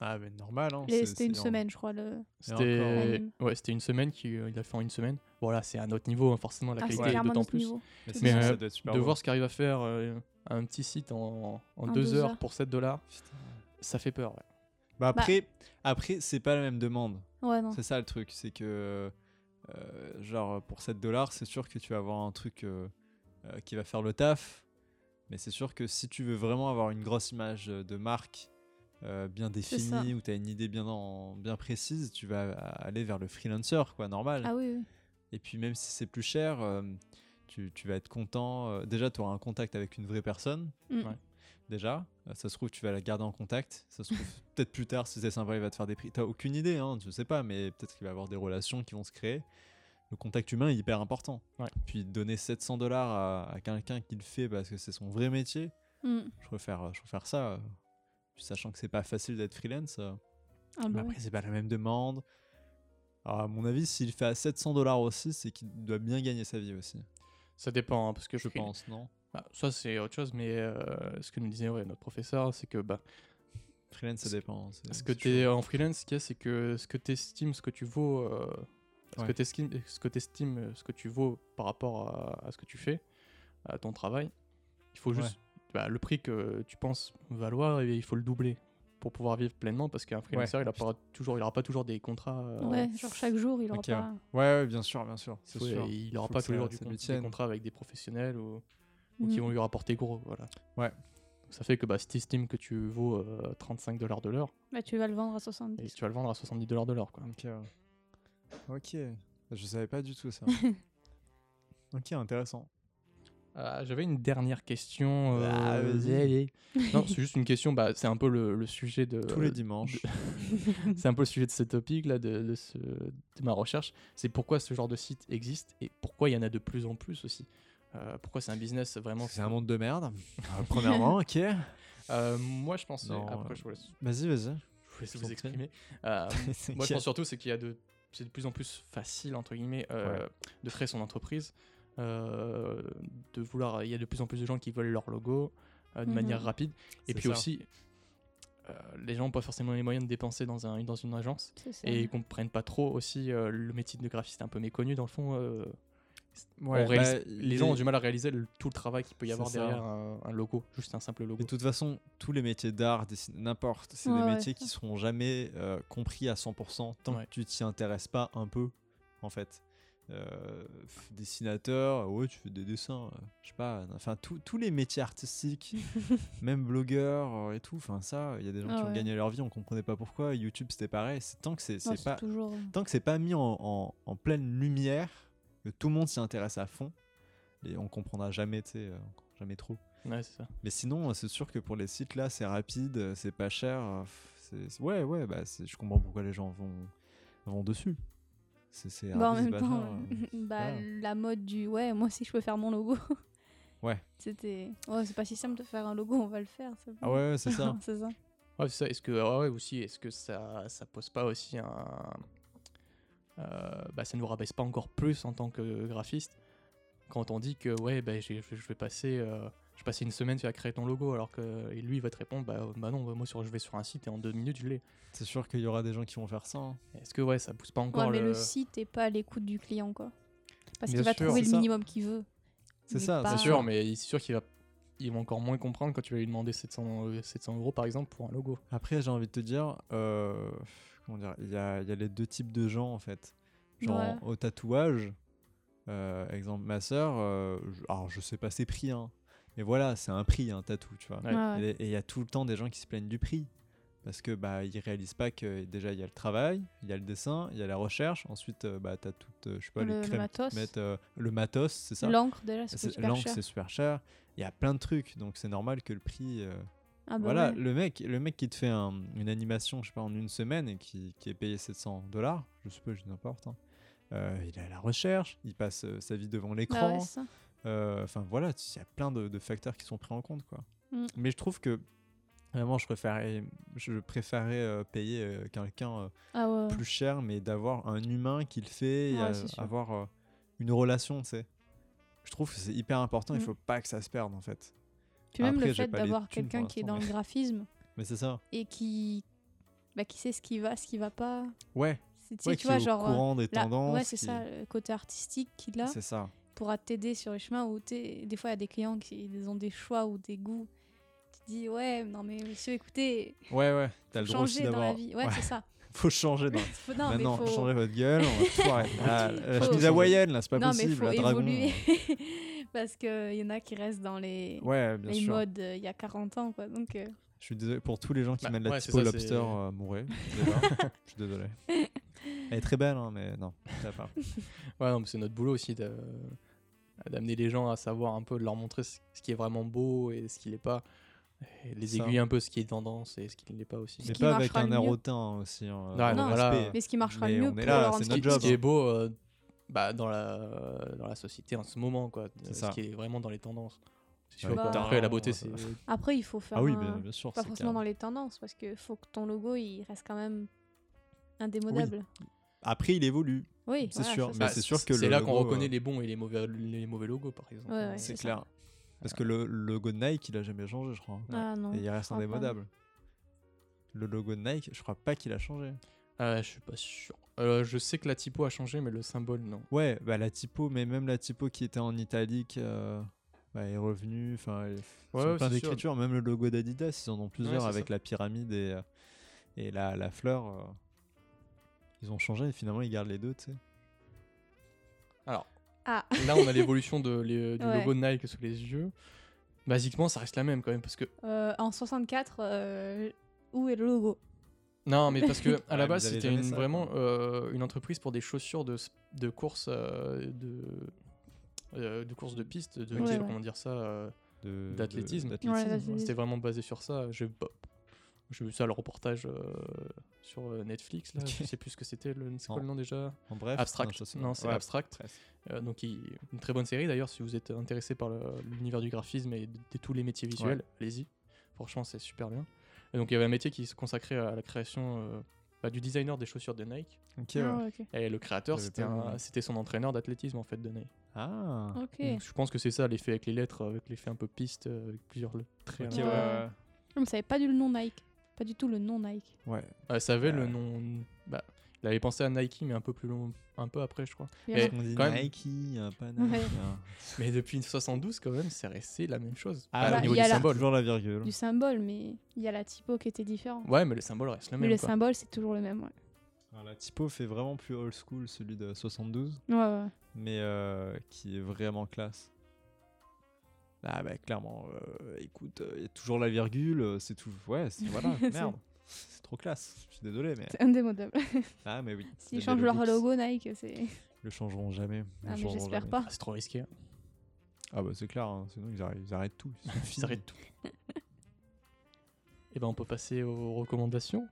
A: Ah, mais normal. hein,
C: Et
A: c'est-
C: C'était une
A: c'est en-
C: semaine, je crois. Le...
A: encore,
D: C'était
C: anime.
D: ouais, c'était une semaine qu'il euh, il a fait en une semaine. Voilà, c'est un autre niveau, hein, forcément, la
C: Ah, c'est
D: qualité est
C: clairement
D: d'autant
C: notre
D: plus.
C: niveau.
A: Mais
C: Mais
A: c'est sûr,
D: euh,
A: ça doit être super
D: de
A: beau.
D: voir ce qu'arrive à faire euh, un petit site en, en, deux, heures, pour 7 dollars, ça fait peur. ouais.
A: Bah, après, après c'est pas la même demande.
C: Ouais, non.
A: C'est ça le truc, c'est que euh, genre pour 7 dollars, c'est sûr que tu vas avoir un truc euh, euh, qui va faire le taf, mais c'est sûr que si tu veux vraiment avoir une grosse image euh, de marque euh, bien
C: ça.
A: définie, où tu as une idée bien, en- bien précise, tu vas a- aller vers le freelancer, quoi, normal.
C: Ah oui, oui.
A: Et puis même si c'est plus cher, euh, tu, tu vas être content. euh, déjà, tu auras un contact avec une vraie personne
C: Mm.
D: Ouais.
A: déjà. Euh, Ça se trouve, tu vas la garder en contact. Ça
D: (laughs)
A: se trouve, peut-être plus tard, si c'est sympa, il va te faire des prix. T'as aucune idée, hein, je sais pas, mais peut-être qu'il va y avoir des relations qui vont se créer. Le contact humain est hyper important.
D: Ouais.
A: Puis donner 700 dollars à, à quelqu'un qui le fait parce que c'est son vrai métier,
C: Mm.
A: je préfère, je préfère ça. euh, Sachant que c'est pas facile d'être freelance. euh. Mais
C: Ah bah
A: après,
C: oui.
A: c'est pas la même demande. Alors, à mon avis, s'il fait à 700 dollars aussi, c'est qu'il doit bien gagner sa vie aussi.
D: Ça dépend, hein, parce que
A: Je
D: je pense.
A: pense, non
D: Bah, ça, c'est autre chose, mais euh, ce que nous disait ouais, notre professeur, c'est que bah,
A: Freelance, ça
D: Ce-
A: dépend. c'est-
D: ce que
A: c'est
D: tu es en freelance, ce qu'il y a, c'est que ce que tu estimes, ce que tu vaux, euh, ce,
A: Ouais.
D: que t'estimes- ce que tu estimes, ce que tu vaux par rapport à, à ce que tu fais, à ton travail, il faut juste. bah, le prix que tu penses valoir, et il faut le doubler pour pouvoir vivre pleinement, parce qu'un freelancer, il n'aura pas, toujours- il aura pas toujours des contrats. euh,
C: Ouais, genre chaque jour, il aura
A: Ok,
C: pas.
A: Ouais, ouais, bien sûr, bien sûr. C'est
D: faut-
A: sûr.
D: Il n'aura
A: Faut
D: pas
A: que ça-
D: toujours du
A: ça
D: con-
A: lui
D: des
A: tienne.
D: contrats avec des professionnels ou. ou qui
C: Mm.
D: vont lui rapporter gros. Voilà.
A: Ouais.
D: Donc Ça fait que bah, si tu estimes que tu vaux euh, 35 dollars de l'heure,
C: Bah, tu vas le vendre à
D: et
C: 70.
D: tu vas le vendre à 70 dollars de l'heure. quoi.
A: Ok. euh, Ok. Je savais pas du tout ça. ok, intéressant.
D: Euh, J'avais une dernière question. euh,
A: Ah, vas-y.
D: vieille. non, c'est juste une question. Bah, c'est un peu le, le sujet Euh, de.
A: Tous les dimanches.
D: C'est un peu le sujet de ce topic là, de, de ce- de ma recherche. C'est pourquoi ce genre de site existe et pourquoi il y en a de plus en plus aussi. Euh, pourquoi c'est un business vraiment
A: C'est un monde de merde. Euh, Premièrement, ok.
D: Euh, Moi, je pensais.
A: Non,
D: Après,
A: euh,
D: je vous laisse,
A: Vas-y, vas-y.
D: je vous
A: je
D: laisse vous
A: t'en prie.
D: exprimer. Euh, moi,
A: Ok.
D: je pense surtout c'est qu'il y a de, c'est de plus en plus facile entre guillemets euh, de créer son entreprise, euh, de vouloir. Il y a de plus en plus de gens qui veulent leur logo euh, de
C: Mhm.
D: manière rapide. Et
A: C'est
D: puis
A: ça.
D: aussi, euh, les gens n'ont pas forcément les moyens de dépenser dans un dans une agence.
C: (laughs) C'est ça.
D: et ils comprennent pas trop aussi euh, le métier de graphiste un peu méconnu dans le fond. euh, on
A: bah,
D: réalise-
A: il
D: les gens
A: est-
D: ont du mal à réaliser le- tout le travail qu'il peut y
A: C'est
D: avoir
A: ça.
D: derrière un, un logo, juste un simple
A: Mais
D: logo.
A: de toute façon, tous les métiers d'art, dessin- n'importe, c'est
C: Ouais,
A: des
C: ouais.
A: métiers qui seront jamais euh, compris à 100% tant
D: Ouais.
A: que tu t'y intéresses pas un peu, en fait. Euh, f- dessinateur, ouais, tu fais des dessins, euh, je sais pas, enfin, tous- tous les métiers
C: (laughs)
A: artistiques, même blogueur euh, et tout, enfin, ça, il y a des gens
C: Ah
A: qui ont
C: ouais.
A: gagné leur vie, on comprenait pas pourquoi. YouTube, c'était pareil, c'est tant que c'est
C: Non,
A: c'est pas,
C: toujours. euh,
A: tant que c'est pas mis en, en- en pleine lumière, que tout le monde s'y intéresse à fond, et on comprendra jamais, tu sais, euh, jamais trop.
D: Ouais, c'est ça.
A: Mais sinon, euh, c'est sûr que pour les sites là, c'est rapide, euh, c'est pas cher. euh, pff, c'est- c'est- Ouais, ouais, bah, c'est- je comprends pourquoi les gens vont, vont dessus. C'est c'est
C: Bah, en
A: rapide,
C: même
A: c'est pas
C: temps,
A: cher, euh.
C: euh, bah,
A: voilà.
C: la mode du ouais, moi aussi je peux faire mon logo. (laughs)
A: Ouais.
C: C'était. Ouais, c'est pas si simple de faire un logo, on va le faire. c'est
A: Ah
C: bon.
A: ouais, ouais, c'est ça.
C: (laughs) c'est ça.
D: Ouais, c'est ça. Est-ce que, ah ouais, aussi, est-ce que ça, ça pose pas aussi un. euh, bah, ça nous rabaisse pas encore plus en tant que graphiste quand on dit que, ouais, bah, j'ai- je, je vais passer. euh, je vais passer une semaine à créer ton logo alors que et lui il va te répondre bah, bah non bah, moi sur, je vais sur un site et en deux minutes je l'ai.
A: C'est sûr qu'il y aura des gens qui vont faire ça. hein.
D: Est-ce que ouais ça pousse pas
C: Ouais,
D: encore
C: mais le site est pas à l'écoute du client, quoi. Parce
D: Bien
C: qu'il va
D: sûr,
C: trouver
A: c'est
C: le
A: ça.
C: minimum qu'il veut.
A: C'est
C: Mais
A: ça, c'est
C: pas-
D: C'est sûr, mais il- c'est sûr qu'il va, il va encore moins comprendre quand tu vas lui demander 700, euh, 700 euros par exemple pour un logo.
A: Après, j'ai envie de te dire, euh, comment dire, il y a, il y a les deux types de gens en fait. Genre
C: Ouais.
A: au tatouage, euh, exemple, ma soeur, alors je sais pas ses prix, hein, mais voilà, c'est un prix un tatou, tu vois.
D: Ouais.
C: Ouais, ouais.
A: Et et il y a tout le temps des gens qui se plaignent du prix. Parce que bah ils réalisent pas que déjà il y a le travail, il y a le dessin, il y a la recherche, ensuite euh, bah t'as toute euh, je sais pas
C: Le-
A: les
C: le
A: crèmes qui te
C: matos.
A: mettent, euh, le matos, c'est ça.
C: L'encre, déjà,
A: C'est-
C: c'est super
A: L'encre
C: cher.
A: c'est super cher, il y a plein de trucs donc c'est normal que le prix euh,
C: Ah bah
A: voilà,
C: ouais.
A: le mec le mec qui te fait un- une animation je sais pas en une semaine et qui, qui est payé 700 dollars, je suppose, je dis n'importe hein, euh, il a la recherche, il passe euh, sa vie devant
C: Bah
A: l'écran,
C: ouais, c'est ça.
A: euh, Enfin voilà, il y a plein de, de facteurs qui sont pris en compte quoi.
C: Mm.
A: Mais je trouve que vraiment je préférais, je préférais euh, payer euh, quelqu'un euh,
C: Ah ouais. ouais.
A: plus cher, mais d'avoir un humain qui le fait et
C: Ouais,
A: euh,
C: c'est sûr.
A: avoir euh, une relation, tu sais. Je trouve que c'est hyper important, il
C: Mm.
A: faut pas que ça se perde en fait.
C: Puis même
A: Après,
C: le
A: j'ai
C: fait
A: pas les
C: d'avoir
A: thunes pour
C: quelqu'un qui est
A: l'instant,
C: dans le
A: mais-
C: graphisme
A: Mais c'est ça.
C: et qui. Bah, qui sait ce qui va, ce qui va pas.
A: Ouais,
C: C'est- tu sais,
A: ouais
C: tu vois,
A: qui est au
C: genre. euh,
A: courant des
C: là-
A: tendances.
C: ouais, c'est
A: qui-
C: ça, le côté artistique qu'il a.
A: C'est ça.
C: pourra t'aider sur les chemins où t'es- des fois il y a des clients qui ils ont des choix ou des goûts. Tu te dis ouais non mais monsieur écoutez,
A: Ouais, ouais. T'as le droit aussi
C: changer dans la
A: d'avoir.
C: vie. Ouais,
A: Ouais.
C: c'est
A: (laughs)
C: ça.
A: Faut changer dans
C: Faut- (laughs) non
A: Maintenant,
C: mais faut
A: changez votre gueule, on va tout
C: (laughs)
A: arrêter. Ah,
C: Il
A: la
C: faut-
A: chemise hawaïenne, là, c'est pas
C: non
A: possible.
C: mais faut
A: la dragon,
C: évoluer (laughs) parce que il y en a qui restent dans les
A: Ouais, bien
C: les
A: sûr.
C: modes euh, il y a 40 ans quoi donc euh,
A: Je suis désolé pour tous les gens qui
D: Bah,
A: mènent la
D: ouais,
A: typo
D: c'est ça,
A: lobster
D: c'est-
A: euh, mourrez, déjà.
D: (laughs)
A: Je suis désolé. Elle est très belle, hein, mais non, ça va pas.
D: Ouais, non, mais c'est notre boulot aussi de- d'amener les gens à savoir un peu, de leur montrer ce ce qui est vraiment beau et ce qui l'est pas. Et les
A: Ça.
D: aiguiller un peu ce qui est tendance et ce qui ne l'est pas aussi.
A: Mais
C: qui
A: pas avec
C: marchera
A: un
C: le
A: air
C: mieux.
A: hautain hein, aussi. hein,
D: Non,
A: euh,
D: non,
A: respect.
D: voilà.
C: mais ce qui marchera
A: Mais
C: le mieux
A: on
C: pour
A: est là,
C: leur
A: c'est
C: rendre
A: notre
D: Ce qui-
C: service.
A: job,
D: Ce qui
A: hein.
D: est beau euh, bah, dans, la, dans la société en ce moment, quoi.
A: C'est
D: euh,
A: ça.
D: Ce qui est vraiment dans les tendances. C'est sûr
A: Ouais,
D: que
C: bah,
D: après, la beauté,
A: euh,
D: c'est.
C: Après il faut faire
A: Ah oui,
C: un-
A: bien, bien sûr.
C: pas
A: c'est
C: forcément
A: clair.
C: dans les tendances parce que faut que ton logo il reste quand même indémodable.
A: Après, il évolue,
C: Oui,
A: c'est
C: voilà,
A: sûr.
C: ça,
A: Mais
D: Bah,
A: c'est sûr que
D: C'est
A: le
D: là qu'on
A: logo,
D: reconnaît
A: euh,
D: les bons et les mauvais, les mauvais logos, par exemple.
C: Ouais, ouais,
A: C'est
C: c'est ça.
A: clair. Parce que le le logo de Nike, il a jamais changé, je crois. hein.
C: Ah non.
A: Et il reste
C: crois pas.
A: indémodable. Le logo de Nike, je crois pas qu'il a changé.
D: Euh, je suis pas sûr. Euh, je sais que la typo a changé, mais le symbole, non.
A: Ouais, bah la typo, mais même la typo qui était en italique euh, bah, est revenue. Enfin, ils
D: Ouais,
A: sont
D: ouais,
A: plein
D: c'est sûr.
A: d'écritures. Même le logo d'Adidas, ils en ont plusieurs
D: c'est
A: avec
D: ça.
A: la pyramide et, euh, et la, la fleur. euh. Ils ont changé et finalement ils gardent les deux, tu sais.
C: Ah
D: Là, on a l'évolution de, les- du
C: Ouais.
D: logo de Nike sous les yeux. Basiquement, ça reste la même quand même, parce que
C: Euh, en 64, euh, où est le logo
D: non, mais
A: (laughs)
D: parce que à
A: Ouais, mais
D: la base,
A: ils avaient
D: c'était
A: jamais
D: une-
A: ça,
D: vraiment
A: quoi.
D: euh, une entreprise pour des chaussures de, s- de course euh, de euh, de course de piste, de
C: Ouais,
D: de-
C: ouais.
D: comment dire ça. euh,
A: de- de-
D: D'athlétisme.
A: d'athlétisme.
C: Ouais, vas-y.
D: C'était vraiment basé sur ça. Je, bah, J'ai vu ça le reportage euh, sur euh, Netflix, là. Je sais plus ce que c'était, le... c'est quoi le nom déjà
A: En bref,
D: Abstract.
A: ça, c'est-
D: Non, c'est
A: ouais,
D: Abstract.
A: presque.
D: Euh, donc, il- une très bonne série d'ailleurs. Si vous êtes intéressé par le- l'univers du graphisme et de, de tous les métiers visuels, allez-y. Franchement, c'est super bien. Et donc, il y avait un métier qui se consacrait à la création euh, bah, du designer des chaussures de Nike.
A: Ok, ouais.
C: Ah, ok.
D: Et le créateur,
A: J'avais
D: c'était
A: pas
D: un-
A: vu.
D: c'était son entraîneur d'athlétisme en fait de Nike.
A: Ah.
C: Ok.
D: Donc, je pense que c'est ça l'effet avec les lettres, avec l'effet un peu piste, euh, avec plusieurs le- traits.
A: Ok,
D: hein.
A: ouais, ouais.
C: Je ne savais pas du nom Nike. Pas du tout le nom Nike.
A: Ouais.
D: Ah, ça avait
A: Euh.
D: le nom. Bah, il avait pensé à Nike, mais un peu plus long, un peu après, je crois.
C: Bien
D: Et-
C: sûr.
A: On dit
D: quand même-
A: Nike, euh, pas Nike.
C: Ouais.
A: hein.
D: Mais depuis 72, quand même, c'est resté la même chose.
A: Ah,
D: Bah,
C: bah,
D: au niveau
C: il y
D: du
C: a la-
D: symbole.
A: Toujours la virgule.
C: Du symbole, mais il y a la typo qui était différente.
D: Ouais, mais le symbole reste le
A: Ah,
C: mais
D: même.
C: le
D: quoi.
C: symbole, c'est toujours le même, ouais.
A: Alors, la typo fait vraiment plus old school, celui de 72,
C: Ouais, ouais.
A: mais euh, qui est vraiment classe. Ah bah clairement, euh, écoute, il y a toujours la virgule, euh, c'est tout. Ouais, c'est voilà,
C: (laughs) C'est-
A: merde. C'est trop classe. Je suis désolé, mais
C: C'est indémodable. (laughs)
A: ah mais oui.
C: S'ils
A: les
C: changent leur
A: Benelux
C: logo Nike, c'est.
A: Le changeront jamais. le
C: Ah, mais
A: changeront
C: j'espère
A: jamais.
C: pas.
D: Ah, c'est trop risqué. hein.
A: Ah bah c'est clair, hein, sinon ils arrêtent, ils arrêtent tout. sont
D: Ils
A: finis.
D: arrêtent (laughs) tout. Et ben, on peut passer aux recommandations.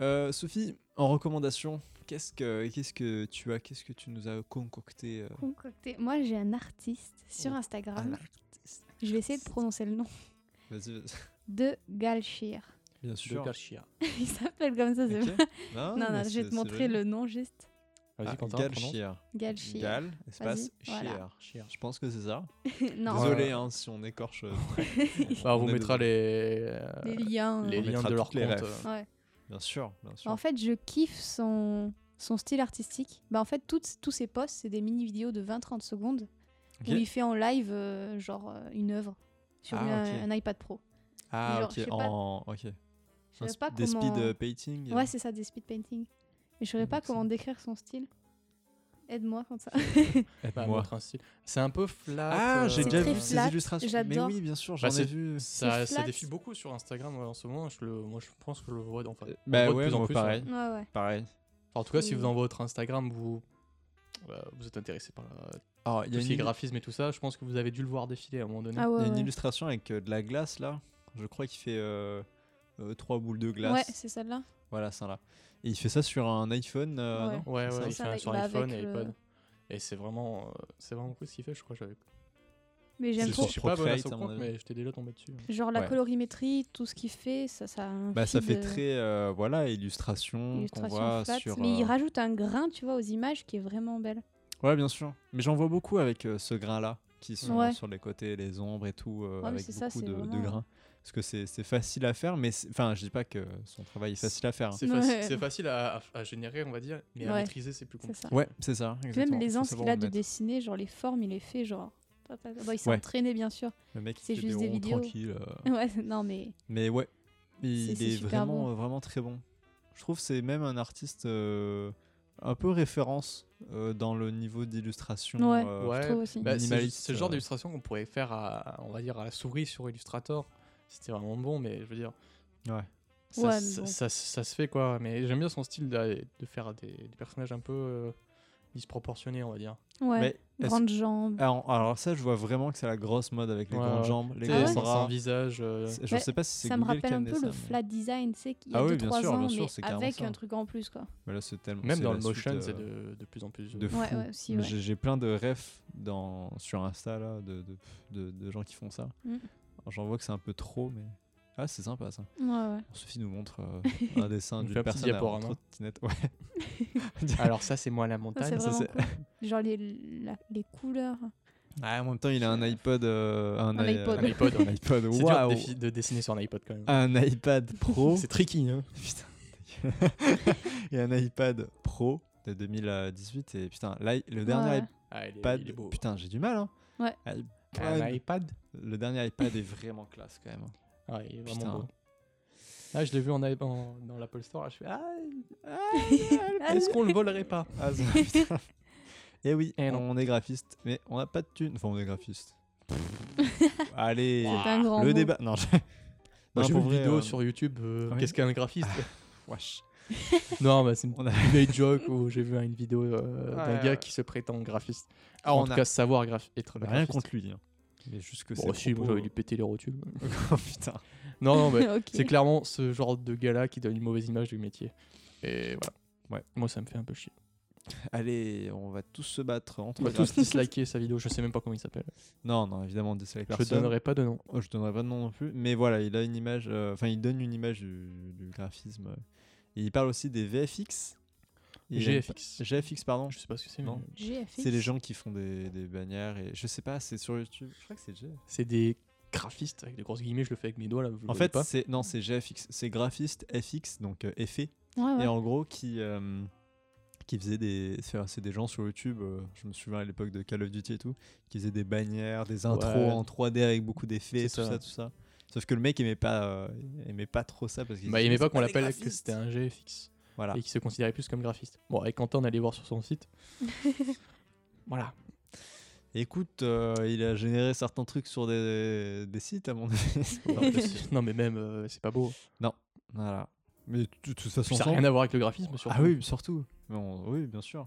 A: Euh, Sophie, en recommandation, qu'est-ce que qu'est-ce que tu as, qu'est-ce que tu nous as concocté euh,
C: Moi, j'ai un artiste sur Instagram. Je vais essayer de prononcer le nom.
A: Vas-y, vas-y.
C: De Galchir.
A: bien
D: De
A: sûr.
D: Garcia.
C: (laughs) Il s'appelle comme ça, c'est
A: Ok.
C: vrai. (laughs)
A: Non,
C: Non, non,
A: mais
C: je
A: c'est-
C: vais te
A: c'est
C: montrer
A: joli.
C: le nom juste.
D: Vas-y,
A: Ah,
D: Quentin,
A: Gal
D: prononce.
A: Scheer.
C: Galchir.
A: Gal, espace,
C: Vas-y, voilà.
A: Scheer.
D: Scheer.
A: Je pense que c'est ça.
C: non,
D: Désolé.
A: Désolé hein, si on écorche. euh,
D: Bah, on vous
A: est désolé.
D: mettra les, euh,
C: les liens.
D: les
A: on
D: liens
A: mettra
D: de leur
A: toutes les
D: compte.
A: refs.
D: euh.
C: Ouais.
A: Bien sûr, bien sûr.
C: En fait, je kiffe son, son style artistique. Bah, en fait, toutes, tous ses posts, c'est des mini-vidéos de 20-30 secondes
A: Ok.
C: où il fait en live, euh, genre, euh, une œuvre sur
A: Ah,
C: une-
A: ok.
C: un iPad Pro.
A: Ah,
C: genre,
A: ok.
C: je sais pas-
A: En... ok.
C: Je
A: Un
C: sais
A: sp-
C: pas
A: Des
C: comment...
A: speed euh, painting. euh,
C: Ouais, c'est ça, des speed painting. Mais je saurais pas
A: Donc, ça-
C: comment décrire son style. Aide-moi comme ça. (laughs)
D: Bah,
A: aide-moi.
D: montre un style. C'est un peu flat.
A: Eh ben, Ah,
D: euh,
A: j'ai
C: C'est
A: déjà
C: très
A: vu ces
C: flat,
A: illustrations. Mais
C: j'adore.
A: oui, bien sûr, j'en
D: Bah,
A: ai
D: c'est-
A: vu.
D: Ça,
C: C'est
D: ça
C: flat.
D: défie beaucoup sur Instagram ouais, en ce moment. Je le, moi, je pense que je le vois. dans- Enfin,
A: Euh,
D: on
A: bah
D: le voit de
A: ouais,
D: plus en
A: moi,
D: plus,
A: pareil.
D: hein.
C: ouais, Ah ouais.
A: Pareil.
D: Enfin, en tout cas, si
C: Et-
D: vous dans votre Instagram, vous euh, vous êtes intéressé par euh,
A: Alors, il
D: tout
A: y a
D: ce qui est
A: une,
D: graphisme et tout ça, je pense que vous avez dû le voir défiler à un moment donné.
A: il
C: Ah
A: y a
C: ouais,
A: une
C: ouais.
A: illustration avec euh, de la glace là. Je crois qu'il fait euh, euh, trois boules de glace.
C: Ouais, c'est celle-là.
A: Voilà, ça là. Et il fait ça sur un iPhone, euh,
C: Ouais.
A: non
D: Ouais,
A: C'est
D: ouais,
A: ça,
D: il
C: ça,
D: fait un
C: avec-
D: sur
C: bah,
D: iPhone et
C: avec le-
D: iPod. Et c'est vraiment, euh, c'est vraiment cool ce qu'il fait, je crois. j'avais-
C: Mais
A: C'est
C: j'aime
D: Je
A: sur
C: trop.
D: suis pas bon à
A: Procreate,
D: son
A: à mon
D: compte,
A: avis.
D: mais j'étais déjà tombé dessus.
C: Genre la
A: Ouais.
C: colorimétrie, tout ce qu'il fait, ça, ça a un
A: Bah, ça
C: fil
A: fait
C: de-
A: très euh, voilà illustration qu'on
C: illustration
A: voit
C: flat,
A: sur.
C: mais il
A: euh,
C: rajoute un grain, tu vois, aux images qui est vraiment belle.
A: Ouais, bien sûr. Mais j'en vois beaucoup avec euh, ce grain-là, qui sont
C: Ouais.
A: sur les côtés, les ombres et tout, euh,
C: mais
A: avec
C: c'est ça,
A: beaucoup
C: c'est
A: de, de
C: vraiment-
A: grains. Parce que c'est c'est facile à faire, mais c'est- enfin, je dis pas que son travail est facile à faire. hein.
D: C'est
C: Ouais.
D: faci- c'est facile à, à- à générer, on va dire, mais à
C: Ouais.
D: maîtriser, c'est plus
C: C'est
D: compliqué.
C: ça.
A: Ouais, c'est ça.
C: Puis même
A: exactement. Faut
C: l'aisance
A: savoir
C: qu'il a
A: où
C: de
A: mettre.
C: dessiner, genre les formes, il les fait, genre. Bon, il s'est
A: Ouais.
C: entraîné, bien sûr.
A: Le mec, il
C: c'est
A: fait
C: juste des
A: ronds
C: vidéos.
A: tranquilles, euh,
C: Ouais, (laughs) non, mais.
A: Mais ouais, il
C: c'est
A: est,
C: super
A: vraiment,
C: bon.
A: euh, vraiment très bon. Je trouve que c'est même un artiste euh, un peu référence euh, dans le niveau d'illustration.
C: Ouais.
A: euh,
D: Ouais,
C: Je trouve aussi.
D: Bah, c'est-
A: Minimaliste,
D: c'est le genre
A: euh.
D: d'illustration qu'on pourrait faire à, on va dire, à la souris sur Illustrator. C'était vraiment bon, mais je veux dire.
A: Ouais.
D: Ça,
C: Ouais, mais
D: ça-
C: bon.
D: ça- ça se fait quoi, mais j'aime bien son style de, de faire des, des personnages un peu euh, disproportionnés, on va dire.
C: Ouais,
A: bah, Mais est-ce- Ah,
C: grandes jambes.
A: alors, alors ça, je vois vraiment que c'est la grosse mode avec les
D: Ouais, Ah
A: grandes
D: ouais.
A: jambes, les
C: Ah
D: Tu
A: grands
D: sais, sans, sans
A: bras.
D: visage. euh,
A: C'est- Je
C: Bah,
A: sais pas si c'est
C: Ça me
A: Google qui
C: rappelle
A: a
C: un
A: amené
C: peu
A: ça,
C: le
A: mais-
C: flat design, tu sais, qu'il y
A: Ah
C: a
A: oui,
C: 2-3
A: bien sûr, bien
C: ans,
A: sûr,
C: mais
A: c'est carrément
C: avec
A: ça.
C: un truc en plus, quoi.
A: mais là, c'est tellement-
D: Même
A: c'est
D: dans
A: la
D: le
A: suite,
D: motion,
A: euh,
D: c'est de, de plus en plus. euh.
A: de fou.
C: Ouais, ouais, aussi, ouais.
A: J'ai j'ai plein de refs dans, sur Insta là, de, de, de- de gens qui font ça.
C: Mm.
A: Alors, J'en vois que c'est un peu trop, mais. Ah, c'est sympa ça.
C: Ouais, ouais.
A: Sophie nous
C: (laughs)
A: montre euh, un dessin
D: nous
A: d'une
D: fait un petit
A: personne en
D: diaporama.
A: trottinette. Ouais.
D: Alors ça, c'est moi à la
C: Ah, c'est
D: montagne.
A: ça,
C: vraiment
A: c'est- (laughs)
C: cool. Genre les, la- les couleurs.
A: Ah, en même temps, il a un iPod. euh, un,
C: Un
A: i-
C: iPod.
A: (laughs) un
D: Un iPod,
A: iPod,
D: C'est
A: waouh. Ah,
D: dur de, défi- de dessiner sur un iPod quand même.
A: Un iPad Pro.
D: (laughs) C'est tricky. Hein.
A: (laughs) Putain. (laughs) et un iPad Pro de 2018. Et putain, l'i- le dernier
C: Ouais.
D: Ah, il est,
A: iPad.
D: il est beau.
A: Putain, j'ai du mal. Hein.
C: Ouais.
A: iPad.
D: Un iPad
A: Le dernier iPad est vraiment classe quand même.
D: Ah, il est vraiment
A: Putain.
D: beau. Ah, je l'ai vu en, i- en- dans l'Apple Store. Je fais, ah,
C: Ah,
D: est-ce qu'on le
C: (laughs)
D: volerait pas
A: Ah, ça, putain. Et oui,
D: Eh non.
A: on est graphiste, mais on n'a pas
C: (laughs)
A: de thunes. Enfin, on est graphiste. Allez,
C: C'est un grand
A: le
C: mot.
A: débat. Non, je-
D: Moi,
A: Non,
D: J'ai vu
A: pour
D: une
A: vrai,
D: vidéo
A: euh,
D: sur YouTube. euh,
A: ah oui.
D: Qu'est-ce
A: (laughs)
D: qu'un graphiste
A: Wesh.
D: Non, bah, c'est une
A: On a-
D: vieille joke où j'ai vu hein, une vidéo euh, d'un
A: Ouais,
D: gars
A: ouais. Ah,
D: qui se prétend graphiste. Alors, en
A: On
D: tout
A: a-
D: cas, savoir graph- être
A: on a
D: graphiste.
A: rien contre lui. hein. Mais juste que
D: Bon, bah,
A: ses
D: si, moi,
A: propos-
D: j'aurais dû péter les rotules.
A: (laughs) oh putain.
D: non, non, mais
C: (laughs) Ok.
D: c'est clairement ce genre de gars-là qui donne une mauvaise image du métier. Et voilà.
A: Ouais.
D: Moi, ça me fait un peu chier.
A: Allez, on va tous se battre entre
D: On va tous
A: graphistes.
D: disliker sa vidéo, je sais même pas comment il s'appelle.
A: Non, non, évidemment, dislike
D: Je
A: personne.
D: donnerai pas de nom.
A: Oh, je donnerai pas de nom non plus. Mais voilà, il a une image. euh, Enfin, il donne une image du, du graphisme. euh. Et il parle aussi des VFX. Il aime pas-
D: GFX.
A: GFX, pardon.
D: Je sais pas ce que c'est, mais
A: Non.
C: GFX.
A: C'est les gens qui font des, des bannières. Et je sais pas, c'est sur YouTube. Je crois que c'est GFX.
D: c'est des graphistes avec des grosses guillemets, je le fais avec mes doigts là. vous le
A: En
D: voyez
A: fait,
D: pas.
A: c'est non, c'est GFX. C'est graphiste FX, donc euh, effet.
C: Ouais, ouais.
A: Et en gros, qui, euh, qui faisait des. C'est c'est des gens sur YouTube, euh, je me souviens à l'époque de Call of Duty et tout, qui faisaient des bannières, des intros
D: Ouais.
A: en 3D avec beaucoup d'effets, tout
D: C'est
A: ça.
D: ça.
A: tout ça. Sauf que le mec aimait pas, euh, aimait pas trop ça parce qu'il
D: Bah, il
A: disait,
D: aimait
A: "C'est
D: pas qu'on
A: des
D: l'appelle que
A: graphistes."
D: c'était un GFX
A: Voilà.
D: et qu'il se considérait plus comme graphiste. Bon, avec Quentin, on allait voir sur son site. voilà.
A: Écoute, euh, il a généré certains trucs sur des, des sites, à mon avis.
D: Non, mais c'est- non, mais même, euh, c'est pas beau.
A: voilà. Mais de toute- de toute façon,
D: Puis ça
A: on
D: n'a
A: s'en-
D: rien à voir avec le graphisme, surtout.
A: Ah oui, surtout. Mais on- Oui, bien sûr.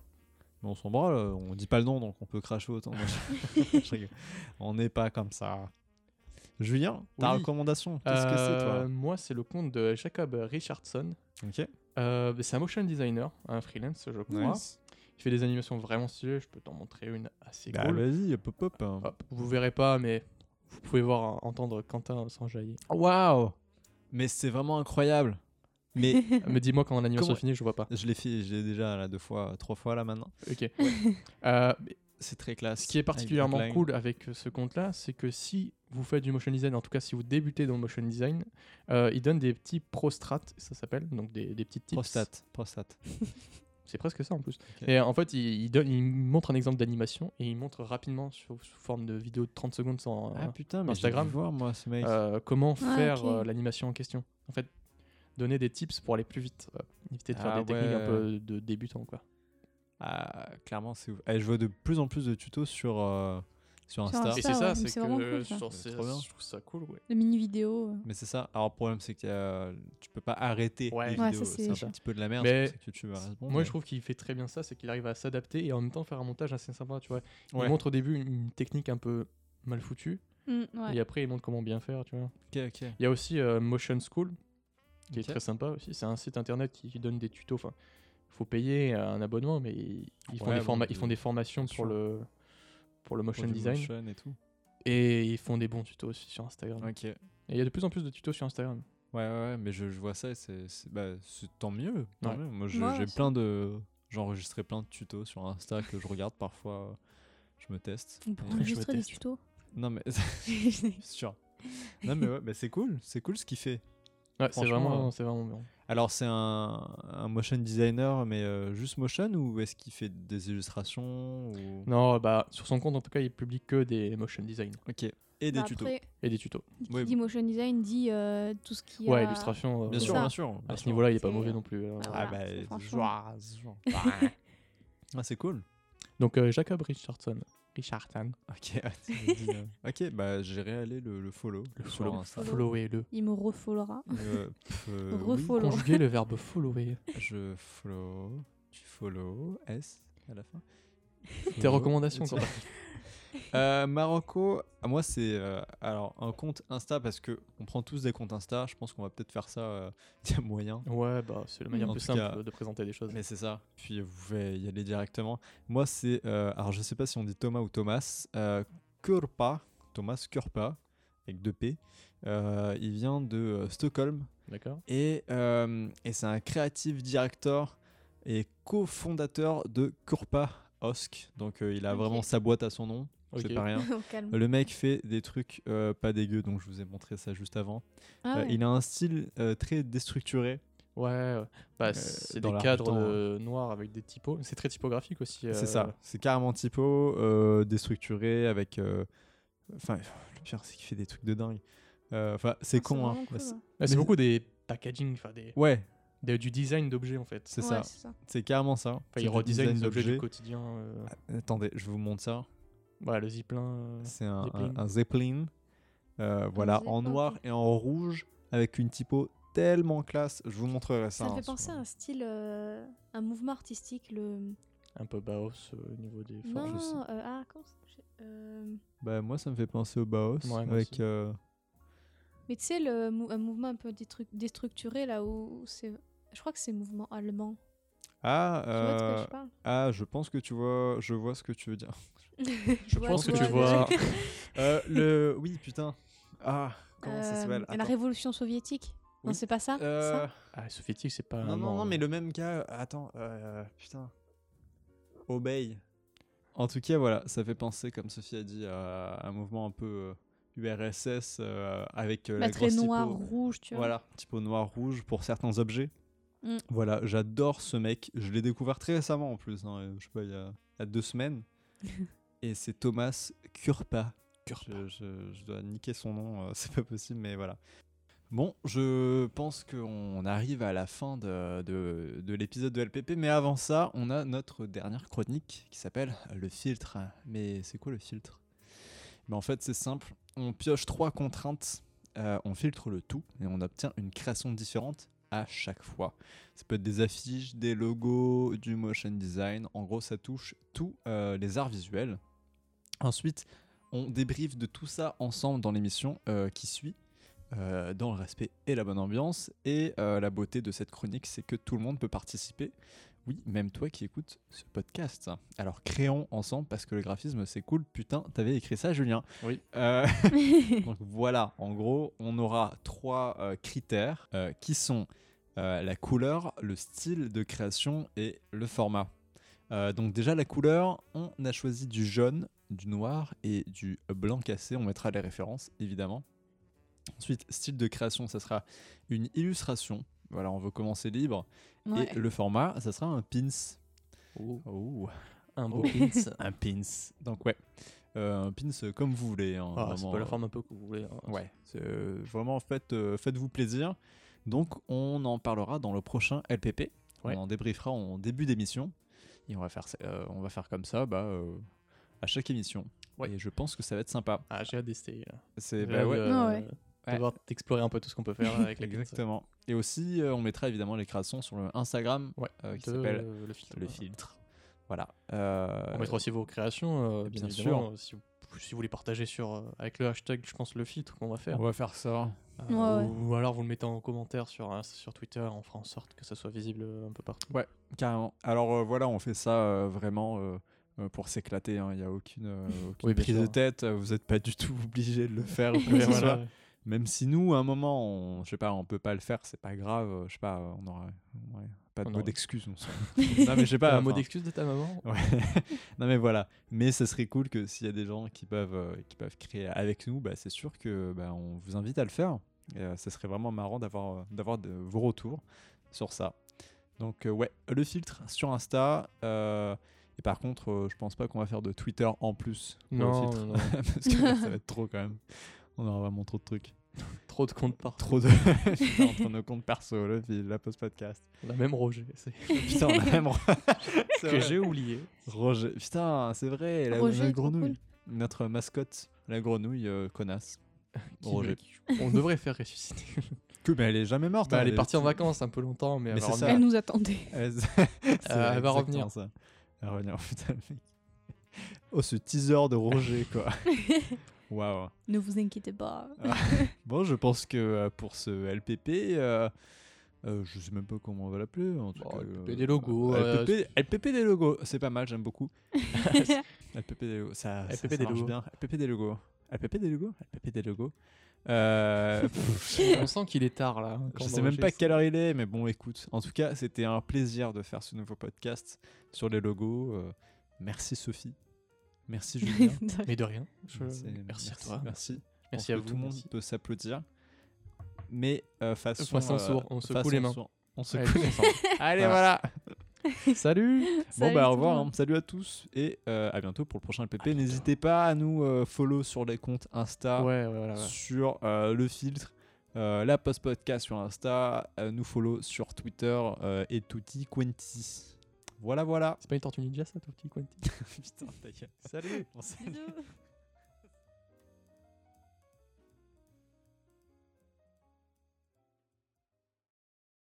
A: Mais on s'en branle, on dit pas le nom, donc on peut cracher autant. Non, je- (laughs) je rigole. on n'est pas comme ça. Julien, ta
D: Oui.
A: recommandation, qu'est-ce que c'est
D: Euh, Moi, c'est le compte de Jacob Richardson.
A: toi Ok.
D: Euh, c'est un motion designer, un freelance, je crois. Il fait des animations vraiment stylées. Je peux t'en montrer une assez
A: Bah,
D: cool.
A: vas-y, pop pop.
D: Hop, vous verrez pas, mais vous pouvez voir entendre Quentin s'enjailler.
A: Waouh Mais c'est vraiment incroyable.
D: (laughs)
A: Mais
D: mais dis-moi quand l'animation
A: Comment-
D: finit, je vois pas.
A: je l'ai fait, je l'ai déjà là deux fois, trois fois là maintenant.
D: Ok. Euh,
A: C'est très classe.
D: Ce qui est
A: Avec
D: particulièrement
A: Blackline.
D: cool avec euh, ce compte-là, c'est que si vous faites du motion design, en tout cas si vous débutez dans le motion design, euh, il donne des petits prostrates, ça s'appelle, donc des, des petites tips.
A: Prostate, prostate.
D: C'est presque ça en plus.
A: Ok.
D: Et euh, en fait, il, il donne, il montre un exemple d'animation et il montre rapidement sous, sous forme de vidéo de 30 secondes sans,
A: Ah putain, mais
D: Instagram.
A: je voir moi ce mec.
D: euh, comment
C: Ah,
D: faire
C: ok.
D: euh, l'animation en question. En fait, donner des tips pour aller plus vite, euh, éviter de faire
A: Ah
D: des techniques un
A: ouais.
D: peu de débutant quoi.
A: Ah, clairement, c'est ouf. Eh, je vois de plus en plus de tutos sur, euh, sur
C: Sur
A: Insta.
C: Insta. ça,
D: et c'est
C: ouais,
D: ça,
C: mais
D: c'est
C: c'est vraiment cool,
D: que
C: ça.
D: genre,
A: C'est
D: c'est-
A: trop bien.
D: je trouve ça cool. Ouais.
C: Le mini vidéo.
A: Mais c'est ça. Alors, le problème, c'est que euh, tu peux pas arrêter
D: Ouais.
A: les
D: Ouais,
A: vidéos.
C: ça, c'est
A: c'est un
D: sûr.
A: petit peu de la merde.
D: Mais
A: c'est pour ça que YouTube a raison,
D: Moi,
A: mais-
D: je trouve qu'il fait très bien ça, c'est qu'il arrive à s'adapter et en même temps faire un montage assez sympa, tu vois.
A: Ouais.
D: Il montre au début une- une technique un peu mal foutue
C: Mm, ouais.
D: et après il montre comment bien faire, tu vois.
A: Ok, ok.
D: Il y a aussi euh, Motion School qui
A: Ok.
D: est très sympa aussi. C'est un site internet qui qui donne des tutos. Enfin, faut payer euh, un abonnement, mais ils ils font,
A: Ouais,
D: des,
A: bon,
D: forma-
A: de-
D: ils font des formations
A: bien sûr.
D: pour le pour le
A: Pour
D: motion
A: du
D: design
A: motion et tout.
D: et ils font des bons tutos aussi sur Instagram.
A: Ok. Ouais,
D: Et il y a de plus en plus de tutos sur Instagram.
A: ouais, ouais. Mais je, je vois ça et c'est c'est- bah, c'est- tant mieux. Tant
D: Ouais.
A: mieux. Moi, je-
C: Ouais,
A: j'ai
C: c'est-
A: plein de. J'ai enregistré plein de tutos sur Insta que je regarde (laughs) parfois. euh, Je me teste.
C: On peut
A: Ouais, je me
C: enregistrer des
A: teste. (laughs)
C: tutos.
A: Non, mais
C: ouais,
A: c'est sûr. Non, mais ouais, mais c'est cool. C'est cool ce qu'il fait.
D: Ouais, c'est
A: Franchement,
D: vraiment,
A: euh,
D: c'est vraiment bien.
A: Alors c'est un, un motion designer, mais euh, juste motion ou est-ce qu'il fait des illustrations ou...
D: Non, bah sur son compte en tout cas, il publie que des motion design
A: Ok. Et des tutos.
C: Bah, Après,
D: et des tutos.
C: qui
A: Ouais,
C: dit motion design dit euh, tout ce qui
D: Ouais,
C: a-
D: illustration. euh,
A: Bien sûr,
C: ça.
A: bien sûr. bien
D: À ce
A: sûr.
D: niveau-là, il est pas
C: C'est-
D: mauvais non plus. hein.
C: Ah
A: Ah
C: Voilà,
A: bah,
C: c'est
A: c'est
C: franchement.
A: joie, c'est joie.
C: (laughs)
A: ah c'est cool.
D: Donc euh, Jacob Richardson. Richardson.
A: Ok.
C: (laughs)
A: tu me dis, euh, ok, bah j'irai aller le, le follow. hein,
D: Le
A: sur
D: follow.
A: Insta.
C: Follow.
D: Followez-le.
C: Il me refollowera.
A: Euh, pff, euh, oui,
C: Refollow. Follow.
D: Conjuguez le verbe follower.
C: (laughs)
A: je follow, tu follow, S à la fin.
D: Tes
A: Follow,
D: recommandations,
A: et tu-
D: quoi.
A: (laughs) Euh, Marocco, à moi c'est euh, alors un compte Insta parce que on prend tous des comptes Insta. Je pense qu'on va peut-être faire ça euh, (laughs) il y a moyen.
D: Ouais, bah c'est la manière
A: En
D: plus
A: tout
D: simple
A: cas-
D: de présenter des choses.
A: Mais c'est ça. Puis vous pouvez y aller directement. Moi c'est euh, alors je sais pas si on dit Thomas ou Thomas. euh, Kurpa, Thomas Kurpa avec deux P. Euh, il vient de euh, Stockholm
D: D'accord
A: et, euh, et c'est un créatif directeur et cofondateur de Kurpa Osk. Donc euh, il a
C: Ok.
A: vraiment sa boîte à son nom. Je
D: Ok.
A: sais pas
C: (laughs)
A: rien.
C: (laughs) Au calme.
A: Le mec fait des trucs euh, pas dégueux, donc je vous ai montré ça juste avant.
C: Ah
A: Euh,
C: ouais.
A: il a un style euh, très déstructuré.
D: Ouais, ouais. bah
A: Euh,
D: c'est
A: dans
D: des
A: l'art
D: cadres
A: temps,
D: euh, noirs avec des typos. C'est très typographique aussi. euh,
A: C'est ça, c'est carrément typo, euh, déstructuré, avec. euh, Enfin, le pire, c'est qu'il fait des trucs de dingue. Euh, Enfin, c'est con, hein.
C: Ah, vraiment cool,
A: Bah, c'est-
C: ouais.
D: Ah, c'est
A: Mais-
D: beaucoup des packaging, enfin des,
A: Ouais,
D: des- du design d'objets en fait.
A: c'est
C: Ouais,
A: ça,
C: c'est ça.
A: c'est carrément ça.
D: Enfin,
A: C'est
D: ils
A: du
D: redesignent
A: design
D: des objets du
A: d'objet.
D: quotidien. euh,
A: Ah. Attendez, je vous montre ça.
D: Ouais, le ziplin. euh,
A: C'est un,
D: Zeppelin.
A: un- un Zeppelin. Euh, voilà, en
C: Zeppelin,
A: noir
C: ok.
A: et en rouge. avec une typo tellement classe. Je vous montrerai ça.
C: Ça me
A: hein,
C: fait
A: sur-
C: penser à un style, euh, un mouvement artistique, le.
D: Un peu Baos euh, au niveau des formes.
A: je sais.
C: Non, euh, ah, comment ça je- euh,
A: Bah, moi, ça me fait penser au Baos
D: Ouais, moi
A: avec.
D: aussi.
A: euh,
C: Mais tu sais, le mou- un mouvement un peu détru- déstructuré là où c'est. Je crois que c'est mouvement allemand.
A: Ah,
C: Tu vois de quoi
A: euh,
C: je parle
A: ah, je pense que tu vois, je vois ce que tu veux dire.
C: (laughs) Je
D: pense que
A: tu
D: vois.
A: Euh, le, oui, putain. Ah, comment ça
C: Euh,
A: s'appelle
C: La
A: Attends.
C: révolution soviétique. Non,
A: Oui.
C: c'est pas ça,
A: Euh,
C: ça
D: Ah, les soviétiques, c'est pas.
A: Non, non,
D: allemand,
A: non, mais
D: euh.
A: le même cas. euh, Attends, euh, putain. Obey. En tout cas, voilà, ça fait penser, comme Sophie a dit, à un mouvement un peu euh, URSS euh, avec euh,
C: Bah,
A: la
C: Très
A: grosse
C: noir,
A: typo.
C: rouge, tu vois.
A: Voilà, typo noir-rouge pour certains objets.
C: Mm.
A: Voilà, j'adore ce mec. Je l'ai découvert très récemment en plus, hein, euh, je sais pas, il y a, il y a deux
C: (laughs)
A: semaines. Et c'est Thomas Kurpa. Je, je- je dois niquer son nom, euh, c'est pas possible, mais voilà. Bon, je pense qu'on arrive à la fin de, de- de l'épisode de LPP, mais avant ça, on a notre dernière chronique qui s'appelle Le filtre. Mais c'est quoi le filtre Mais en fait, c'est simple. On pioche trois contraintes euh, on filtre le tout et on obtient une création différente à chaque fois. Ça peut être des affiches, des logos, du motion design. En gros, ça touche tous euh, les arts visuels. Ensuite, on débriefe de tout ça ensemble dans l'émission euh, qui suit, euh, dans le respect et la bonne ambiance. Et euh, la beauté de cette chronique, c'est que tout le monde peut participer. Oui, même toi qui écoutes ce podcast. Alors créons ensemble parce que le graphisme c'est cool. Putain, t'avais écrit ça, Julien.
D: Oui.
A: Euh,
C: (laughs)
A: donc voilà, en gros, on aura trois euh, critères euh, qui sont euh, la couleur, le style de création et le format. Euh, donc déjà la couleur, on a choisi du jaune, du noir et du blanc cassé. On mettra les références évidemment. Ensuite, style de création, ça sera une illustration. Voilà, on veut commencer libre.
C: Ouais.
A: Et le format, ça sera un pins.
D: Oh,
A: Oh.
D: un beau
A: Oh.
D: pins.
A: Un pins. Donc ouais, Euh, un pins euh, comme vous voulez. hein,
D: Ah, c'est
A: vraiment,
D: pas la
A: euh,
D: forme un peu que vous voulez. hein.
A: Ouais, c'est euh, vraiment en fait, euh, faites-vous plaisir. Donc on en parlera dans le prochain LPP.
D: Ouais.
A: On en débriefera en début d'émission. Et on va faire, ça- euh, on va faire comme ça bah, euh, à chaque émission.
D: Ouais.
A: Et je pense que ça va être sympa.
D: Ah, j'ai hâte d'essayer. là.
A: C'est
D: J'ai
A: bah,
D: hâte
A: ouais,
D: de-
C: Ah ouais.
A: Ouais.
D: de voir t'explorer un peu tout ce qu'on peut faire
A: (laughs)
D: avec la pins.
A: exactement. Et aussi euh, on mettra évidemment les créations sur le Instagram
D: Ouais,
A: euh, qui
D: de,
A: s'appelle
D: euh, le filtre.
A: le filtre. Voilà. Euh,
D: On mettra aussi vos créations, euh, bien,
A: bien
D: évidemment, euh, Si vous, si vous les partagez sur, euh, avec le hashtag, je pense, le filtre qu'on va faire.
A: on va faire ça.
D: Euh,
C: Ouais, ouais.
D: Ou, ou alors vous le mettez en commentaire sur, euh, sur Twitter, on fera en sorte que ça soit visible euh, un peu partout.
A: Ouais, carrément. Alors euh, voilà, on fait ça euh, vraiment euh, euh, pour s'éclater. Il n'y a aucune,
D: (laughs)
A: euh, aucune
D: Oui, bien
A: prise de
D: sûr.
A: tête. euh, Vous n'êtes pas du tout (laughs) obligé de le
D: (laughs)
A: faire. ou quoi
D: Ouais,
A: que ce
D: voilà.
A: soit. Même si nous, à un moment, on, je sais pas, on peut pas le faire, c'est pas grave. euh, Je sais pas, euh, on aura, on aura pas de
D: On
A: mot
D: aura-
A: d'excuse. on
D: (laughs)
A: s'en- non mais je sais pas.
D: un mot
A: enfin,
D: d'excuse de ta maman
A: Ouais. (laughs) non mais voilà. Mais ce serait cool que s'il y a des gens qui peuvent, euh, qui peuvent créer avec nous, bah, c'est sûr que bah, on vous invite à le faire. Et, euh, ça serait vraiment marrant d'avoir, euh, d'avoir de- vos retours sur ça. Donc euh, ouais, le filtre sur Insta. euh, et par contre, euh, je pense pas qu'on va faire de Twitter en plus. pour le
D: Non,
A: filtre. (laughs)
D: non, non.
A: Parce que là, ça va être trop quand même. On aura vraiment trop de trucs.
D: Trop de comptes par
A: Trop de... (laughs) Putain, entre nos comptes perso, le fil, la post podcast.
D: La même Roger, c'est-
A: Putain, on a
D: (laughs)
A: même... C'est
D: que
A: vrai.
D: j'ai oublié.
A: Roger. Putain, c'est vrai, la,
C: Roger,
A: la
C: trop
A: grenouille. Notre mascotte, la grenouille euh, connasse.
D: (laughs) Qui-
A: Roger.
D: qui- On devrait faire ressusciter.
A: Que, mais elle est jamais morte.
D: Bah,
A: hein,
D: elle est partie en vacances un peu longtemps, mais,
A: Mais
D: elle va
A: c'est ça.
D: revenir.
C: Elle nous attendait.
A: (laughs) Elle, c'est
D: va
A: exactement
D: revenir.
A: ça. Elle va revenir. (laughs) Putain, le mec. Oh, ce teaser de Roger,
C: (laughs)
A: quoi. Waouh.
C: Ne vous inquiétez pas.
A: Euh, Bon, je pense que euh, pour ce LPP, euh, euh, je sais même pas comment on va l'appeler. en tout
D: Bon,
A: cas,
D: LPP
A: euh,
D: des logos, euh,
A: LPP, LPP des logos. C'est pas mal, j'aime
D: (laughs)
A: beaucoup. LPP des logos. Ça, ça-
D: LPP
A: ça
D: des
A: marche
D: logos.
A: bien. LPP des logos. LPP des logos. LPP des logos.
D: (laughs)
A: Euh, pff,
D: On sent qu'il est tard là.
A: je
D: quand on
A: sais même pas
D: enregistre.
A: quelle heure il est, mais bon, écoute. En tout cas, c'était un plaisir de faire ce nouveau podcast sur les logos. Euh, merci Sophie. Merci Julien.
C: (laughs)
D: Mais de rien. (laughs) Je-
A: C'est-
D: Merci à toi.
A: Merci. Je
D: Merci
A: pense que
D: à vous.
A: Tout le monde
D: merci.
A: peut s'applaudir. Mais euh, façon,
D: Façon sourd, on secoue
A: façon
D: les mains.
A: sourd. On se
D: (laughs) Allez,
A: coule.
D: tous ensemble.
A: Allez,
D: Voilà.
A: (laughs) Salut. Bon, bah,
C: Salut tout
A: au
C: le
A: revoir.
C: monde.
A: hein. Salut à tous. Et euh, à bientôt pour le prochain LPP. N'hésitez pas à nous euh, follow sur les comptes Insta,
D: Ouais, ouais, voilà. ouais.
A: sur euh, le filtre, euh, la post-podcast sur Insta, euh, nous follow sur Twitter euh, et tutti quanti. Voilà, (laughs) voilà.
D: C'est pas une tortue ninja ça, ton petit Quentin
A: Putain, ta gueule.
D: Salut
A: Bon, salut.
C: Bisous.